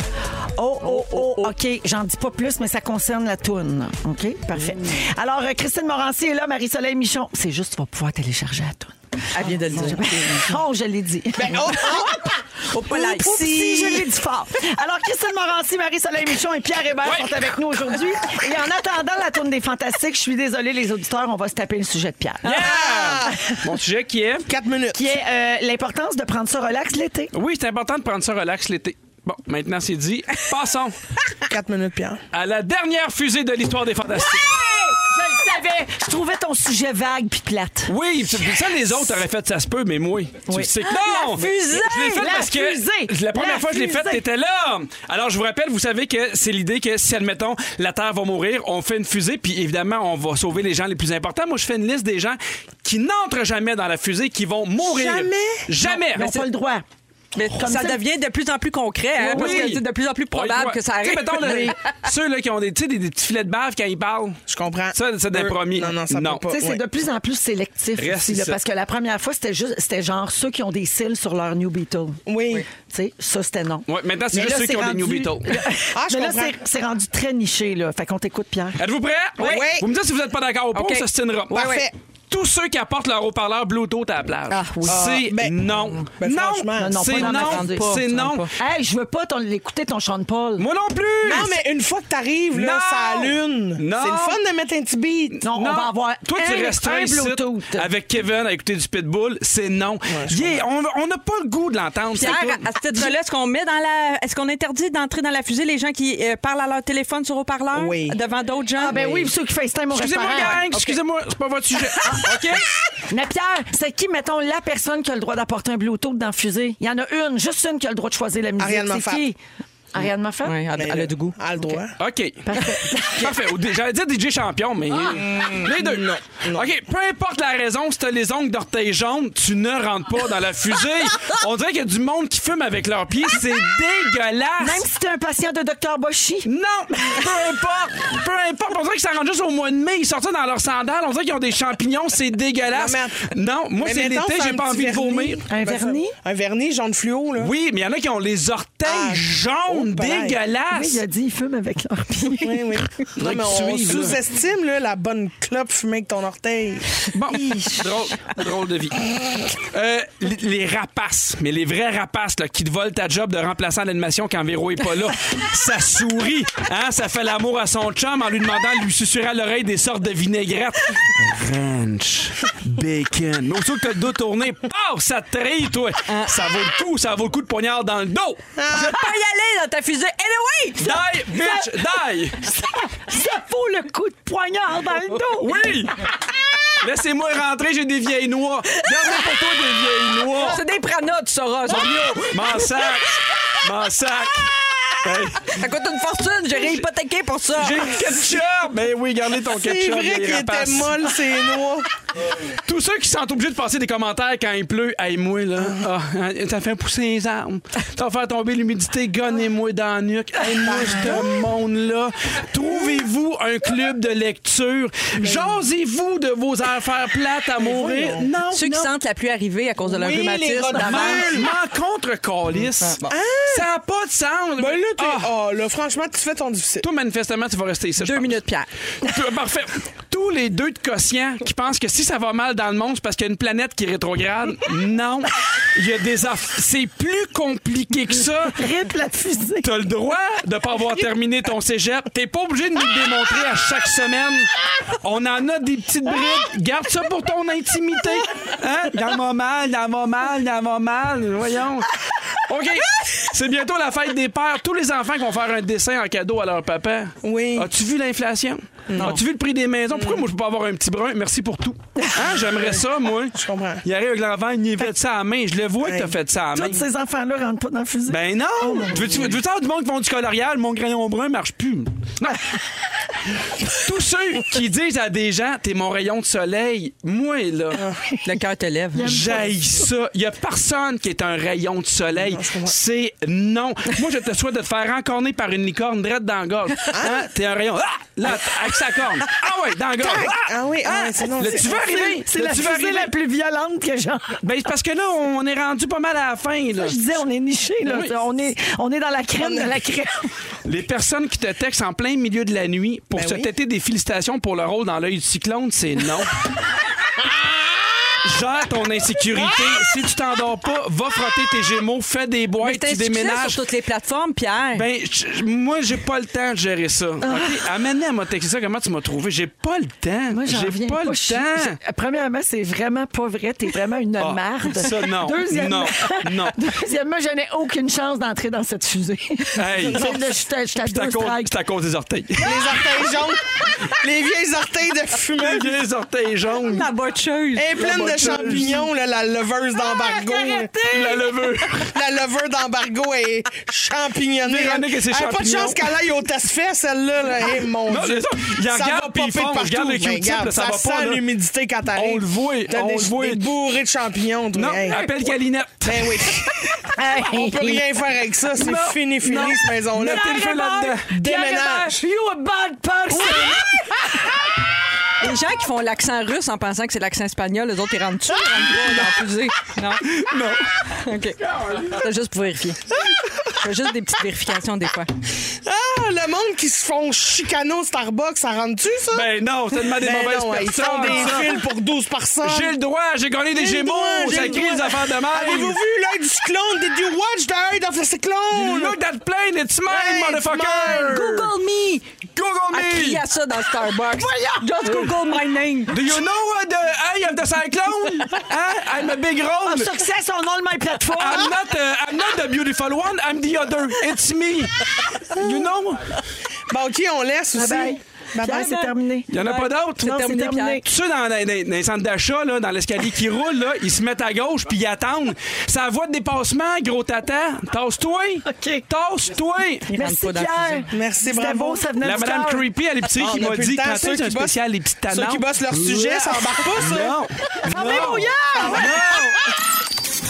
Speaker 4: Oh, oh, oh, OK. J'en dis pas plus, mais ça concerne la toune. OK? Parfait. Alors, euh, Christine Morancy est là, Marie-Soleil Michon. C'est juste, tu vas pouvoir télécharger la toune.
Speaker 6: Elle vient de le dire.
Speaker 4: Oh, je l'ai dit.
Speaker 6: Faut pas la-
Speaker 4: Oups, si, je l'ai dit fort. Alors, Christine Morancy, Marie-Soleil Michon et Pierre Hébert sont avec nous aujourd'hui. Et en attendant la tourne des Fantastiques, je suis désolée, les auditeurs, on va se taper le sujet de Pierre.
Speaker 5: Yeah! Mon sujet qui est.
Speaker 7: Quatre minutes.
Speaker 4: Qui est euh, l'importance de prendre ça relax l'été.
Speaker 5: Oui, c'est important de prendre ça relax l'été. Bon, maintenant c'est dit. Passons
Speaker 7: Quatre minutes, Pierre.
Speaker 5: à la dernière fusée de l'histoire des fantastiques.
Speaker 4: Je le savais! Je trouvais ton sujet vague puis plate.
Speaker 5: Oui, c'est pour ça les autres auraient fait ça se peut, mais moi, tu
Speaker 4: Oui.
Speaker 5: sais que
Speaker 4: Ah,
Speaker 5: non!
Speaker 4: la fusée!
Speaker 5: Je l'ai fait
Speaker 4: La
Speaker 5: parce que
Speaker 4: fusée!
Speaker 5: la première
Speaker 4: La
Speaker 5: fois que je l'ai faite,
Speaker 4: fusée!
Speaker 5: t'étais là! Alors, je vous rappelle, vous savez que c'est l'idée que si, admettons, la Terre va mourir, on fait une fusée, puis évidemment, on va sauver les gens les plus importants. Moi, je fais une liste des gens qui n'entrent jamais dans la fusée, qui vont mourir.
Speaker 7: Jamais?
Speaker 5: Jamais! Oh,
Speaker 4: Ils n'ont pas le droit.
Speaker 6: Mais ça,
Speaker 4: ça-
Speaker 6: devient de plus en plus concret, hein, parce que c'est de plus en plus probable que ça arrive.
Speaker 5: Tu sais, mettons, là, ceux là, qui ont des, tu sais, des, des petits filets de bave quand ils parlent.
Speaker 7: Je comprends.
Speaker 5: Ça, c'est d'un
Speaker 7: Euh,
Speaker 5: premier.
Speaker 7: Non, non, ça
Speaker 5: Non.
Speaker 7: peut pas.
Speaker 4: Tu sais,
Speaker 7: ouais.
Speaker 4: c'est de plus en plus sélectif
Speaker 5: Reste
Speaker 4: aussi, là,
Speaker 5: ici.
Speaker 4: parce que la première fois, c'était juste, c'était genre ceux qui ont des cils sur leur New Beetle.
Speaker 7: Oui.
Speaker 4: Tu sais, ça, c'était non.
Speaker 5: Ouais, maintenant, c'est
Speaker 4: Mais
Speaker 5: juste
Speaker 4: là,
Speaker 5: ceux qui ont des New Beatles.
Speaker 7: Ah, je
Speaker 4: Mais là,
Speaker 7: comprends.
Speaker 4: c'est- c'est rendu très niché, là. Fait qu'on t'écoute, Pierre.
Speaker 5: Êtes-vous prêts?
Speaker 7: Oui. Oui.
Speaker 5: Vous me dites si vous n'êtes pas d'accord ou pas,
Speaker 6: OK.
Speaker 5: on s'ostinera.
Speaker 7: Parfait. Oui, oui.
Speaker 5: Tous ceux qui apportent leur haut-parleur Bluetooth à la plage.
Speaker 6: Ah, oui.
Speaker 5: C'est
Speaker 7: Ah, ben,
Speaker 5: non.
Speaker 7: ben, franchement.
Speaker 5: non.
Speaker 7: Non,
Speaker 4: Euh, non,
Speaker 5: c'est
Speaker 4: pas dans ma
Speaker 5: non.
Speaker 4: grande
Speaker 5: C'est
Speaker 6: porte,
Speaker 5: non.
Speaker 6: pas.
Speaker 4: Hey, je veux pas ton- l'écouter, ton chant de Paul.
Speaker 5: Moi non plus.
Speaker 7: Non, mais une fois que t'arrives, là,
Speaker 5: Non!
Speaker 7: ça allume.
Speaker 5: Non!
Speaker 7: C'est le fun de mettre un petit beat.
Speaker 4: Non, on va avoir
Speaker 5: Toi,
Speaker 4: un,
Speaker 5: tu resteras
Speaker 4: un
Speaker 5: ici
Speaker 4: Bluetooth.
Speaker 5: avec Kevin à écouter du Pitbull. C'est non. Yeah, on on n'a pas le goût de l'entendre. c'est
Speaker 6: Pierre,
Speaker 5: tout.
Speaker 6: à ce titre-là, est-ce qu'on met dans la, est-ce qu'on interdit d'entrer dans la fusée les gens qui euh, parlent à leur téléphone sur haut-parleur
Speaker 7: Oui.
Speaker 6: devant d'autres gens
Speaker 4: Ah ben oui, ceux qui FaceTime au
Speaker 5: Excusez-moi,
Speaker 4: restaurant.
Speaker 5: gang. Excusez-moi, c'est pas votre sujet. OK?
Speaker 4: Mais Pierre, c'est qui, mettons, la personne qui a le droit d'apporter un Bluetooth dans le fusée? Il y en a une, juste une qui a le droit de choisir la musique.
Speaker 7: Ariane
Speaker 4: c'est
Speaker 7: Moffat.
Speaker 4: qui? Ariane Moffat?
Speaker 6: Oui, elle, elle a du goût.
Speaker 7: Elle a le droit.
Speaker 5: OK. Parfait. Ou des- J'allais dire DJ champion, mais.
Speaker 7: Ah.
Speaker 5: Les deux. Non. OK. Peu importe la raison, si t'as les ongles d'orteil jaune, tu ne rentres pas dans la fusée. On dirait qu'il y a du monde qui fume avec leurs pieds. C'est dégueulasse.
Speaker 4: Même si t'es un patient de Dr. Boshi.
Speaker 5: Non! Peu importe! Peu importe! On dirait que ça rentre juste au mois de mai. Ils sortent ça dans leurs sandales. On dirait qu'ils ont des champignons. C'est dégueulasse.
Speaker 7: Non, mais-
Speaker 5: Non, moi,
Speaker 7: Mais
Speaker 5: c'est
Speaker 7: mettons,
Speaker 5: l'été.
Speaker 7: faire
Speaker 5: J'ai
Speaker 7: un
Speaker 5: pas
Speaker 7: petit
Speaker 5: envie de vomir.
Speaker 7: vernis.
Speaker 4: Un
Speaker 7: Ben, ça-
Speaker 4: vernis?
Speaker 7: Un vernis jaune fluo, là.
Speaker 5: Oui, mais il y en a qui ont les orteils
Speaker 7: Ah.
Speaker 5: jaunes.
Speaker 7: Oh, pareil.
Speaker 4: Oui,
Speaker 5: dégueulasses.
Speaker 4: il a dit, il fume avec leur pied.
Speaker 7: Oui, oui. Non, mais on
Speaker 5: suivent, là.
Speaker 7: sous-estime là, la bonne clope fumée avec ton orteil.
Speaker 5: Bon, drôle, drôle de vie. Euh, les, les rapaces, mais les vrais rapaces là, qui te volent ta job de remplaçant à l'animation quand Véro est pas là, ça sourit, hein, ça fait l'amour à son chum en lui demandant de lui susurrer à l'oreille des sortes de vinaigrettes. Ranch, bacon. Mais aussitôt que t'as le dos tourné, paf, ça te trahit, toi. Ça vaut le coup, ça vaut le coup de poignard dans le dos.
Speaker 6: Je vais pas y aller dans ta fusée. Anyway!
Speaker 5: Die, bitch, die!
Speaker 4: Ça vaut le coup de poignard dans le dos.
Speaker 5: Oui! Laissez-moi rentrer, j'ai des vieilles noix. Gardez pour toi des vieilles noix.
Speaker 6: C'est des pranas, tu sauras. ça.
Speaker 5: M'en sac! M'en sac! Hey,
Speaker 6: Ça coûte une fortune, j'ai réhypothéqué pour ça.
Speaker 5: J'ai le ketchup! Ben oui, gardez ton ketchup.
Speaker 7: C'est vrai
Speaker 5: vieille
Speaker 7: qu'il était
Speaker 5: rapace.
Speaker 7: molle, ces noix.
Speaker 5: Tous ceux qui sont obligés de passer des commentaires quand il pleut, hey, moi, là, ah, hein, ça fait pousser les arbres, ça fait tomber l'humidité, gonnez-moi dans la nuque, hey, moi,
Speaker 7: Ah.
Speaker 5: ce monde-là. Trouvez-vous un club de lecture,
Speaker 7: Ben.
Speaker 5: jasez-vous de vos affaires plates à mourir. Non,
Speaker 6: Ceux qui
Speaker 5: non.
Speaker 6: sentent la pluie arriver à cause de leur
Speaker 7: Oui, les
Speaker 6: rhumatisme
Speaker 7: rhodopes.
Speaker 6: d'avance.
Speaker 5: M'en- M'en contre calice. Ça n'a pas de sens.
Speaker 7: Ben là, t'es-
Speaker 5: Ah.
Speaker 7: oh, là, franchement, tu fais ton difficile.
Speaker 5: Toi, manifestement, tu vas rester ici. je
Speaker 6: Deux
Speaker 5: pense.
Speaker 6: minutes, Pierre.
Speaker 5: Tout- Parfait. Tous les deux de quotient qui pensent que si ça va mal dans le monde, c'est parce qu'il y a une planète qui est rétrograde. Non. Il y a des aff- C'est plus compliqué que ça.
Speaker 4: Rip la fusée.
Speaker 5: T'as le droit de pas avoir terminé ton cégep. T'es pas obligé de nous le démontrer à chaque semaine. On en a des petites brides. Garde ça pour ton intimité. Hein? Dans mon mal, dans mon mal, dans mon mal. Voyons. OK. C'est bientôt la fête des pères. Tous les enfants qui vont faire un dessin en cadeau à leur papa.
Speaker 7: Oui. Mm.
Speaker 5: As-tu vu l'inflation? As-tu vu le prix des maisons? Pourquoi moi je peux pas avoir un petit brun? Merci pour tout. Hein? J'aimerais ça, moi.
Speaker 7: Je comprends.
Speaker 5: Il arrive avec l'enfant, il y a fait ça à la main. Je le vois que t'as fait ça à la main.
Speaker 4: Tous ces enfants-là rentrent pas dans le fusée.
Speaker 5: Oh Ben non! tu veux, tu veux, tu veux savoir du monde qui font du colorial, mon crayon brun marche plus. Non! Tous ceux qui disent à des gens, t'es mon rayon de soleil, moi, là,
Speaker 6: Le cœur te lève.
Speaker 5: j'haïs ça. Il y a personne qui est un rayon de soleil. C'est non. Moi, je te souhaite de te faire encorner par une licorne drette dans la gorge. Hein? T'es un rayon. Ah! Là, avec sa corne. Ah ouais, dans la gorge. Ah!
Speaker 7: Ah oui, ah, c'est non.
Speaker 5: Là,
Speaker 7: c'est-
Speaker 5: tu vas arriver.
Speaker 4: C'est
Speaker 5: Là,
Speaker 4: la
Speaker 5: tu vas
Speaker 4: fusée
Speaker 5: arriver.
Speaker 4: la plus violente que j'ai.
Speaker 5: Ben, c'est parce que là, on est rendu pas mal à la fin. Là.
Speaker 4: Je disais, on est niché, là.
Speaker 5: Oui.
Speaker 4: On, est, on est dans la crème de la crème.
Speaker 5: Les personnes qui te textent en plein milieu de la nuit pour se
Speaker 7: oui.
Speaker 5: têter des félicitations pour le rôle dans l'œil du cyclone, c'est non. Gère ton insécurité. Si tu t'endors pas, va frotter tes gémeaux, fais des
Speaker 6: Mais
Speaker 5: boîtes,
Speaker 6: t'es
Speaker 5: tu
Speaker 6: insuccès
Speaker 5: déménages.
Speaker 6: sur toutes les plateformes, Pierre.
Speaker 5: Ben, je- moi, j'ai pas le temps de gérer ça. OK? Amène-la, m'a texté ça. Comment tu m'as trouvé? J'ai pas le temps.
Speaker 4: Moi, j'en
Speaker 5: J'ai
Speaker 4: reviens
Speaker 5: pas le
Speaker 4: Je suis-
Speaker 5: temps.
Speaker 4: je- premièrement, c'est vraiment pas vrai. T'es vraiment une
Speaker 5: Ah,
Speaker 4: marde.
Speaker 5: ça, non.
Speaker 4: Deuxièmement,
Speaker 5: Non, non.
Speaker 4: Deuxièmement, je n'ai aucune chance d'entrer dans cette fusée.
Speaker 5: Hey.
Speaker 4: C'est de- je suis à- je suis à
Speaker 5: C'est à
Speaker 4: deux
Speaker 5: cause-
Speaker 4: strikes.
Speaker 5: c'est à cause des orteils.
Speaker 7: Les orteils jaunes. les vieilles orteils de fumée.
Speaker 5: Les orteils jaunes.
Speaker 6: La botcheuse.
Speaker 7: Elle est pleine de champignons, là, la leveuse
Speaker 5: Ah,
Speaker 7: d'embargo.
Speaker 5: La levure.
Speaker 7: la leveuse d'embargo est champignonnée.
Speaker 5: Véronique et ses
Speaker 7: Elle a pas de
Speaker 5: champignons. Ah!
Speaker 7: chance qu'elle aille au test fait celle-là. Là. Eh, mon
Speaker 5: Non,
Speaker 7: Dieu.
Speaker 5: c'est ça. Il en
Speaker 7: ça
Speaker 5: regarde,
Speaker 7: va
Speaker 5: puis ils
Speaker 7: popper
Speaker 5: font,
Speaker 7: partout.
Speaker 5: regarde les
Speaker 7: Mais
Speaker 5: Q-tips,
Speaker 7: regarde,
Speaker 5: là, ça va pas,
Speaker 7: sent
Speaker 5: là.
Speaker 7: l'humidité quand t'arrives.
Speaker 5: On le voit,
Speaker 7: T'as
Speaker 5: on
Speaker 7: des,
Speaker 5: le voit.
Speaker 7: des bourrées de champignons. toi.
Speaker 5: Non,
Speaker 7: Hey.
Speaker 5: appelle Calinette.
Speaker 7: Ben oui.
Speaker 4: Hey.
Speaker 7: On peut rien faire avec ça. C'est fini, fini, cette maison-là.
Speaker 5: Mettez le feu là-dedans.
Speaker 7: Déménage.
Speaker 4: You a bad person!
Speaker 6: Les gens qui font l'accent russe en pensant que c'est l'accent espagnol, les autres, ils rentrent dessus, ils rentrent pas dans la fusée. Non? Non. OK. C'est juste pour vérifier. C'est juste des petites vérifications des fois.
Speaker 7: Ah, le monde qui se font chicaner au Starbucks, ça rentre-tu, ça?
Speaker 5: Ben non, c'est tellement des
Speaker 7: Ben
Speaker 5: mauvaises
Speaker 7: non, ils font
Speaker 5: personnes. ça.
Speaker 7: des fils pour 12 personnes.
Speaker 5: J'ai le droit, j'ai gagné des
Speaker 7: J'ai le
Speaker 5: gémeaux,
Speaker 7: droit, j'ai
Speaker 5: ça
Speaker 7: le
Speaker 5: crie
Speaker 7: droit.
Speaker 5: les affaires de mal.
Speaker 7: Avez-vous vu l'œil du cyclone? Did you watch the eye of the
Speaker 5: You
Speaker 7: cyclone?
Speaker 5: Look at plane, it's mine,
Speaker 7: Hey, it's
Speaker 5: motherfucker!
Speaker 7: mine.
Speaker 6: Google me!
Speaker 5: Google
Speaker 6: Elle crie
Speaker 5: me!
Speaker 6: à ça dans Starbucks. Just Google my name.
Speaker 5: Do you know what the eye of the cyclone? Hein? I'm a big roll.
Speaker 4: Success on all my platforms!
Speaker 5: I'm not, uh, I'm not the beautiful one, I'm the other. It's me. You know?
Speaker 7: Bon, OK, on laisse aussi.
Speaker 4: Bye-bye. Pierre, c'est terminé.
Speaker 5: Il y en a pas d'autres.
Speaker 4: Non,
Speaker 6: terminé,
Speaker 5: Tous ceux dans, dans- dans les centres d'achat, là, dans l'escalier qui roule, là, ils se mettent à gauche puis ils attendent. Ça voie de dépassement, gros tata. Tasse-toi.
Speaker 4: OK.
Speaker 5: Tasse-toi.
Speaker 4: Merci,
Speaker 6: rentre pas dans la
Speaker 4: Pierre.
Speaker 7: Merci,
Speaker 4: C'était
Speaker 7: bravo.
Speaker 4: beau, ça venait
Speaker 5: La
Speaker 4: du
Speaker 5: madame
Speaker 4: cœur.
Speaker 5: Creepy à l'épicier
Speaker 7: Ah,
Speaker 5: qui
Speaker 7: on a
Speaker 5: m'a
Speaker 7: plus le
Speaker 5: dit
Speaker 7: temps.
Speaker 5: quand
Speaker 7: Ceux
Speaker 5: c'est un
Speaker 7: qui bossent-
Speaker 5: spécial les petites
Speaker 7: Ceux qui
Speaker 5: tannantes.
Speaker 7: bossent leur sujet, ça embarque pas, ça.
Speaker 5: Non.
Speaker 4: Fermez
Speaker 5: Non.
Speaker 4: vos yeux!
Speaker 5: Non.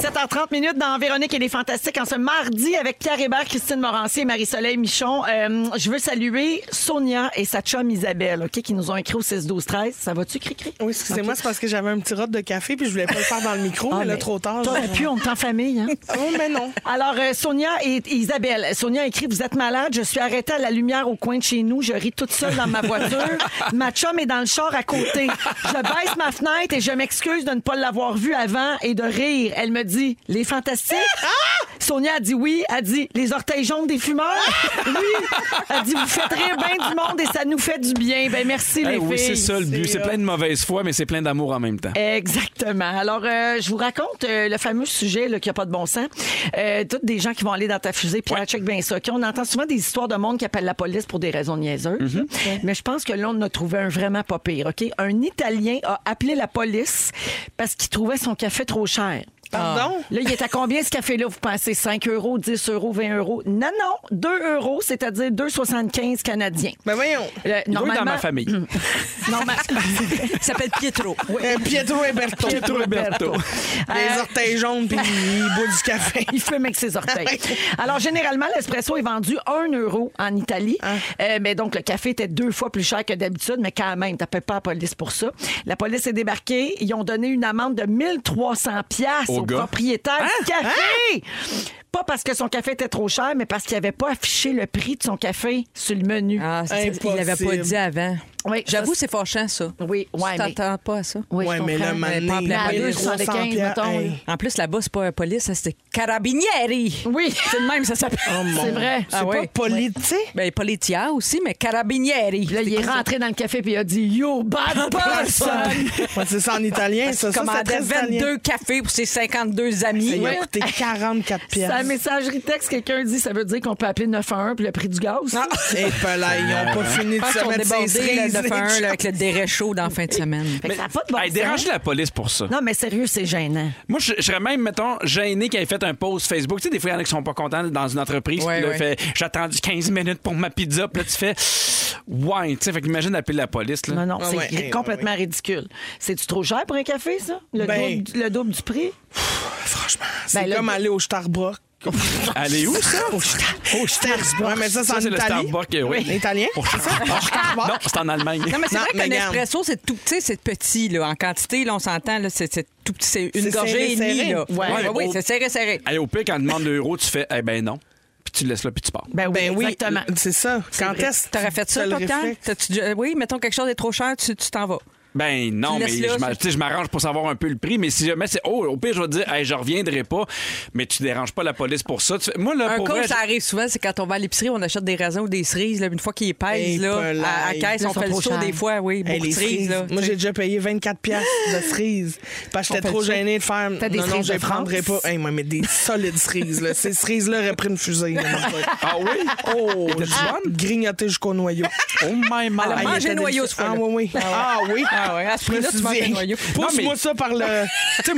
Speaker 4: 17h30 minutes dans Véronique et les Fantastiques en ce mardi avec Pierre Hébert, Christine Morancier et Marie-Soleil Michon. Euh, je veux saluer Sonia et sa chum Isabelle, OK, qui nous ont écrit au 6-12-13. Ça va-tu, Cricri?
Speaker 7: Oui, excusez-moi, c'est parce que j'avais un petit rot de café puis je voulais pas le faire dans le micro, mais là, Oh, trop tard.
Speaker 4: Ah, T'aurais
Speaker 7: je-
Speaker 4: pu, on est en famille, hein?
Speaker 7: Oh, mais non.
Speaker 4: Alors, euh, Sonia et, et Isabelle. Sonia écrit Vous êtes malade, je suis arrêtée à la lumière au coin de chez nous, je ris toute seule dans ma voiture. ma chum est dans le char à côté. Je baisse ma fenêtre et je m'excuse de ne pas l'avoir vue avant et de rire. Elle me dit Les fantastiques
Speaker 5: Ah!
Speaker 4: Sonia a dit oui. Elle dit Les orteils jaunes des fumeurs
Speaker 5: Ah!
Speaker 4: Oui. Elle dit Vous faites rire bien du monde et ça nous fait du bien. Ben merci, les
Speaker 5: Eh oui,
Speaker 4: filles.
Speaker 5: c'est ça le but. C'est plein de mauvaise foi, mais c'est plein d'amour en même
Speaker 7: Eh,
Speaker 5: temps.
Speaker 4: Exactement. Alors, euh, je vous raconte euh, le fameux sujet là, qui n'a pas de bon sens. Euh, toutes des gens qui vont aller dans ta fusée, puis ah, check bien ça. OK, on entend souvent des histoires de monde qui appelle la police pour des raisons
Speaker 5: Mhm.
Speaker 4: niaiseuses. Mais je pense que là, on a trouvé un vraiment pas pire. OK? Un Italien a appelé la police parce qu'il trouvait son café trop cher.
Speaker 5: Oh.
Speaker 7: Pardon?
Speaker 4: Là, il est à combien ce café-là, vous pensez? 5 euros, 10 euros, 20 euros? Non, non, 2 euros, c'est-à-dire 2,75 canadiens.
Speaker 7: Ben voyons.
Speaker 4: Euh,
Speaker 5: Il doit être dans ma famille.
Speaker 6: Il s'appelle Pietro.
Speaker 7: Euh, Pietro et Berto.
Speaker 5: Pietro Roberto.
Speaker 7: Les orteils jaunes puis ils boivent du café.
Speaker 4: Euh, Il fume avec ses orteils. Alors, généralement, l'espresso est vendu 1 euro en Italie.
Speaker 7: Ah.
Speaker 4: Euh, mais donc, le café était deux fois plus cher que d'habitude, mais quand même, t'appelles pas la police pour ça. La police est débarquée. Ils ont donné une amende de 1300 pièces
Speaker 5: Au
Speaker 4: au,
Speaker 5: gars.
Speaker 4: propriétaire du
Speaker 7: Hein?
Speaker 4: café. Pas parce que son café était trop cher, mais parce qu'il n'avait pas affiché le prix de son café sur le menu.
Speaker 6: Ah, c'est- il l'avait pas
Speaker 7: Impossible.
Speaker 6: dit avant.
Speaker 4: Oui,
Speaker 6: J'avoue,
Speaker 4: ça,
Speaker 6: c'est fâchant, ça.
Speaker 4: Oui, ouais,
Speaker 6: Tu
Speaker 4: mais-
Speaker 6: t'attends pas à ça.
Speaker 4: Oui,
Speaker 7: ouais,
Speaker 4: je
Speaker 7: mais là,
Speaker 4: comprends.
Speaker 6: mais
Speaker 7: maintenant,
Speaker 6: pas appelé à
Speaker 4: Mais à
Speaker 6: 275,
Speaker 4: 275, mettons. là.
Speaker 6: En plus, là-bas, c'est pas un police, ça, c'est carabinieri.
Speaker 4: Oui,
Speaker 6: C'est le même, ça s'appelle.
Speaker 7: Oh.
Speaker 4: c'est vrai.
Speaker 6: Ah
Speaker 7: C'est
Speaker 6: ouais.
Speaker 7: pas politique.
Speaker 6: Ben, politia aussi, mais carabinieri.
Speaker 4: Là, il est rentré dans le café puis il a dit Yo, bad person!
Speaker 7: Ouais, c'est ça en italien, ça.
Speaker 6: Il
Speaker 7: Ça, c'est
Speaker 6: commandait
Speaker 7: très italien.
Speaker 6: 22 cafés pour ses 52 amis.
Speaker 7: Il a coûté 44 piastres.
Speaker 4: Sa messagerie texte, quelqu'un
Speaker 7: Ah.
Speaker 4: dit ça veut dire qu'on peut appeler 911 puis le prix du gaz.
Speaker 7: Et là, ils ont pas fini de
Speaker 6: pense
Speaker 7: se
Speaker 6: qu'on
Speaker 7: mettre
Speaker 6: débordait
Speaker 7: ses cerises Ah,
Speaker 6: de faire un là, avec le déret chaud dans la fin de semaine.
Speaker 4: Fait que ça a pas de bon
Speaker 5: Hey,
Speaker 4: sens.
Speaker 5: dérangez la police pour ça.
Speaker 4: Non, mais sérieux, c'est gênant.
Speaker 5: Moi, je, je serais même, mettons, gêné qu'elle ait fait un post Facebook. Tu sais, des fois, il y en a qui sont pas contents dans une entreprise.
Speaker 6: Ouais,
Speaker 5: puis là,
Speaker 6: ouais.
Speaker 5: fait, j'ai attendu 15 minutes pour ma pizza. Puis là, tu fais, ouais, tu sais, fait qu'imagine appeler la police. Là.
Speaker 4: Non, non,
Speaker 7: Ah
Speaker 4: c'est
Speaker 7: ouais,
Speaker 4: ri-
Speaker 7: eh,
Speaker 4: complètement ridicule. C'est-tu trop cher pour un café, ça? Le,
Speaker 7: Ben-
Speaker 4: double, le double du prix?
Speaker 7: Franchement, c'est
Speaker 4: Ben là,
Speaker 7: comme
Speaker 4: le-
Speaker 7: aller au Starbucks.
Speaker 5: Elle est où, ça?
Speaker 7: Au Starbucks. Au Starbucks. Ouais, mais ça, c'est
Speaker 5: Ça,
Speaker 7: en
Speaker 5: c'est le
Speaker 7: Italie.
Speaker 5: Starbucks, euh, oui.
Speaker 7: Italien.
Speaker 5: Au
Speaker 7: c'est ça? Au Starbucks.
Speaker 5: Non, c'est en Allemagne.
Speaker 6: Non, mais c'est
Speaker 7: Non,
Speaker 6: vrai
Speaker 7: mais
Speaker 6: qu'un
Speaker 7: garde.
Speaker 6: espresso, c'est tout petit, c'est petit, là. En quantité, là, on s'entend, là, c'est c'est tout petit, c'est une
Speaker 7: C'est
Speaker 6: gorgée
Speaker 7: serré,
Speaker 6: et demie,
Speaker 7: serré.
Speaker 6: là.
Speaker 7: Ouais.
Speaker 6: Ouais, oui,
Speaker 7: Au-
Speaker 6: c'est serré, serré.
Speaker 5: Hey, au pire, quand on demande 2 euros, tu fais, eh ben non. Puis tu le laisses là, puis tu pars.
Speaker 4: Ben oui,
Speaker 7: Ben oui,
Speaker 4: exactement.
Speaker 7: c'est ça. Quand
Speaker 4: vrai.
Speaker 7: est-ce que
Speaker 6: T'aurais fait
Speaker 7: tu
Speaker 6: ça,
Speaker 7: le
Speaker 6: toi, quand?
Speaker 7: réflexe?
Speaker 6: T'as-tu déjà- Oui, mettons quelque chose est trop cher, tu tu t'en vas.
Speaker 5: Ben non,
Speaker 6: Tu
Speaker 5: mais
Speaker 6: laisses là,
Speaker 5: je m'a-
Speaker 6: c'est-
Speaker 5: tu sais, je m'arrange pour savoir un peu le prix. Mais si jamais c'est, oh, au pire, je vais te dire, hey, je reviendrai pas. Mais tu déranges pas la police pour ça. Tu fais- Moi, là,
Speaker 6: Un
Speaker 5: Ah, pour
Speaker 6: coach,
Speaker 5: vrai,
Speaker 6: ça arrive souvent, c'est quand on va à l'épicerie, on achète des raisins ou des cerises. là, une fois qu'ils les
Speaker 7: Hey,
Speaker 6: pèsent, là,
Speaker 7: Paul,
Speaker 6: à, à
Speaker 7: hey.
Speaker 6: caisse,
Speaker 4: Ils
Speaker 6: on
Speaker 4: sont
Speaker 6: fait le
Speaker 4: trop
Speaker 6: saut
Speaker 4: chers.
Speaker 6: des fois, oui,
Speaker 7: Hey,
Speaker 6: beaucoup de
Speaker 7: les
Speaker 6: cerises.
Speaker 7: cerises.
Speaker 6: Là,
Speaker 7: Moi, j'ai déjà payé 24 piastres de cerises. Parce que j'étais trop gênée de faire.
Speaker 4: T'as des
Speaker 7: non, non,
Speaker 4: cerises de
Speaker 7: je les prendrais pas.
Speaker 4: France?
Speaker 7: Hey, moi, mais des solides cerises. Là. Ces cerises-là auraient pris une fusée. là, mon pote.
Speaker 5: Ah oui?
Speaker 7: Oh,
Speaker 5: Étais-tu
Speaker 7: j'ai grignoté jusqu'au noyau.
Speaker 5: Oh my my.
Speaker 6: Alors,
Speaker 7: il
Speaker 6: mangez
Speaker 7: était
Speaker 6: le noyau,
Speaker 7: délicieux.
Speaker 6: ce fois-là.
Speaker 7: Ah oui, oui. Ah oui.
Speaker 6: Ah ouais, à ce
Speaker 7: Je me
Speaker 6: prix-là,
Speaker 7: suis
Speaker 6: tu manges
Speaker 7: dit,
Speaker 6: le noyau.
Speaker 5: Non, mais-
Speaker 7: Pousse-moi ça par le,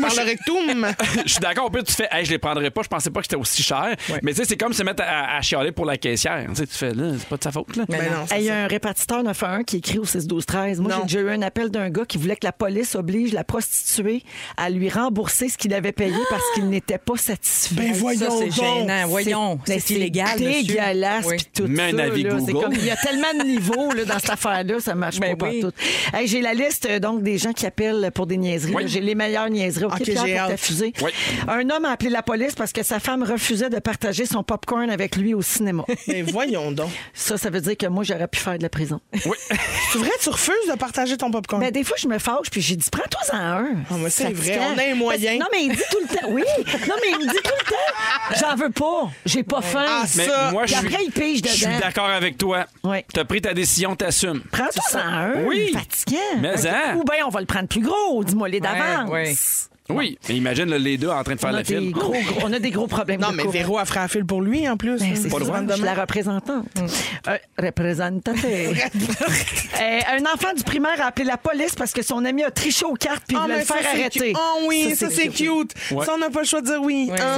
Speaker 7: par le rectum.
Speaker 5: je suis d'accord. Au pire, tu fais, hey, je les prendrais pas. Je pensais pas que c'était aussi cher. Mais tu sais, c'est comme se mettre à, à chialer pour la caissière. Tu sais, tu fais, là, c'est pas de sa faute. Là.
Speaker 7: Mais non,
Speaker 4: Hey,
Speaker 7: c'est
Speaker 4: Il y
Speaker 7: ça.
Speaker 4: a un répartiteur 911 qui écrit au 6-12-13. Moi,
Speaker 7: Non.
Speaker 4: j'ai déjà eu un appel d'un gars qui voulait que la police oblige la prostituée à lui rembourser ce qu'il avait payé parce qu'il n'était pas satisfait.
Speaker 7: Ben
Speaker 6: Ça,
Speaker 7: voyons
Speaker 6: c'est
Speaker 7: donc.
Speaker 6: gênant. Voyons,
Speaker 4: Mais
Speaker 6: c'est illégal, monsieur.
Speaker 4: ben, dégueulasse,
Speaker 6: Oui.
Speaker 4: puis tout
Speaker 5: Mais un
Speaker 4: ça.
Speaker 5: avis
Speaker 4: là, c'est
Speaker 5: Google.
Speaker 4: comme- il y a tellement de niveaux là, dans cette affaire-là, ça marche
Speaker 6: Ben
Speaker 4: pas
Speaker 6: oui.
Speaker 4: partout. Hey, j'ai la liste euh, donc des gens qui appellent pour des niaiseries.
Speaker 5: Oui.
Speaker 4: là. J'ai les meilleures niaiseries. OK,
Speaker 7: Ok,
Speaker 4: Pierre,
Speaker 7: j'ai
Speaker 4: pour
Speaker 7: hâte.
Speaker 4: ta fusée.
Speaker 5: Oui.
Speaker 4: Un homme a appelé la police parce que sa femme refusait de partager son popcorn avec lui au cinéma.
Speaker 7: Mais voyons donc.
Speaker 4: ça, ça veut dire que moi, j'aurais pu faire de la prison.
Speaker 5: Oui.
Speaker 7: C'est vrai, tu refuses de partager ton popcorn.
Speaker 4: Mais des fois, je me fâche, puis j'ai dit, prends-toi-en un.
Speaker 7: Ah, mais c'est
Speaker 4: Ça te
Speaker 7: vrai,
Speaker 4: calme.
Speaker 7: on a un
Speaker 4: Parce-
Speaker 7: moyen.
Speaker 4: non, mais il dit tout le temps, oui. Non, mais il me dit tout le temps, j'en veux pas, j'ai pas faim.
Speaker 7: Ah,
Speaker 5: Mais
Speaker 7: Ça,
Speaker 5: moi, je
Speaker 4: puis après,
Speaker 5: suis-
Speaker 4: il pige
Speaker 5: je suis
Speaker 4: dedans.
Speaker 5: d'accord avec toi.
Speaker 4: Oui.
Speaker 5: T'as pris ta décision, t'assumes.
Speaker 4: Prends-toi-en un.
Speaker 5: Oui.
Speaker 4: Fatigant.
Speaker 5: Mais
Speaker 4: Ok.
Speaker 5: hein.
Speaker 4: Ou bien, on va le prendre plus gros, dis-moi les d'avance.
Speaker 6: ouais.
Speaker 5: Oui. Mais imagine là, les deux en train de faire
Speaker 4: On, a
Speaker 5: la
Speaker 4: des
Speaker 5: file.
Speaker 4: gros, gros- on a des gros problèmes.
Speaker 7: Non,
Speaker 4: de
Speaker 7: mais
Speaker 4: couple.
Speaker 7: Véro a frappé pour lui en plus.
Speaker 4: Ben, c'est
Speaker 7: Pas le droit
Speaker 4: ça,
Speaker 7: de Mm.
Speaker 4: je suis la représentante. Euh, représentante. Euh, un enfant du primaire a appelé la police parce que son ami a triché aux cartes puis il
Speaker 7: Ah,
Speaker 4: voulait
Speaker 7: mais
Speaker 4: le faire
Speaker 7: ça, c'est
Speaker 4: arrêter.
Speaker 7: cute. Ah oui, ça, c'est cute.
Speaker 5: Ouais.
Speaker 7: Ça, on n'a pas le choix de dire oui. Ah,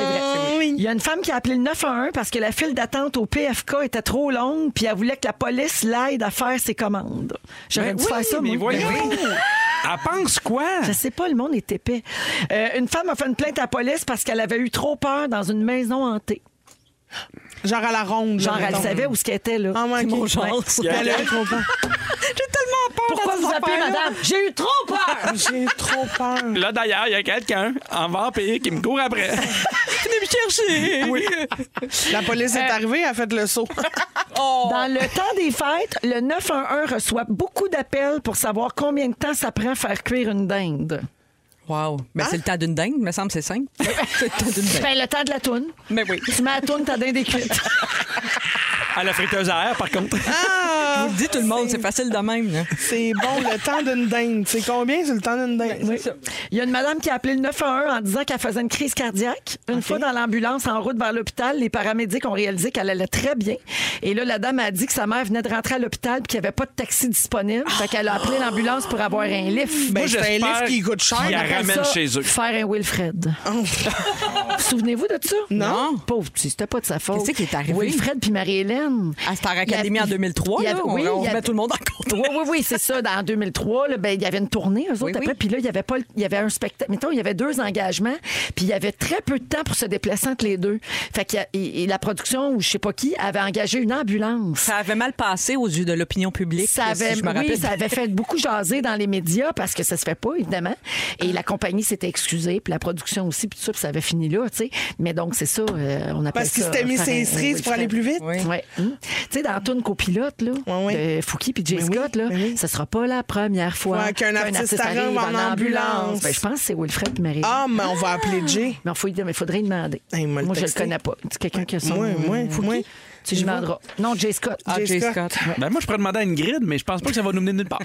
Speaker 4: Il
Speaker 7: oui.
Speaker 4: y a une femme qui a appelé le 911 parce que la file d'attente au PFK était trop longue, puis elle voulait que la police l'aide à faire ses commandes. J'aurais
Speaker 5: Ben
Speaker 4: dû
Speaker 5: oui,
Speaker 4: faire ça,
Speaker 5: mais
Speaker 4: moi. Ben
Speaker 5: voyons. Elle pense quoi?
Speaker 4: Je sais pas, le monde est épais. Euh, une femme a fait une plainte à la police parce qu'elle avait eu trop peur dans une maison hantée.
Speaker 7: Genre à la ronde.
Speaker 4: Genre, elle
Speaker 7: mettons.
Speaker 4: savait où ce qu'elle était, là.
Speaker 7: Ah, ouais,
Speaker 4: C'est
Speaker 7: ok.
Speaker 4: mon genre.
Speaker 7: Ouais.
Speaker 4: ça.
Speaker 7: Puis elle a eu trop peur.
Speaker 4: Pourquoi vous appelez, madame? J'ai eu trop peur!
Speaker 7: J'ai trop peur.
Speaker 5: Là, d'ailleurs, il y a quelqu'un en vampire qui me court après.
Speaker 6: Venez me chercher!
Speaker 7: La police est arrivée, elle a fait le saut.
Speaker 4: Dans le temps des fêtes, le 911 reçoit beaucoup d'appels pour savoir combien de temps ça prend faire cuire une dinde.
Speaker 6: Wow. Ben, c'est le temps d'une dingue, me semble, c'est simple. c'est le temps d'une dingue.
Speaker 4: Ben, le temps de la toune.
Speaker 6: Mais oui.
Speaker 4: Tu mets la toune, ta dinde est cuite.
Speaker 5: À la friteuse à air, par contre.
Speaker 7: Ben,
Speaker 6: Je vous le dis, tout le monde, c'est facile de même. là.
Speaker 7: Ah! C'est bon, le temps d'une dinde. C'est combien, c'est le temps d'une dinde?
Speaker 4: Il y a une madame qui a appelé le 911 en disant qu'elle faisait une crise cardiaque. Une fois dans l'ambulance en route vers l'hôpital, les paramédics ont réalisé qu'elle allait très bien. Et là, la dame a dit que sa mère venait de rentrer à l'hôpital et qu'il n'y avait pas de taxi disponible. Fait qu'elle a appelé l'ambulance pour avoir un lift.
Speaker 7: Ben, c'est un
Speaker 5: j'espère
Speaker 7: livre qui coûte cher.
Speaker 5: qu'il
Speaker 7: On
Speaker 5: la
Speaker 7: appelle
Speaker 5: ramène
Speaker 4: Ça,
Speaker 5: chez eux.
Speaker 4: Faire un Wilfred. Vous Souvenez-vous de ça?
Speaker 6: Oh. Non.
Speaker 4: Pauvre petit, c'était pas de sa faute.
Speaker 6: Qu'est-ce qui est arrivé? Ah,
Speaker 4: Wilfred puis Marie-Hélène.
Speaker 6: À Star Academy
Speaker 4: Il y a-
Speaker 6: en 2003,
Speaker 4: il y
Speaker 6: là,
Speaker 4: avait-
Speaker 6: on,
Speaker 4: oui,
Speaker 6: on
Speaker 4: il y
Speaker 6: remet
Speaker 4: avait-
Speaker 6: tout le monde en compte.
Speaker 4: Oui, oui, oui, c'est ça. Dans- En 2003, là, ben, il y avait une tournée, eux autres,
Speaker 6: Oui, oui.
Speaker 4: après. Puis là, il y avait pas, le- il y avait un spectacle. Mettons, il y avait deux engagements, puis il y avait très peu de temps pour se déplacer entre les deux. Fait que et- et la production, ou je sais pas qui, avait engagé une ambulance.
Speaker 6: Ça avait mal passé aux yeux de l'opinion publique.
Speaker 4: Ça
Speaker 6: si
Speaker 4: avait,
Speaker 6: je me
Speaker 4: oui,
Speaker 6: rappelle.
Speaker 4: ça avait fait beaucoup jaser dans les médias parce que ça se fait pas, évidemment. Et la compagnie s'était excusée, puis la production aussi, puis tout ça, puis ça avait fini là, tu sais. Mais donc, c'est ça, euh, on appelle
Speaker 7: Parce
Speaker 4: ça...
Speaker 7: qu'il s'était mis
Speaker 4: faire
Speaker 7: ses
Speaker 4: un-
Speaker 7: cerises pour aller plus vite.
Speaker 6: Oui.
Speaker 4: Ouais. Hum. Tu sais, dans Toon copilote, là,
Speaker 7: Ouais, ouais.
Speaker 4: de Fouki puis Jay
Speaker 7: Mais oui,
Speaker 4: Scott, là,
Speaker 7: mais oui.
Speaker 4: ce sera pas la première fois
Speaker 7: Ouais, qu'un artiste arrive en ambulance.
Speaker 4: Ben, je pense que c'est Wilfred puis Marie.
Speaker 7: Ah, mais on va appeler Jay.
Speaker 4: Mais il faudrait y demander.
Speaker 7: Hey, il m'a le
Speaker 4: moi, je le
Speaker 7: texté.
Speaker 4: connais pas. C'est quelqu'un qui a son
Speaker 7: Moi, moi,
Speaker 4: Fouki.
Speaker 7: moi.
Speaker 4: Tu lui demanderas. Non, Jay Scott.
Speaker 6: Ah,
Speaker 7: Jay
Speaker 6: Jay
Speaker 7: Scott.
Speaker 6: Scott.
Speaker 5: Ben, moi, je pourrais demander à une grid, mais je pense pas que ça va nous mener nulle part.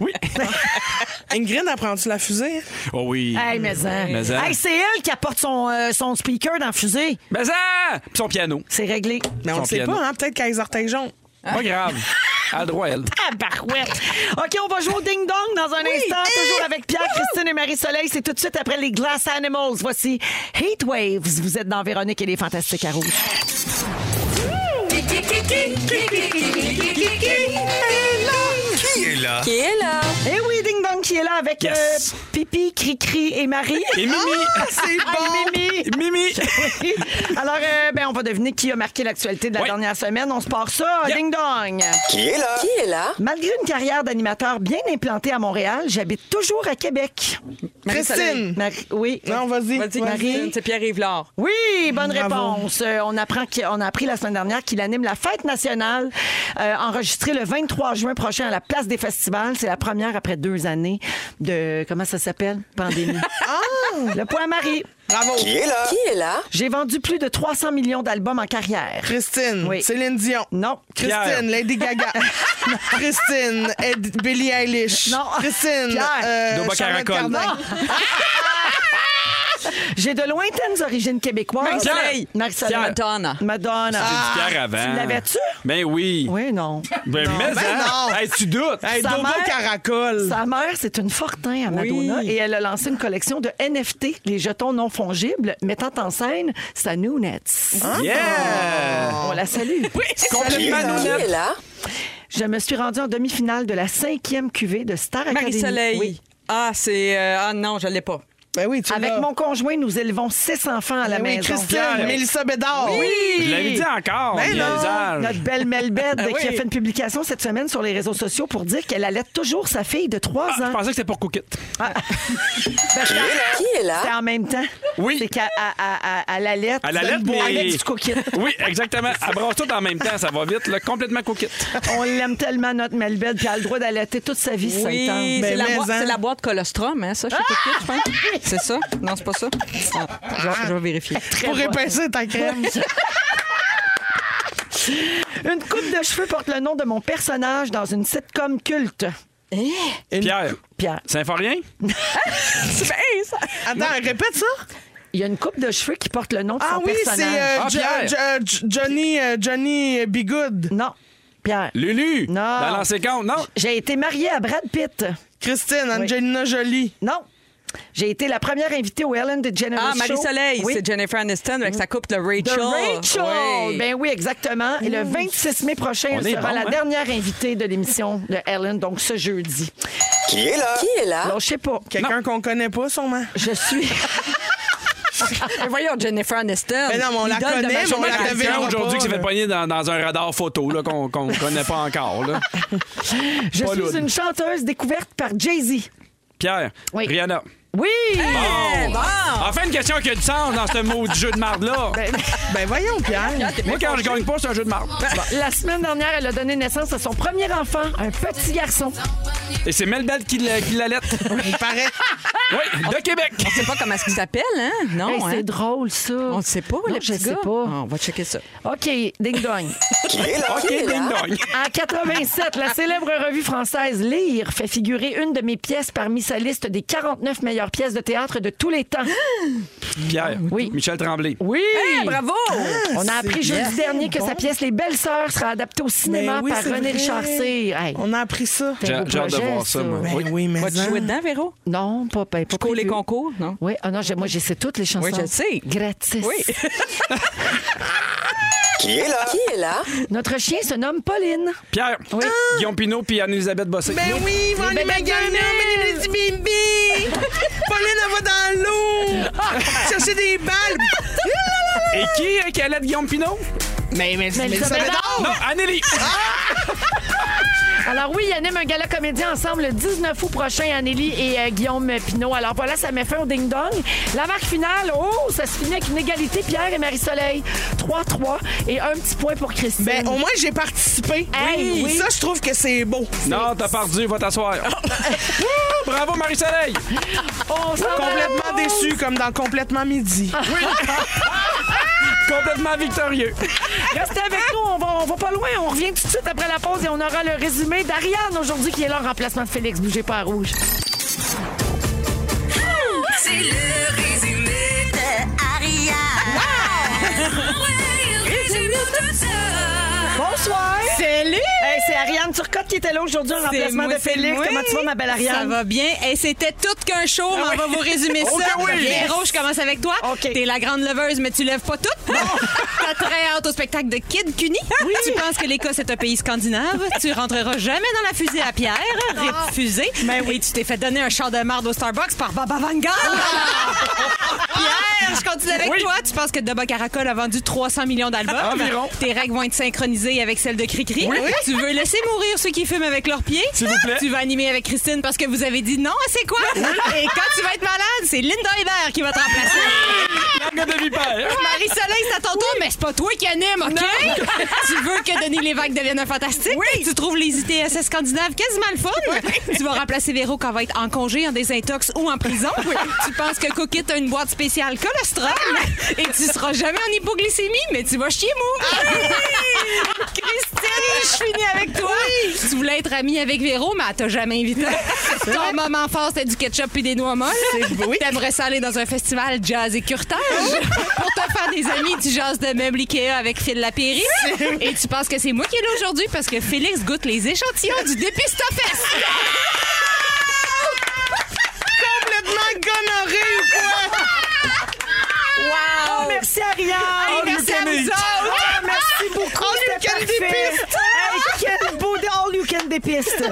Speaker 5: Oui.
Speaker 7: Ingrid, apprends-tu la fusée?
Speaker 5: Ah. Oh oui.
Speaker 4: Hey, mais, hein.
Speaker 5: Mais hein.
Speaker 4: Hey, c'est elle qui apporte son, euh, son speaker dans la fusée.
Speaker 5: Mais ça! Puis son piano.
Speaker 4: C'est réglé.
Speaker 7: Mais on
Speaker 5: Son
Speaker 7: ne sait
Speaker 5: piano.
Speaker 7: pas, hein? Peut-être qu'elle a les orteils jaunes.
Speaker 5: Pas grave. Elle a le droit, elle.
Speaker 4: Tabarouette. OK, on va jouer au ding-dong dans un instant,
Speaker 5: hein?
Speaker 4: toujours avec Pierre, Christine et Marie-Soleil. C'est tout de suite après les Glass Animals. Voici Heat Waves. Vous êtes dans Véronique et les Fantastiques à Rouge.
Speaker 3: Qui est là?
Speaker 6: Qui est là?
Speaker 4: Et Eh oui, ding-dong qui est là avec
Speaker 5: Yes.
Speaker 4: euh, Pipi, Cri-Cri et Marie.
Speaker 5: Et Mimi!
Speaker 7: C'est
Speaker 4: Ah,
Speaker 7: bon!
Speaker 4: Mimi!
Speaker 5: Mimi!
Speaker 4: Oui. Alors, euh, ben, on va deviner qui a marqué l'actualité de la
Speaker 5: Oui.
Speaker 4: dernière semaine. On se part ça,
Speaker 5: Yep.
Speaker 4: ding dong.
Speaker 9: Qui est là?
Speaker 6: Qui est là?
Speaker 4: Malgré une carrière d'animateur bien implantée à Montréal, j'habite toujours à Québec.
Speaker 7: Christine!
Speaker 4: Marie- oui.
Speaker 7: Non, vas-y.
Speaker 6: Vas-y,
Speaker 4: Marie.
Speaker 6: Marie. C'est Pierre Yvelard.
Speaker 4: Oui, bonne
Speaker 7: Bravo.
Speaker 4: réponse. Euh, on apprend qu'il- on a appris la semaine dernière qu'il anime la fête nationale euh, enregistrée le 23 juin prochain à la place des festivals. C'est la première après deux années de comment ça s'appelle pandémie. Ah! Le point à Marie.
Speaker 7: Bravo.
Speaker 9: Qui est là?
Speaker 6: Qui est là?
Speaker 4: J'ai vendu plus de 300 millions d'albums en carrière.
Speaker 7: Christine,
Speaker 4: Oui.
Speaker 7: Céline Dion.
Speaker 4: Non.
Speaker 5: Pierre.
Speaker 7: Christine, Lady Gaga. Christine, Ed- Billie Eilish.
Speaker 4: Non.
Speaker 7: Christine, euh,
Speaker 4: Pierre.
Speaker 5: Doba
Speaker 7: Charlotte
Speaker 5: Caracol.
Speaker 7: Cardin.
Speaker 4: J'ai de lointaines origines québécoises.
Speaker 5: Marie-Soleil.
Speaker 4: Marie-Soleil.
Speaker 5: Pierre.
Speaker 6: Madonna.
Speaker 4: Madonna.
Speaker 5: J'ai
Speaker 7: Ah,
Speaker 5: dit Pierre avant.
Speaker 4: tu l'avais-tu?
Speaker 5: Ben oui.
Speaker 4: Oui, non.
Speaker 5: Ben, mais
Speaker 7: ben
Speaker 5: hein.
Speaker 7: non.
Speaker 5: Hey, tu doutes.
Speaker 7: Hey,
Speaker 4: Sa
Speaker 7: Doba
Speaker 4: mère-
Speaker 7: Caracol.
Speaker 4: Sa mère, c'est une fortin à Madonna
Speaker 6: Oui.
Speaker 4: et elle a lancé une collection de NFT, les jetons non fongibles, mettant en scène sa Noonette.
Speaker 5: Ah. Yeah!
Speaker 7: Ah.
Speaker 4: On la salue.
Speaker 5: Complètement
Speaker 6: Qui
Speaker 5: non-net.
Speaker 6: est là?
Speaker 4: Je me suis rendue en demi-finale de la cinquième cuvée de Star Academy.
Speaker 6: Marie-Soleil.
Speaker 4: Oui.
Speaker 6: Ah, c'est. euh, ah non, je l'ai pas.
Speaker 7: Ben oui, tu
Speaker 4: Avec
Speaker 7: l'as.
Speaker 4: mon conjoint, nous élevons six enfants à la
Speaker 7: Ben oui,
Speaker 4: maison.
Speaker 7: Christine, Mélissa Bédard.
Speaker 5: Je l'avais dit encore.
Speaker 7: Ben non.
Speaker 5: niaisage.
Speaker 4: Notre belle Melbed
Speaker 6: oui.
Speaker 4: qui a fait une publication cette semaine sur les réseaux sociaux pour dire qu'elle allait toujours sa fille de 3
Speaker 5: Ah, je
Speaker 4: ans.
Speaker 5: pensais que c'était pour Cookit.
Speaker 4: Ah. Ben, c'était-
Speaker 6: Qui est là?
Speaker 4: C'était en même temps.
Speaker 5: Oui.
Speaker 4: C'est qu'à à, à, à, à la lettre.
Speaker 5: À la lettre, mais-
Speaker 4: Avec du coquet.
Speaker 5: Oui, exactement. Elle brasse tout en même temps, ça va vite. là. Complètement Cookit.
Speaker 4: On l'aime tellement, notre Melbed, puis elle a le droit d'allaiter toute sa vie si ça lui
Speaker 6: Oui,
Speaker 4: tente.
Speaker 6: c'est
Speaker 7: Ben,
Speaker 6: la,
Speaker 7: mais
Speaker 6: boi-
Speaker 7: en.
Speaker 4: hein.
Speaker 6: c'est la boîte colostrum, hein, ça, chez Cookit, je pense. C'est ça? Non, c'est pas ça? Ah, je, je vais vérifier.
Speaker 4: Ah,
Speaker 7: Pour épaissir ta crème.
Speaker 4: Une coupe de cheveux porte le nom de mon personnage dans une sitcom culte.
Speaker 6: Eh?
Speaker 5: Pierre.
Speaker 4: Pierre,
Speaker 5: Symphorien?
Speaker 6: C'est bien, ça.
Speaker 7: Attends, répète ça.
Speaker 4: il y a une coupe de cheveux qui porte le nom de
Speaker 7: Ah
Speaker 4: son
Speaker 7: oui, c'est
Speaker 4: personnage.
Speaker 7: euh,
Speaker 5: Ah,
Speaker 7: Jo-
Speaker 5: Pierre.
Speaker 7: Jo- Jo- Johnny, euh, Johnny
Speaker 6: euh,
Speaker 7: Bigood.
Speaker 4: Non, Pierre.
Speaker 5: Lulu?
Speaker 4: Non.
Speaker 5: Dans l'ancien compte? Non.
Speaker 4: J'ai été mariée à Brad Pitt.
Speaker 7: Christine, Angelina Jolie.
Speaker 4: Non. J'ai été la première invitée au Ellen DeGeneres
Speaker 6: Ah,
Speaker 4: Show.
Speaker 6: Marie-Soleil,
Speaker 4: Oui.
Speaker 6: c'est Jennifer Aniston avec sa couple de Rachel.
Speaker 4: de Rachel.
Speaker 6: Oui.
Speaker 4: Ben oui, exactement. Et le 26 mai prochain,
Speaker 5: On
Speaker 4: elle
Speaker 5: est
Speaker 4: sera
Speaker 5: bon,
Speaker 4: la
Speaker 5: hein?
Speaker 4: dernière invitée de l'émission de Ellen, donc ce jeudi.
Speaker 9: Qui est là?
Speaker 6: Qui est
Speaker 10: Ah.
Speaker 6: là?
Speaker 4: Alors, je sais pas.
Speaker 7: Quelqu'un qu'on connaît pas, sûrement.
Speaker 4: Je suis.
Speaker 6: Mais Ben, voyons, Jennifer Aniston.
Speaker 4: Ben
Speaker 7: Mais non, mais on la
Speaker 6: l'idole de
Speaker 7: connaît,
Speaker 6: ma
Speaker 7: mais on
Speaker 6: génération.
Speaker 7: la
Speaker 5: Quelqu'un
Speaker 7: verra
Speaker 5: aujourd'hui
Speaker 7: pas,
Speaker 5: qui s'est fait
Speaker 7: là.
Speaker 5: pogner dans, dans un radar photo là, qu'on qu'on connaît pas encore. là.
Speaker 4: Je
Speaker 5: Pas
Speaker 4: suis
Speaker 5: lourde.
Speaker 4: une chanteuse découverte par Jay-Z.
Speaker 5: Pierre.
Speaker 4: Oui.
Speaker 5: Rihanna.
Speaker 4: Oui!
Speaker 5: Ah! Bon. Enfin, une question qui a du sens dans ce mot du jeu de marde-là.
Speaker 7: Ben voyons, Pierre.
Speaker 5: Moi, quand je gagne pas, c'est un jeu de marde.
Speaker 4: La semaine dernière, elle a donné naissance à son premier enfant, un petit garçon.
Speaker 5: Et c'est Melbel qui l'a- qui l'allait.
Speaker 7: Il paraît.
Speaker 5: Oui, de Québec.
Speaker 6: On sait pas comment est-ce qu'il s'appelle, hein? Non,
Speaker 4: Hey,
Speaker 6: hein?
Speaker 4: C'est drôle, ça.
Speaker 6: On ne sait pas,
Speaker 4: Non,
Speaker 6: le
Speaker 4: je
Speaker 6: petit
Speaker 4: sais
Speaker 6: gars. Ah,
Speaker 4: pas.
Speaker 6: On va checker ça.
Speaker 4: OK, ding-dong.
Speaker 9: Qui est là?
Speaker 5: OK, ding
Speaker 4: hein?
Speaker 5: dong.
Speaker 4: En 87, la célèbre revue française Lire fait figurer une de mes pièces parmi sa liste des 49 meilleures pièces de théâtre de tous les temps.
Speaker 5: Pierre.
Speaker 4: Oui.
Speaker 5: Michel Tremblay.
Speaker 4: Oui!
Speaker 6: Hey, bravo!
Speaker 4: On a appris
Speaker 7: bien.
Speaker 4: jeudi dernier que sa pièce Les Belles Sœurs sera adaptée au cinéma
Speaker 7: Ben oui,
Speaker 4: par
Speaker 7: c'est
Speaker 4: René
Speaker 7: vrai.
Speaker 4: Richard Cyr. Hey,
Speaker 7: On a appris ça.
Speaker 4: c'est un beau
Speaker 5: J'ai hâte de
Speaker 4: projet,
Speaker 5: voir ça, moi.
Speaker 7: Ben oui, mais.
Speaker 6: Vas-tu
Speaker 7: hein.
Speaker 6: jouer dedans, Véro?
Speaker 4: Non, pas, pas, pas
Speaker 6: Pour les
Speaker 4: prévu.
Speaker 6: concours, non?
Speaker 4: Oui, ah non, j'ai- moi j'essaie toutes les chansons.
Speaker 6: Oui, je le sais.
Speaker 4: Gratis.
Speaker 6: Oui.
Speaker 9: Qui est là?
Speaker 2: Qui est là?
Speaker 4: Notre chien se nomme Pauline.
Speaker 5: Pierre. Ah! Guillaume Pinot puis Anne-Elisabeth Bossé.
Speaker 7: Ben oui, Vanny
Speaker 4: bébés
Speaker 7: Magana,
Speaker 4: Garnier.
Speaker 7: mais les petits bébés. Pauline, elle va dans l'eau. Chercher des balles.
Speaker 5: Et qui est qui allait de Guillaume Pinot?
Speaker 7: Mais, mais, mais,
Speaker 4: Mélissa
Speaker 7: ça va
Speaker 4: Bédard.
Speaker 7: donc.
Speaker 5: Non, Anneli.
Speaker 7: Ah!
Speaker 4: Alors oui, ils animent un gala comédien ensemble le 19 août prochain, Anneli et euh, Guillaume Pinot. Alors voilà, ça met fin au ding-dong. La marque finale, oh, ça se finit avec une égalité, Pierre et Marie-Soleil. 3-3 et un petit point pour Christine.
Speaker 7: Ben, au moins, j'ai participé.
Speaker 4: Hey, oui.
Speaker 7: Ça, je trouve que c'est beau.
Speaker 5: Non, t'as perdu, va t'asseoir.
Speaker 7: Ah!
Speaker 5: Wouh, Bravo, Marie-Soleil!
Speaker 4: On s'en Oh, va
Speaker 7: ben Complètement
Speaker 4: là-haut.
Speaker 7: déçu, comme dans Complètement Midi.
Speaker 5: Complètement victorieux.
Speaker 4: oh! Restez avec nous, on va, on va pas loin. On revient tout de suite après la pause et on aura le résumé d'Ariane aujourd'hui qui est là en remplacement de Félix. Bougez pas à rouge.
Speaker 2: C'est le résumé
Speaker 6: Ah!
Speaker 2: de Ariane. résumé de ça.
Speaker 4: Bonsoir!
Speaker 10: Salut!
Speaker 4: Hey, c'est Ariane Turcotte qui était là aujourd'hui en
Speaker 10: C'est
Speaker 4: remplacement
Speaker 10: moi,
Speaker 4: de
Speaker 10: c'est
Speaker 4: Félix.
Speaker 10: moi.
Speaker 4: Comment tu vas, ma belle
Speaker 10: Ça
Speaker 4: Ariane? Ah
Speaker 10: va bien. Et c'était tout qu'un show, mais on va vous résumer
Speaker 4: Ok,
Speaker 10: ça.
Speaker 4: oui.
Speaker 10: Véro, je commence avec toi.
Speaker 4: Ok.
Speaker 10: T'es la grande leveuse, mais tu lèves pas toutes. T'as très hâte au spectacle de Kid Cuny. Tu penses que l'Écosse est un pays scandinave. Tu rentreras jamais dans la fusée à pierre. Refusé. Mais oui. Et tu t'es fait donner un char de marde au Starbucks par Baba Vanga. Pierre, je continue avec toi. Tu penses que Deba Caracol a vendu 300 millions d'albums.
Speaker 5: Environ.
Speaker 10: Tes règles vont être synchronisées avec celles de Cricri. Tu veux laisser mourir ceux qui fument avec leurs pieds.
Speaker 5: S'il vous plaît.
Speaker 10: Tu vas animer avec Christine parce que vous avez dit non à c'est quoi. Et quand tu vas être malade, c'est Linda Hébert qui va te remplacer.
Speaker 5: Langue de vipère.
Speaker 10: Marie-Soleil, c'est à ton tour, mais c'est pas toi qui anime, OK? tu veux que Denis Lévesque devienne un fantastique? Tu trouves les ITSS scandinaves quasiment le fun? Tu vas remplacer Véro quand elle va être en congé, en désintox ou en prison? Tu penses que Coquit a une boîte spéciale cholestérol?
Speaker 5: Ah
Speaker 10: Et tu seras jamais en hypoglycémie, mais tu vas chier
Speaker 5: Ah
Speaker 10: mou! Christine, je finis avec toi. Tu voulais être amie avec Véro, mais elle t'a jamais invité. Ton moment fort, c'était du ketchup puis des noix molles. T'aimerais ça aller dans un festival jazz et curtage. Pour te faire des amis, tu jases de meubles Ikea avec Phil Lapéry. Et tu penses que c'est moi qui est là aujourd'hui parce que Félix goûte les échantillons du Dépistofest.
Speaker 7: Complètement gonorré ou quoi?
Speaker 4: Oh, merci, Ariane!
Speaker 10: Hey, merci à vous autres.
Speaker 4: Ah, merci beaucoup! c'était
Speaker 7: can
Speaker 4: parfait.
Speaker 7: dépiste.
Speaker 4: Hey, quel beau dé- All you can dépiste! quel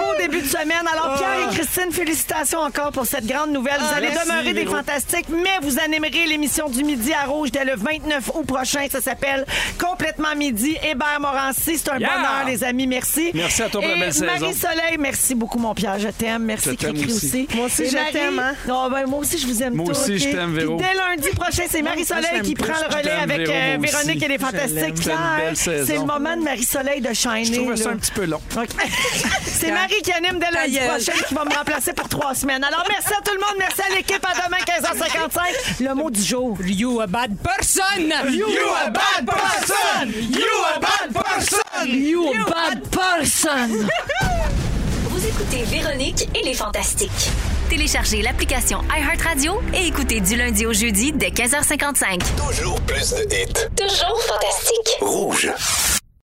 Speaker 4: beau début de semaine! Alors,
Speaker 5: Oh.
Speaker 4: Pierre et Christine, félicitations encore pour cette grande nouvelle.
Speaker 5: Ah,
Speaker 4: Vous allez demeurer des fantastiques, mais vous animerez l'émission du Midi à Rouge dès le 29 août prochain. Ça s'appelle Complètement Midi. Hébert Morancy, c'est un
Speaker 5: Yeah.
Speaker 4: bonheur, les amis. Merci.
Speaker 5: Merci à toi pour la
Speaker 4: Et
Speaker 5: belle saison.
Speaker 4: Marie-Soleil, merci beaucoup, mon Pierre. Je t'aime.
Speaker 5: Je
Speaker 4: Merci,
Speaker 5: t'aime
Speaker 4: Cricri aussi.
Speaker 5: aussi.
Speaker 7: Moi aussi,
Speaker 4: Et
Speaker 7: je
Speaker 4: Marie-
Speaker 7: t'aime, hein?
Speaker 4: Non, ben, moi aussi, je vous aime
Speaker 5: Moi
Speaker 4: tous,
Speaker 5: aussi,
Speaker 4: OK?
Speaker 5: je t'aime, Véro.
Speaker 4: Puis dès lundi prochain, c'est Marie-Soleil
Speaker 7: moi,
Speaker 4: qui
Speaker 7: je l'aime
Speaker 4: prend
Speaker 5: plus.
Speaker 4: le
Speaker 5: Je
Speaker 4: relais
Speaker 5: t'aime,
Speaker 4: avec
Speaker 5: Véro,
Speaker 4: euh,
Speaker 5: moi aussi.
Speaker 4: Véronique et les Fantastiques.
Speaker 5: C'était une
Speaker 4: Pierre,
Speaker 5: belle saison.
Speaker 4: C'est le moment de Marie-Soleil de shiner.
Speaker 5: Je trouvais ça
Speaker 4: là.
Speaker 5: un petit peu long.
Speaker 4: OK. C'est Marie qui anime dès lundi
Speaker 6: gueule.
Speaker 4: prochain qui va me remplacer pour trois semaines. Alors, merci à tout le monde. Merci à l'équipe. À demain, 15h55. Le mot du jour.
Speaker 10: You a bad person. You,
Speaker 5: a bad person! You a bad person!
Speaker 4: You bad person!
Speaker 1: Vous écoutez Véronique et les Fantastiques. Téléchargez l'application iHeartRadio et écoutez du lundi au jeudi dès 15h55.
Speaker 2: Toujours plus de hits.
Speaker 1: Toujours fantastique.
Speaker 2: Rouge.